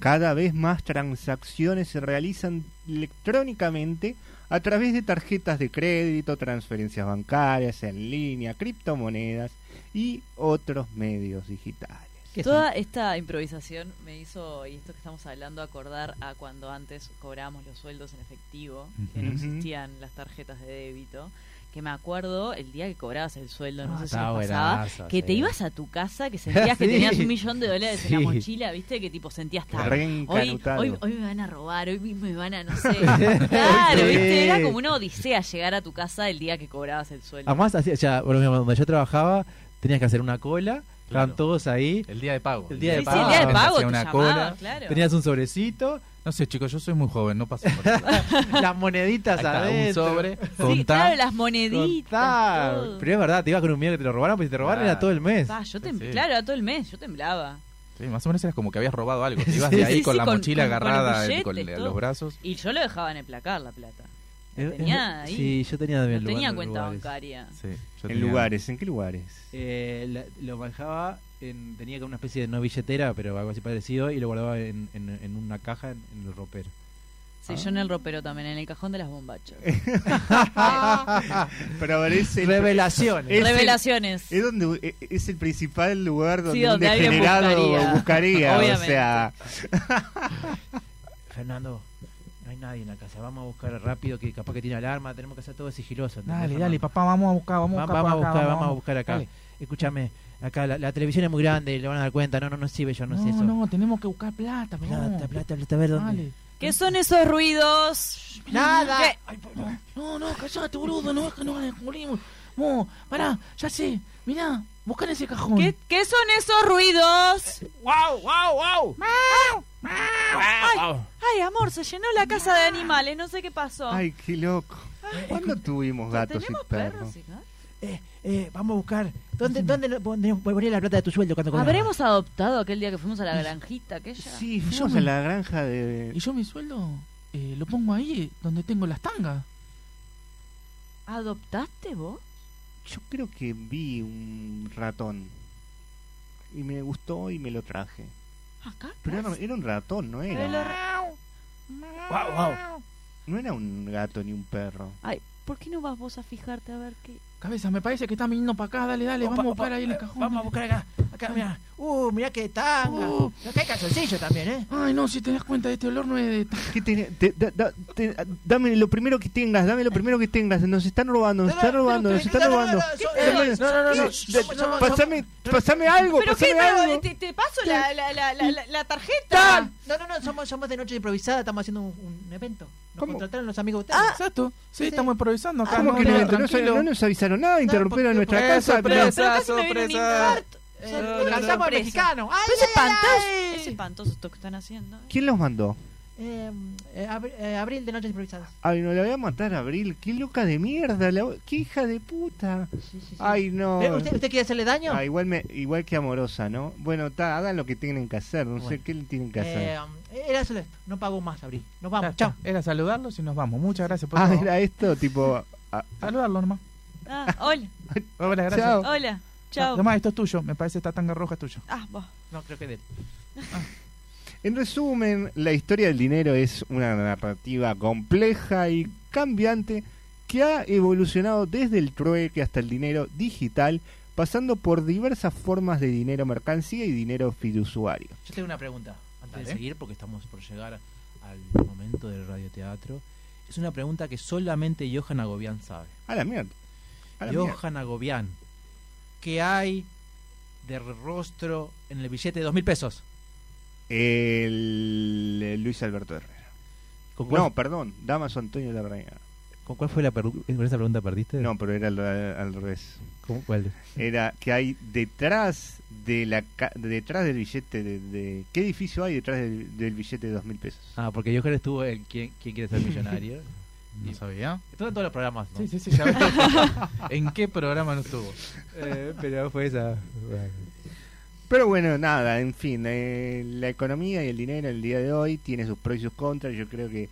Cada vez más transacciones se realizan electrónicamente a través de tarjetas de crédito, transferencias bancarias en línea, criptomonedas y otros medios digitales.
¿Qué es
Toda esta improvisación me hizo, y esto que estamos hablando, acordar a cuando antes cobrábamos los sueldos en efectivo, que no
Ujú.
existían las tarjetas de débito. Que me acuerdo el día que cobrabas el sueldo, no
Ah,
sé si
está
nos pasaba,
buenazo,
que
sí.
te ibas a tu casa, que sentías que tenías
Sí.
un millón de dólares en
Sí.
la mochila, ¿viste? Que tipo sentías tan. Hoy,
Reencanutado.
hoy, hoy me van a robar, hoy me van a, no sé. Claro,
Sí.
¿viste? Era como una odisea llegar a tu casa el día que cobrabas el sueldo.
Además, así, o sea, por lo menos, donde yo trabajaba, tenías que hacer una cola. Estaban
Claro.
todos ahí.
El día de pago.
El día de
Sí, sí, el día del
pago,
pago,
hacía
te
una
llamaban,
cola.
claro.
Tenías un sobrecito,
No sé, chicos, yo soy muy joven, no pasa nada.
las moneditas
Ahí está, un
adentro.
sobre, Sí,
contá,
Claro, las moneditas.
contá.
todo.
Pero es verdad, te ibas con un miedo que te lo robaron, pero si te robaron
Claro.
era todo el mes.
Pa, yo tem-
sí.
Claro, era todo el mes, yo temblaba.
Sí, más o menos eras como que habías robado algo. Te ibas
Sí,
de ahí
sí,
con
sí,
la
con-
mochila
con- con los
agarrada eh,
billetes,
con, le-
todo.
los brazos.
Y yo lo dejaba en emplacar la plata. La
Eh,
Es- es-
tenía ahí.
Sí, yo tenía también
No
lugar
tenía
en
cuenta
lugares.
bancaria.
yo
en
tenía-
lugares, ¿en qué lugares?
Eh, la- lo bajaba, en- tenía como una especie de no billetera, pero algo así parecido, y lo guardaba en, en- en una caja en, en el ropero.
Ah.
Sí, yo en el ropero también, en el cajón de las bombachas.
Pero ahora es el-
Revelaciones.
es el-
Revelaciones.
es donde e-, es el principal lugar donde,
Sí, donde
un
alguien
degenerado
buscaría.
buscaría, o
Obviamente.
sea,
Fernando, no hay nadie en la casa, vamos a buscar rápido, que capaz que tiene alarma, tenemos que hacer todo sigiloso. ¿entendés,
Dale,
Fernando?
dale, papá, vamos a buscar, vamos a
Va-
buscar.
vamos a
por acá,
buscar, vamos a buscar acá.
Dale.
Escúchame, acá la, la televisión es muy grande, le van a dar cuenta, no, no, no sirve, yo no, sé
No,
eso.
no, tenemos que buscar plata, pero
Plata, plata, plata, a ver dónde.
Dale.
¿Qué son esos ruidos?
Nada.
¿Qué?
No, no, callate, boludo, Ah, no es que nos descubrimos. Vos, pará, ya sé, mirá, busca en ese cajón.
¿Qué, qué son esos ruidos?
¡Wow, wow, wow!
Ay, ay, amor, se llenó la casa
Ah.
de animales, no sé qué pasó.
ay, qué loco. ¿Cuándo tuvimos gatos y
¿Tenemos
perros?
perros y gatos?
Eh, eh, vamos a buscar. ¿Dónde, dónde lo- pon- volvería la plata de tu sueldo cuando cobraba?
¿Habremos adoptado aquel día que fuimos a la granjita aquella?
Sí, yo
Fuimos
me-
a la granja de
Y yo mi sueldo eh, lo pongo ahí donde tengo las tangas.
¿Adoptaste vos?
yo creo que vi un ratón y me gustó y me lo traje.
Acá.
Ah,
Pero era, era un ratón, no
Pero
era.
lo re-
No era un gato ni un perro.
Ay, ¿por qué no vas vos a fijarte a ver qué?
Cabeza, me parece que está viniendo para acá, dale, dale,
Opa,
vamos a
opa,
buscar ahí en el
eh,
cajón.
Vamos a
dale.
buscar acá. Acá, mira. Uh, mirá que tanga.
Uh.
Acá hay calzoncillo también, ¿eh?
Ay, no, si te das cuenta, este olor no es de... ta-
¿Qué tiene? Te- da- da- te- dame lo primero que tengas, dame lo primero que tengas. Nos están robando, nos están robobando, nos están robando. Dame-
No, no, no, no.
de- Pasame, pasame algo,
¿Pero qué?
pasame algo.
Pero te, te paso la, la, la, la, la- la tarjeta.
Tal. No, no, no, somos, somos de noche improvisada, estamos haciendo un, un evento. Nos
¿Cómo?
contrataron los amigos de ustedes.
Ah. Exacto, sí, estamos improvisando acá.
Ah, ¿Cómo
no,
que
no,
no, no, no,
tranquilo.
no nos avisaron nada? Interrumpieron nuestra casa. pero-
sorpresa,
casi me viene un
sorpresa.
infarto.
Eh,
No, no,
nos
no,
lanzamos al
sorpresa.
mexicano. ¡Ay,
Pero es
ay, ay,
espantoso,
ay!
es espantoso esto que están haciendo.
¿Quién los mandó?
Eh, eh, abri- eh, abril de noches improvisadas.
Ay, no, la voy a matar a Abril. Qué loca de mierda. la- Qué hija de puta. Ay, no.
Eh, ¿Usted, usted quiere hacerle daño?
Ah, igual, me, igual que amorosa, ¿no? Bueno, ta, hagan lo que tienen que hacer. No sé
Bueno.
qué le tienen que hacer.
Eh, era solo esto. No pago más, Abril. Nos
Ya
vamos,
está,
chao.
Era saludarlos y nos vamos. Muchas gracias por
ah,
todo.
era esto, tipo. ah,
Saludarlo nomás.
Ah, hola,
Hola, gracias.
Chao.
Ah,
hola, chao.
Tomá, esto es tuyo. Me parece esta tanga roja es tuyo.
Ah, vos.
No, creo que de él.
En resumen, la historia del dinero es una narrativa compleja y cambiante que ha evolucionado desde el trueque hasta el dinero digital, pasando por diversas formas de dinero mercancía y dinero fiduciario.
Yo tengo una pregunta antes de
Dale.
seguir, porque estamos por llegar al momento del radioteatro. Es una pregunta que solamente Johan Agobián sabe.
A la mierda. A la mierda.
Johan Agobián, ¿qué hay de rostro en el billete de dos mil pesos?
El, el Luis Alberto Herrera.
¿Con cuál,
No, perdón, Damaso Antonio de la Reina.
¿con cuál fue la per- con esa pregunta perdiste?
No, pero era al, al revés.
¿Con cuál?
Era que hay detrás de la ca- detrás del billete de, de- qué edificio hay detrás del, del billete de dos mil pesos.
Ah, porque Johan estuvo en ¿Quién, quién quiere ser millonario?
No sabía.
Estuvo en todos los programas, ¿no?
Sí, sí, sí, ya ves.
¿En qué programa no estuvo?
Eh, pero fue esa.
Pero bueno, nada, en fin, eh, la economía y el dinero el día de hoy tiene sus pros y sus contras. Yo creo que,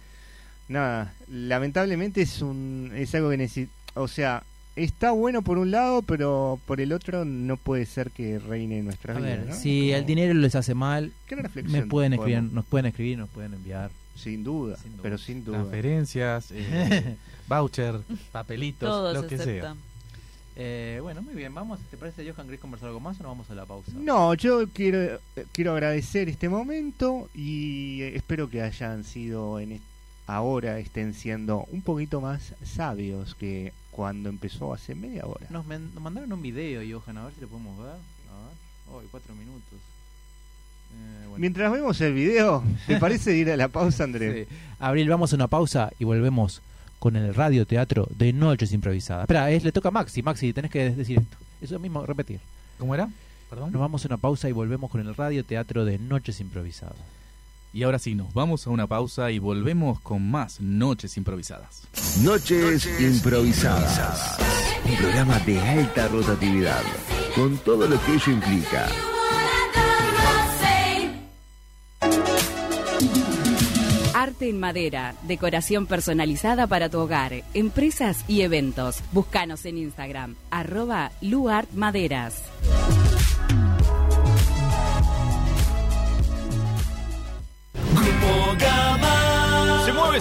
nada, lamentablemente es, un, es algo que necesita. O sea, está bueno por un lado, pero por el otro no puede ser que reine en nuestra
A
vida.
ver, si el dinero les hace mal, me pueden escribir, nos pueden escribir, nos pueden enviar.
Sin duda,
Sin duda.
pero sin duda.
Transferencias, eh, voucher, papelitos,
Todos
lo que sea.
aceptan.
Eh, bueno, muy bien, vamos. ¿Te parece, Johan, querés conversar algo más o nos vamos a la pausa?
No, yo quiero, eh, quiero agradecer este momento y eh, espero que hayan sido en est- ahora estén siendo un poquito más sabios que cuando empezó hace media hora.
Nos, men- nos mandaron un video, Johan, a ver si lo podemos ver. A ver. Hoy, cuatro minutos. Eh, bueno.
Mientras vemos el video, ¿te parece ir a la pausa, Andrés?
Sí. Abril, vamos a una pausa y volvemos con el radioteatro de Noches Improvisadas. Espera, es- le toca a Maxi. Maxi, tenés que decir esto. Eso mismo, repetir.
¿Cómo era? Perdón.
Nos vamos a una pausa y volvemos con el radioteatro de Noches Improvisadas.
Y ahora sí, nos vamos a una pausa y volvemos con más Noches Improvisadas.
Noches improvisadas. Un programa de alta rotatividad, con todo lo que ello implica.
Arte en madera, decoración personalizada para tu hogar, empresas y eventos. Búscanos en Instagram, arroba luartmaderas.
Se mueve,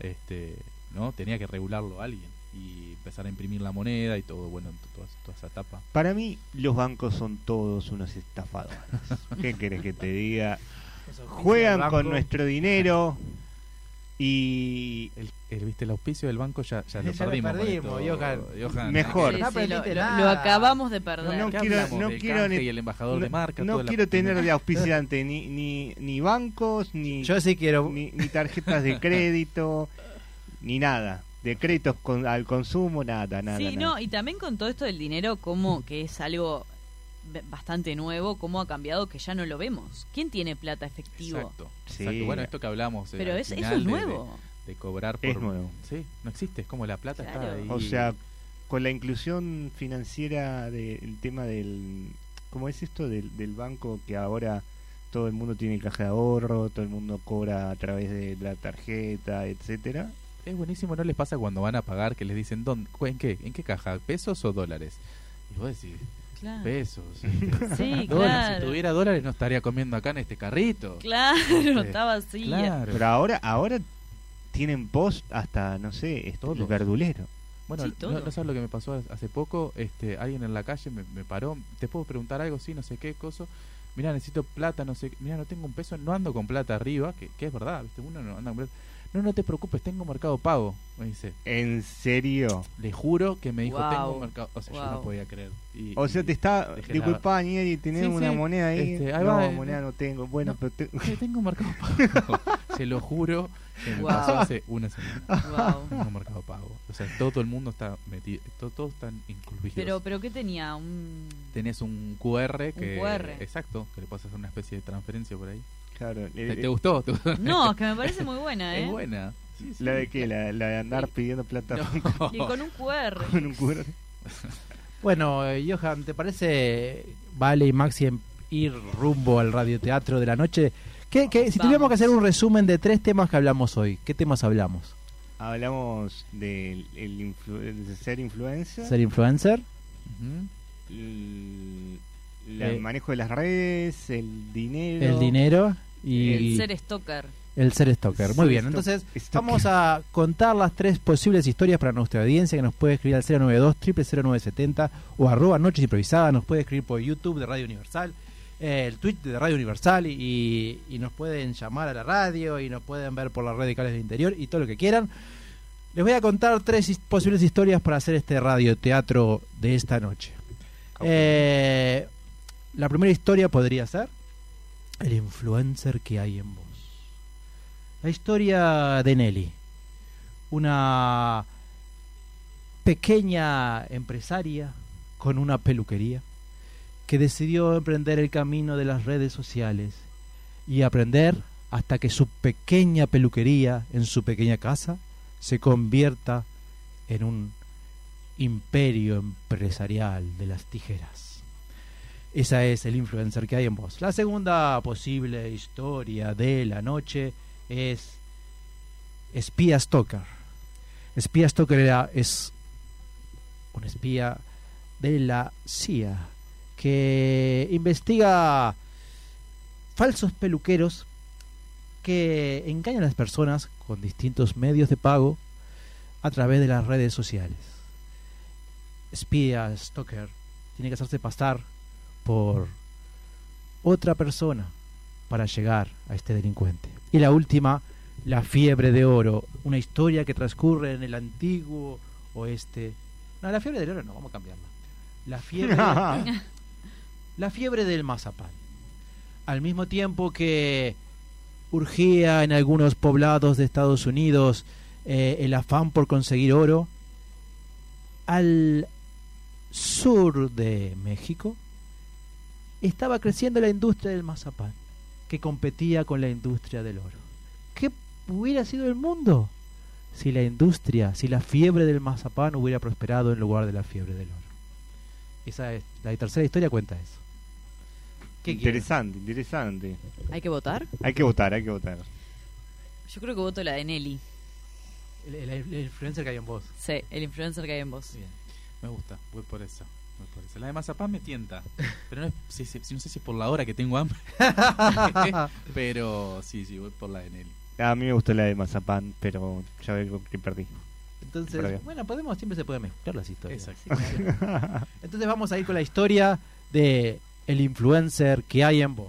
este, ¿no? Tenía que regularlo alguien y empezar a imprimir la moneda y todo, bueno, t- toda, toda esa etapa.
Para mí, los bancos son todos unos estafadores. ¿Qué querés que te diga?
Los auspicios del
Juegan
banco.
con nuestro dinero. Y.
El, el- ¿Viste el auspicio del banco? Ya, ya lo
Ya lo
perdimos. con
perdimos,
esto,
Johan.
Mejor.
Sí,
No
sí, lo-
aprendiste
lo,
nada.
lo acabamos de perder.
No
¿Qué
quiero,
hablamos?
no
Del
quiero
canje
ni-
y el embajador
no-
de marca,
No
toda la-
quiero tener de auspiciante ni, ni, ni bancos, ni,
Yo sí quiero.
ni, ni tarjetas de crédito, ni nada. Decretos con, al consumo, nada, nada. nada.
Sí, no, y también con todo esto del dinero, como que es algo b- bastante nuevo, cómo ha cambiado que ya no lo vemos. ¿Quién tiene plata efectivo?
Exacto.
Sí.
exacto. Bueno, esto que hablamos. eh,
Pero
al
es- eso es
final de-
nuevo.
De, de cobrar por.
Es nuevo.
Sí, no existe. Es como la plata está ahí.
O sea, con la inclusión financiera del tema del. ¿Cómo es esto? Del, del banco que ahora todo el mundo tiene caja de ahorro, todo el mundo cobra a través de la tarjeta, etcétera
Es buenísimo, ¿no les pasa cuando van a pagar que les dicen, ¿dónde, cu- ¿en qué? ¿En qué caja? ¿Pesos o dólares? Y vos decís,
Claro.
pesos.
Sí,
Dólares.
claro.
Si tuviera dólares no estaría comiendo acá en este carrito.
Claro, está vacía.
Claro.
Pero ahora, ahora tienen post hasta, no sé, es el verdulero.
Bueno,
Sí,
no,
todo.
no sabes lo que me pasó hace poco. Este, alguien en la calle me, me paró. Te puedo preguntar algo, sí, no sé qué, cosa. Mira, necesito plata, no sé. Mira, no tengo un peso, no ando con plata arriba, que, que es verdad, ¿viste? Uno no anda con plata. No, no te preocupes, tengo mercado pago, me dice.
¿En serio?
Le juro que me dijo,
Guau,
tengo mercado. O sea, yo no
guau.
podía creer. Y-
O sea,
y
te está.
dejé la-
Disculpa, Nieri, tener
Sí,
una
sí,
moneda ahí.
este, ahí
no,
va, eh,
moneda no tengo. Bueno, pero te-
"Sí, tengo mercado pago. Se lo juro que me
Guau.
pasó hace una semana.
Guau.
Tengo mercado pago. O sea, todo, todo el mundo está metido, todo- todos están incluidos.
Pero, pero ¿qué tenía? Un...
tenés un QR que
QR.
exacto que le puedes hacer una especie de transferencia por ahí
Claro, eh,
te, te
eh,
gustó ¿Te gustó?
No, es que me parece muy buena, ¿eh?
es buena Sí, sí.
¿La de qué? La, la de andar pidiendo plata.
No.
Y con un QR.
con un cuero.
Bueno, eh, Johan, ¿te parece Vale y Maxi en- ir rumbo al radioteatro de la noche? ¿Qué, qué- si tuviéramos que hacer un resumen de tres temas que hablamos hoy, ¿qué temas hablamos?
Hablamos del el influ- el ser influencer,
¿Ser influencer?
Ujú.
el, la-
Eh.
el manejo de las redes, el dinero.
El dinero
El
y
ser stalker.
el ser stalker. Muy
Ser
bien,
stalk-
entonces
stalker.
vamos a contar las tres posibles historias para nuestra audiencia que nos puede escribir al 092 0970 o arroba noches improvisadas, nos puede escribir por YouTube de Radio Universal, eh, el tweet de Radio Universal y, y nos pueden llamar a la radio y nos pueden ver por las redes de cables del interior y todo lo que quieran. Les voy a contar tres his- posibles historias para hacer este radioteatro de esta noche. Eh, la primera historia podría ser el influencer que hay en vos. La historia de Nelly, una pequeña empresaria con una peluquería que decidió emprender el camino de las redes sociales y aprender hasta que su pequeña peluquería en su pequeña casa se convierta en un imperio empresarial de las tijeras. Esa es el influencer que hay en vos. La segunda posible historia de la noche es Espía Stoker. Espía Stoker era- es un espía de la CIA que investiga falsos peluqueros que engañan a las personas con distintos medios de pago a través de las redes sociales. Espía Stoker tiene que hacerse pasar por otra persona para llegar a este delincuente. Y la última, La fiebre de oro, una historia que transcurre en el antiguo oeste. No, la fiebre del oro no, vamos a cambiarla. La fiebre, la fiebre del mazapán. Al mismo tiempo que urgía en algunos poblados de Estados Unidos eh, el afán por conseguir oro, al sur de México estaba creciendo la industria del mazapán, que competía con la industria del oro. ¿Qué hubiera sido el mundo si la industria, si la fiebre del mazapán hubiera prosperado en lugar de la fiebre del oro? Esa es la tercera historia cuenta eso. ¿Qué
interesante, interesante.
¿Hay que votar?
Hay que votar, hay que votar.
Yo creo que voto la de Nelly.
El, influencer que hay en vos.
Sí, el influencer que hay en vos.
me gusta voy por eso voy por eso. la de mazapán me tienta pero no, es- sí, sí, sí, no sé si es por la hora que tengo hambre pero sí sí voy por la de Nelly
A mí me gustó la de Mazapán, pero ya veo que perdí.
Entonces,
Previo.
bueno, podemos, siempre se puede mezclar las historias.
Exacto.
Entonces vamos a ir con la historia de el influencer que hay en vos.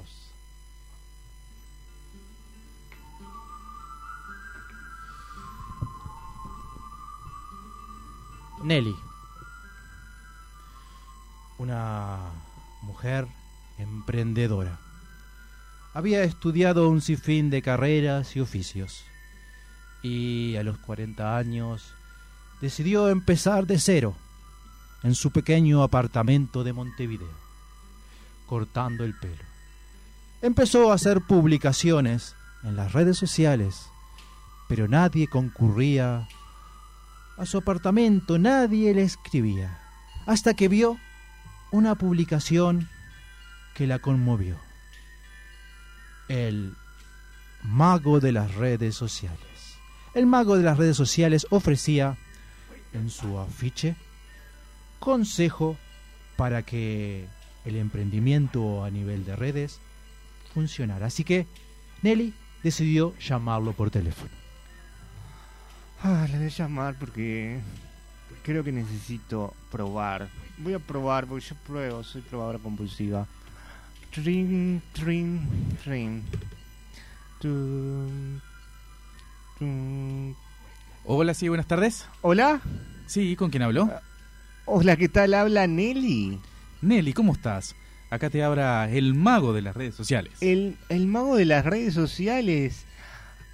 Nelly. Una mujer emprendedora. Había estudiado un sinfín de carreras y oficios. Y a los 40 años decidió empezar de cero en su pequeño apartamento de Montevideo, cortando el pelo. Empezó a hacer publicaciones en las redes sociales, pero nadie concurría a su apartamento, nadie le escribía, hasta que vio una publicación que la conmovió. El mago de las redes sociales. El mago de las redes sociales ofrecía en su afiche consejo para que el emprendimiento a nivel de redes funcionara. Así que Nelly decidió llamarlo por teléfono.
Ah, le voy a llamar porque creo que necesito probar. Voy a probar, porque yo pruebo, soy probadora compulsiva. Trin, trin, trin. Tum, tum.
Hola, sí, buenas tardes.
Hola. Ah,
Sí, ¿con quién habló?
Hola, ¿qué tal? Habla Nelly.
Nelly, ¿cómo estás? Acá te habla el mago de las redes sociales.
El, el mago de las redes sociales.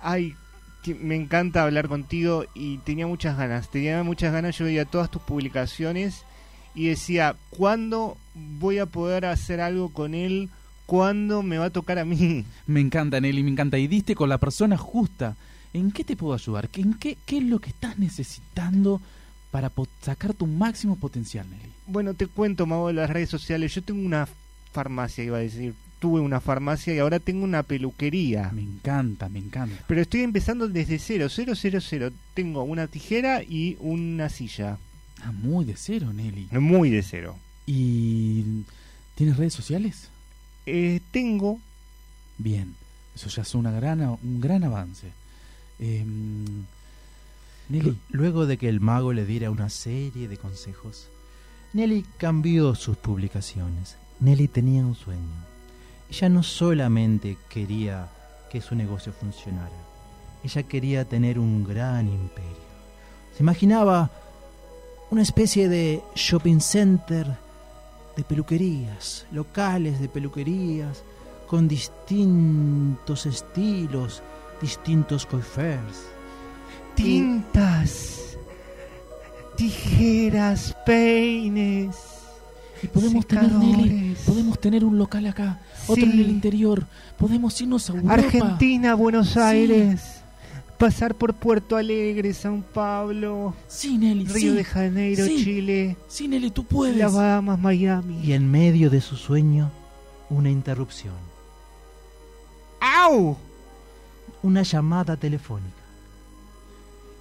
Ay, que me encanta hablar contigo y tenía muchas ganas. Tenía muchas ganas, yo veía todas tus publicaciones y decía, ¿cuándo voy a poder hacer algo con él? ¿Cuándo me va a tocar a mí?
Me encanta, Nelly, me encanta. Y diste con la persona justa. ¿En qué te puedo ayudar? ¿En qué, qué es lo que estás necesitando para po- sacar tu máximo potencial, Nelly?
Bueno, te cuento, mago de las redes sociales. Yo tengo una farmacia, iba a decir. Tuve una farmacia y ahora tengo una peluquería.
Me encanta, me encanta.
Pero estoy empezando desde cero, cero, cero, cero. Tengo una tijera y una silla.
Ah, muy de cero, Nelly.
Muy de cero.
¿Y tienes redes sociales?
Eh, tengo.
Bien, eso ya es una gran, a- un gran avance. Em, Nelly,
Luego de que el mago le diera una serie de consejos, Nelly cambió sus publicaciones. Nelly tenía un sueño. Ella no solamente quería que su negocio funcionara, ella quería tener un gran imperio. Se imaginaba una especie de shopping center de peluquerías, locales de peluquerías, con distintos estilos, distintos coifers.
Tintas, tijeras, peines.
Y podemos tener,
secadores.
Nelly, podemos tener un local acá, otro en
Sí.
el interior, podemos irnos a Europa.
Argentina, Buenos
Sí.
Aires. Pasar por Puerto Alegre, San Pablo.
Sí, Nelly,
Río
sí.
de Janeiro,
Sí.
Chile.
Sí, Nelly, tú puedes.
Las Bahamas, Miami.
Y en medio de su sueño, una interrupción.
¡Au!
Una llamada telefónica.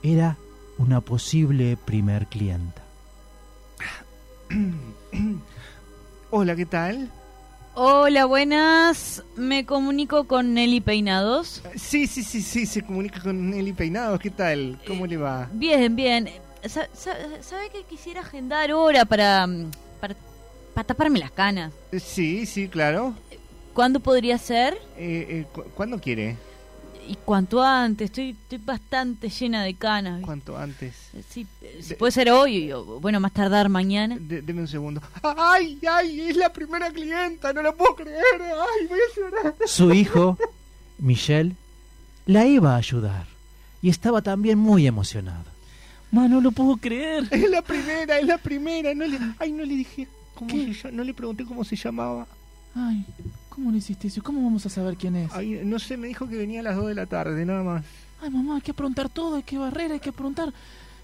Era una posible primer clienta.
Hola, ¿qué tal?
Hola, buenas. Me comunico con Nelly Peinados.
Eh,
Sí, sí, sí, sí, se comunica con Nelly Peinados. ¿Qué tal?
Eh,
¿Cómo le va?
Bien, bien. Sa- sa- ¿Sabe que quisiera agendar hora para, mm, para, para taparme las canas?
Eh, Sí, sí, claro.
¿Cuándo podría ser?
Eh, eh, cu- ¿Cuándo quiere?
Y cuanto antes, estoy, estoy bastante llena de canas. ¿viste?
¿Cuánto antes?
Sí, eh, si
De-
puede ser hoy, o bueno, más tardar mañana.
De- deme un segundo. ¡Ay, ay! Es la primera clienta, no lo puedo creer. ¡Ay, voy a llorar!
Su hijo, Michel, la iba a ayudar y estaba también muy emocionado.
Mano, no lo puedo creer.
Es la primera, es la primera. No le, ay, no le dije cómo se llama- no le pregunté cómo se llamaba.
Ay, ¿cómo lo hiciste eso? ¿Cómo vamos a saber quién es?
Ay, no sé, me dijo que venía a las 2 de la tarde, nada más.
Ay, mamá, hay que aprontar todo, hay que barrer, hay que aprontar.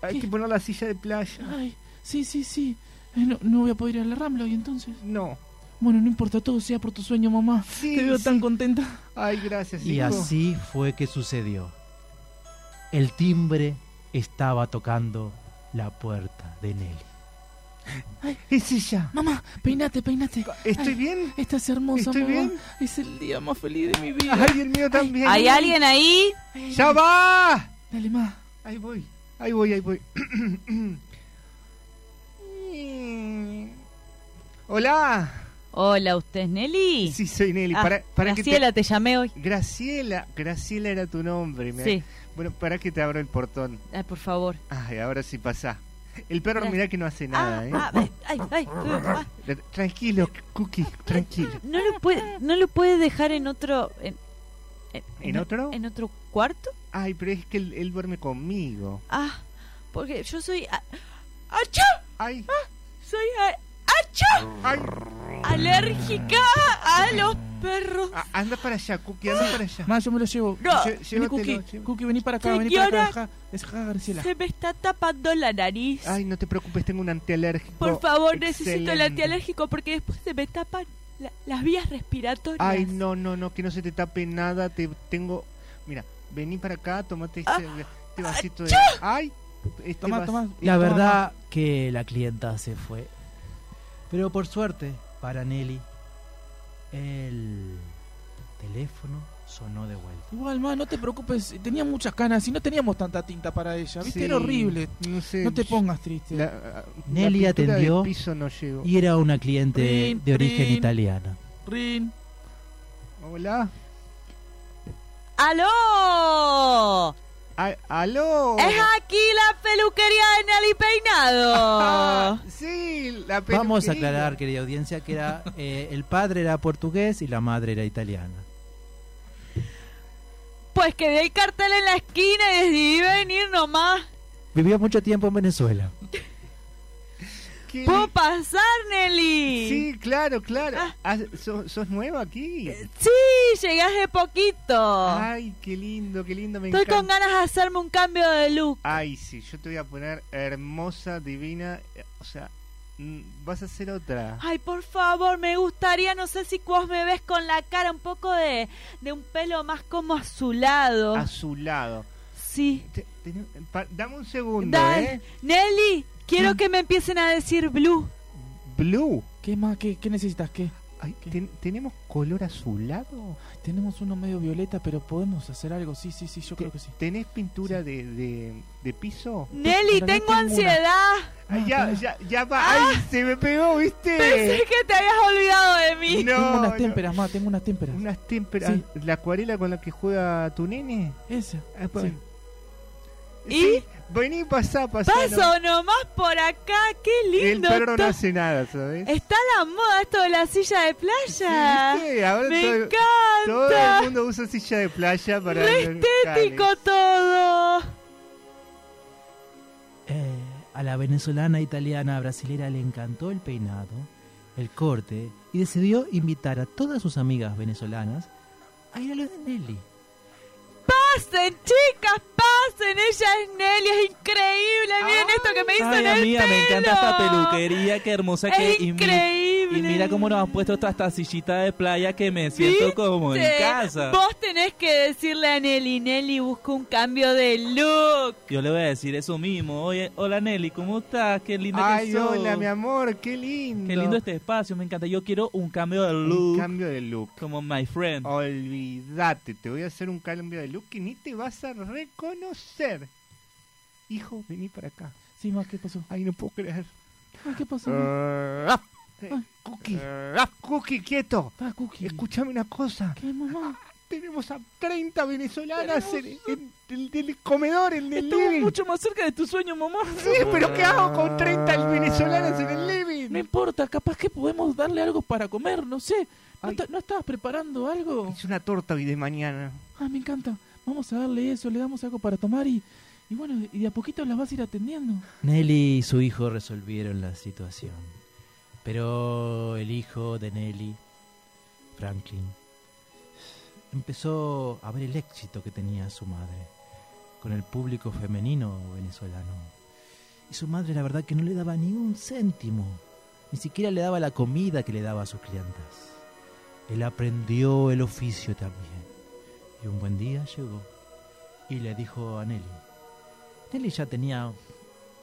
Hay
¿Qué?
que poner la silla de playa.
Ay, sí, sí, sí. Eh, no, no voy a poder ir a la Rambla hoy entonces.
No.
Bueno, no importa todo, sea por tu sueño, mamá.
Sí,
Te veo
sí.
tan contenta.
Ay, gracias,
Y
hijo.
así fue que sucedió. El timbre estaba tocando la puerta de Nelly.
Es ella.
Mamá, peinate, peinate.
¿Estoy
Ay,
bien?
Estás hermosa,
¿Estoy
mamá.
bien?
Es el día más feliz de mi vida.
Ay, el mío también.
¿Hay alguien ahí?
¡Ya va!
Dale, ma.
Ahí voy, ahí voy, ahí voy. Hola.
Hola, ¿usted es Nelly?
Sí, soy Nelly.
Ah,
para, para
Graciela, te... llamé hoy.
que te... Graciela, Graciela era tu nombre. me-
Sí.
Bueno, para que te abro el portón.
Ay, por favor.
Ay, ahora sí pasa. El perro, mirá que no hace
Ah,
nada, ¿eh? Tranquilo, Cookie, tranquilo.
No lo puede, no lo puede dejar en otro. ¿En, en-
¿En otro?
¿En otro cuarto?
Ay, pero es que él, él duerme conmigo.
Ah, porque yo soy. a- ¡Achá!
¡Ay!
soy. a- ¡Achá! ¡Alérgica a los perros!
Ah, anda para allá, Cookie, anda para allá.
Más, yo me lo llevo.
No,
Lle-
vení,
llévatelo,
Cookie.
lle- Cookie, vení para acá, vení para acá.
Señora,
Deja, deja a Graciela.
Se me está tapando la nariz.
Ay, no te preocupes, tengo un antialérgico.
Por favor, necesito el
excelente.
antialérgico porque después se me tapan la- las vías respiratorias.
Ay, no, no, no, que no se te tape nada. Te tengo. Mira, vení para acá, tomate este,
Ah,
este vasito de. ¡Ay! Este
Tomá, tomá.
La verdad que la clienta se fue. Pero por suerte, para Nelly, el teléfono sonó de vuelta.
Igual, más, no te preocupes. Tenía muchas canas y no teníamos tanta tinta para ella. ¿Viste?
Sí,
Era horrible.
No, sé,
te pongas triste.
La-
Nelly
la pintura
Oh.
atendió
del piso no llegó.
y era una cliente
Rin,
de origen
rin.
italiana.
Rin.
Hola.
¡Aló!
A- ¡Aló!
¡Es aquí la peluquería de Nelly Peinado!
sí, la
Vamos a
peluquería.
aclarar, querida audiencia, que era eh, el padre era portugués y la madre era italiana.
Pues que vi el cartel en la esquina y decidí venir nomás.
Vivió mucho tiempo en Venezuela.
¿Qué?
¿Puedo pasar, Nelly?
Sí, claro, claro. Ah, ¿sos, sos nueva aquí?
Sí, llegué hace poquito.
Ay, qué lindo, qué lindo, me
Estoy
encanta.
con ganas de hacerme un cambio de look.
Ay, sí, yo te voy a poner hermosa, divina. eh, O sea, mm, vas a ser otra.
Ay, por favor, me gustaría, no sé si vos me ves con la cara un poco de, de un pelo más como azulado.
A su lado.
Sí.
Te- ten- pa- dame un segundo,
Dale.
¿eh?
Nelly, quiero que me empiecen a decir blue.
Blue.
¿Qué más? ¿Qué, qué necesitas? ¿Qué?
Ay, ten- ¿Tenemos color azulado?
Ay, tenemos uno medio violeta, pero podemos hacer algo. Sí, sí, sí, yo creo que sí.
¿Tenés pintura de, de- de piso?
Nelly,
Pero no
tengo
tengo
ansiedad. Ah.
Ay, ya, ya, ya va. Ay, se me pegó, ¿viste?
Pensé que te habías olvidado de mí.
No,
tengo unas
no.
témperas, más, tengo unas témperas.
Unas témperas.
Sí.
¿La acuarela con la que juega tu nene?
Esa.
Ah, pa-
Sí.
Sí, Vení, pasá, pasá.
Paso nomás por acá, qué
no- El
lindo.
perro no
está.
hace nada, ¿sabes?
Está la moda esto de la silla de playa.
¿Viste? Ahora
Me
todo,
encanta.
todo el mundo usa silla de playa para...
Re
los
estético
locales.
todo.
Eh, a la venezolana, italiana, brasilera le encantó el peinado, el corte, y decidió invitar a todas sus amigas venezolanas a ir a lo de Nelly.
Pasen, chicas, pasen. Ella es Nelly, es increíble. Miren esto que me hizo
Ah, Ay,
en el
amiga, me encanta esta
pelo.
peluquería, qué hermosa
Es
que y mi-
increíble.
Y mira cómo nos han puesto toda esta sillita de playa que me siento como en
Sí,
casa.
Vos tenés que decirle a Nelly, Nelly, busco un cambio de look.
Yo le voy a decir eso mismo. Oye, hola Nelly, ¿cómo estás? Qué lindo
Ay,
que sos.
hola, mi amor, qué lindo.
Qué lindo este espacio, me encanta. Yo quiero un cambio de
Un
look
cambio de look.
como my friend.
Olvídate, te voy a hacer un cambio de look que ni te vas a reconocer. Hijo, vení para acá.
Sí, más, ¿qué pasó?
Ay, no puedo creer. Ah,
Ay, ¿qué pasó?
Eh,
Ah,
Cookie, Cookie, quieto.
Pa, Cookie.
Escúchame una cosa.
¿Qué, mamá?
Tenemos a 30 venezolanas en, en- en- en el comedor, en el
Estamos
living.
mucho más cerca de tu sueño, mamá.
Sí, pero ¿qué hago con 30 venezolanas en el living?
No importa, capaz que podemos darle algo para comer, no sé. ¿No,
Ay.
ta- no estabas preparando algo?
Es una torta hoy de mañana.
Ah, me encanta. Vamos a darle eso, le damos algo para tomar y, y bueno, y de a poquito las vas a ir atendiendo.
Nelly y su hijo resolvieron la situación, pero el hijo de Nelly, Franklin, empezó a ver el éxito que tenía su madre con el público femenino venezolano. Y su madre la verdad que no le daba ni un céntimo, ni siquiera le daba la comida que le daba a sus clientas. Él aprendió el oficio también. Y un buen día llegó y le dijo a Nelly. Nelly ya tenía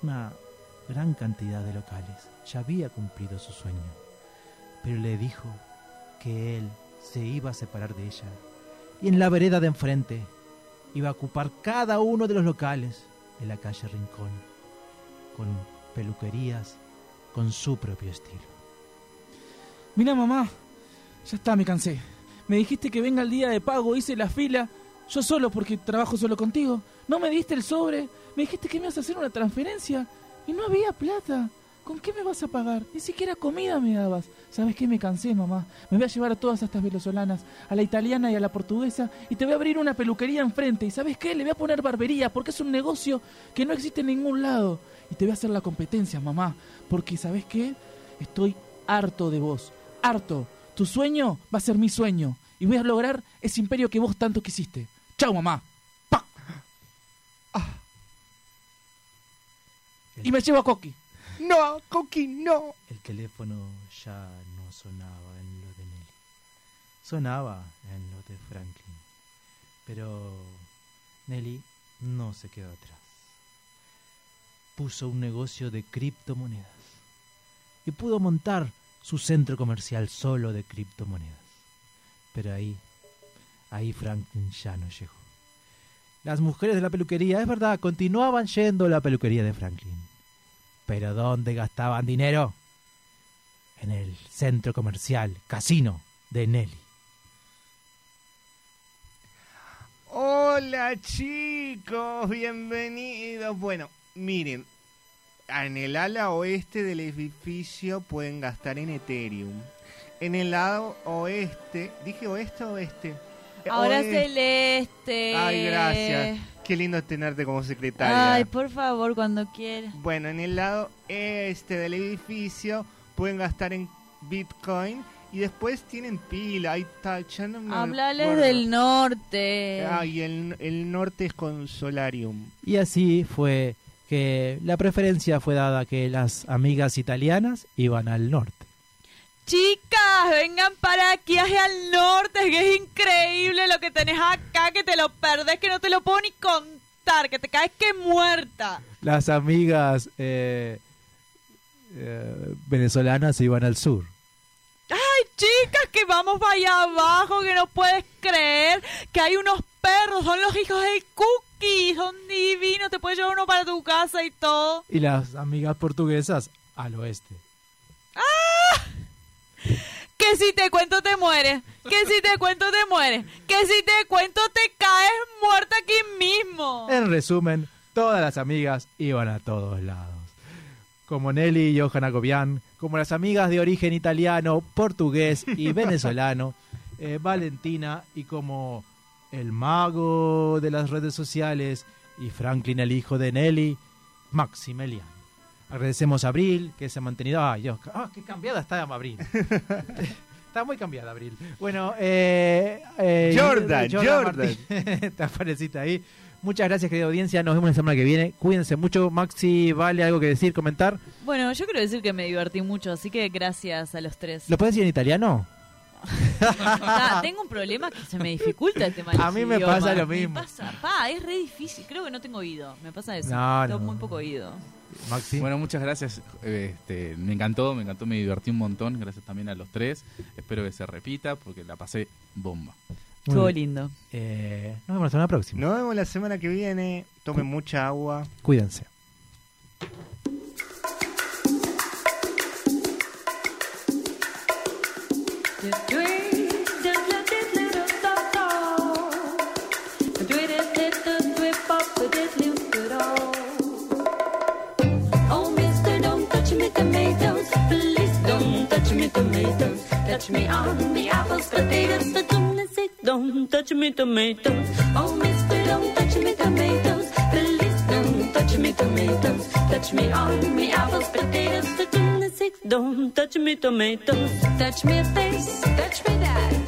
una gran cantidad de locales. Ya había cumplido su sueño. Pero le dijo que él se iba a separar de ella. Y en la vereda de enfrente iba a ocupar cada uno de los locales de la calle Rincón. Con peluquerías, con su propio estilo.
Mira, mamá, ya está, me cansé. Me dijiste que venga el día de pago, hice la fila, yo solo porque trabajo solo contigo. No me diste el sobre, me dijiste que me ibas a hacer una transferencia. y no había plata. ¿Con qué me vas a pagar? Ni siquiera comida me dabas. ¿Sabes qué? Me cansé, mamá. Me voy a llevar a todas estas venezolanas, a la italiana y a la portuguesa, y te voy a abrir una peluquería enfrente. ¿Y sabes qué? Le voy a poner barbería, porque es un negocio que no existe en ningún lado. Y te voy a hacer la competencia, mamá, porque ¿sabes qué? Estoy harto de vos. Harto. Tu sueño va a ser mi sueño. Y voy a lograr ese imperio que vos tanto quisiste. ¡Chao, mamá! ¡Pa! Ah. Y me llevo a Coqui.
No, Coqui, no.
El teléfono ya no sonaba en lo de Nelly. Sonaba en lo de Franklin. Pero Nelly no se quedó atrás. Puso un negocio de criptomonedas. Y pudo montar su centro comercial solo de criptomonedas. Pero ahí, ahí Franklin ya no llegó. Las mujeres de la peluquería, es verdad, continuaban yendo a la peluquería de Franklin. Pero ¿dónde gastaban dinero? En el centro comercial, casino de Nelly.
Hola chicos, bienvenidos. Bueno, miren, en el ala oeste del edificio pueden gastar en Ethereum. En el lado oeste, dije oeste o oeste. Eh,
Ahora
oeste.
celeste.
Ay, gracias. Qué lindo tenerte como secretaria.
Ay, por favor, cuando quieras.
Bueno, en el lado este del edificio pueden gastar en Bitcoin y después tienen pila. Ahí está, ya no me
Hablales
acuerdo.
del
Eh,
norte.
Ay, Ah, el, el norte es con Solarium.
Y así fue que la preferencia fue dada que las amigas italianas iban al norte.
Chicas, vengan para aquí hacia al norte, que es increíble lo que tenés acá, que te lo perdés, que no te lo puedo ni contar, que te caes que muerta.
Las amigas eh, eh, venezolanas se iban al sur.
Ay, chicas, que vamos para allá abajo, que no puedes creer que hay unos perros, son los hijos del cookie, son divinos, te puedes llevar uno para tu casa y todo.
Y las amigas portuguesas al oeste.
¡Ah! Que si te cuento te mueres, que si te cuento te mueres, que si te cuento te caes muerta aquí mismo.
En resumen, todas las amigas iban a todos lados. Como Nelly y Johanna Gobián, como las amigas de origen italiano, portugués y venezolano, eh, Valentina y como el mago de las redes sociales y Franklin el hijo de Nelly, Maximilian. Agradecemos a Abril, que se ha mantenido... ¡Ay, Dios! ¡Ah, qué cambiada está Abril! está muy cambiada Abril. Bueno, eh, eh,
Jordan,
Martín, te apareciste ahí. Muchas gracias, querida audiencia. Nos vemos la semana que viene. Cuídense mucho. Maxi, ¿vale algo que decir, comentar?
Bueno, yo quiero decir que me divertí mucho, así que gracias a los tres.
¿Lo puedes decir en italiano?
Ah, tengo un problema que se me dificulta el tema. de
A
los
mí me
idiomas.
pasa lo
Me
mismo.
pasa, pa, es re difícil. Creo que no tengo oído. Me pasa eso.
No,
tengo
no.
muy poco oído.
Maxi.
Bueno, muchas gracias. eh, Este, me encantó, me encantó, me divertí un montón. Gracias también a los tres. Espero que se repita porque la pasé bomba.
Estuvo lindo.
nos vemos la semana próxima.
Nos vemos la semana que viene. Tomen mucha agua.
Cuídense.
Oh, mister, don't touch me tomatoes. Please don't touch me tomatoes. Touch me on the apples, potatoes. But don't say, don't touch me tomatoes. Oh, mister, don't touch me tomatoes. Please don't touch me tomatoes. Touch me on the apples, potatoes. But don't say, don't touch me tomatoes. Touch me this, touch me that.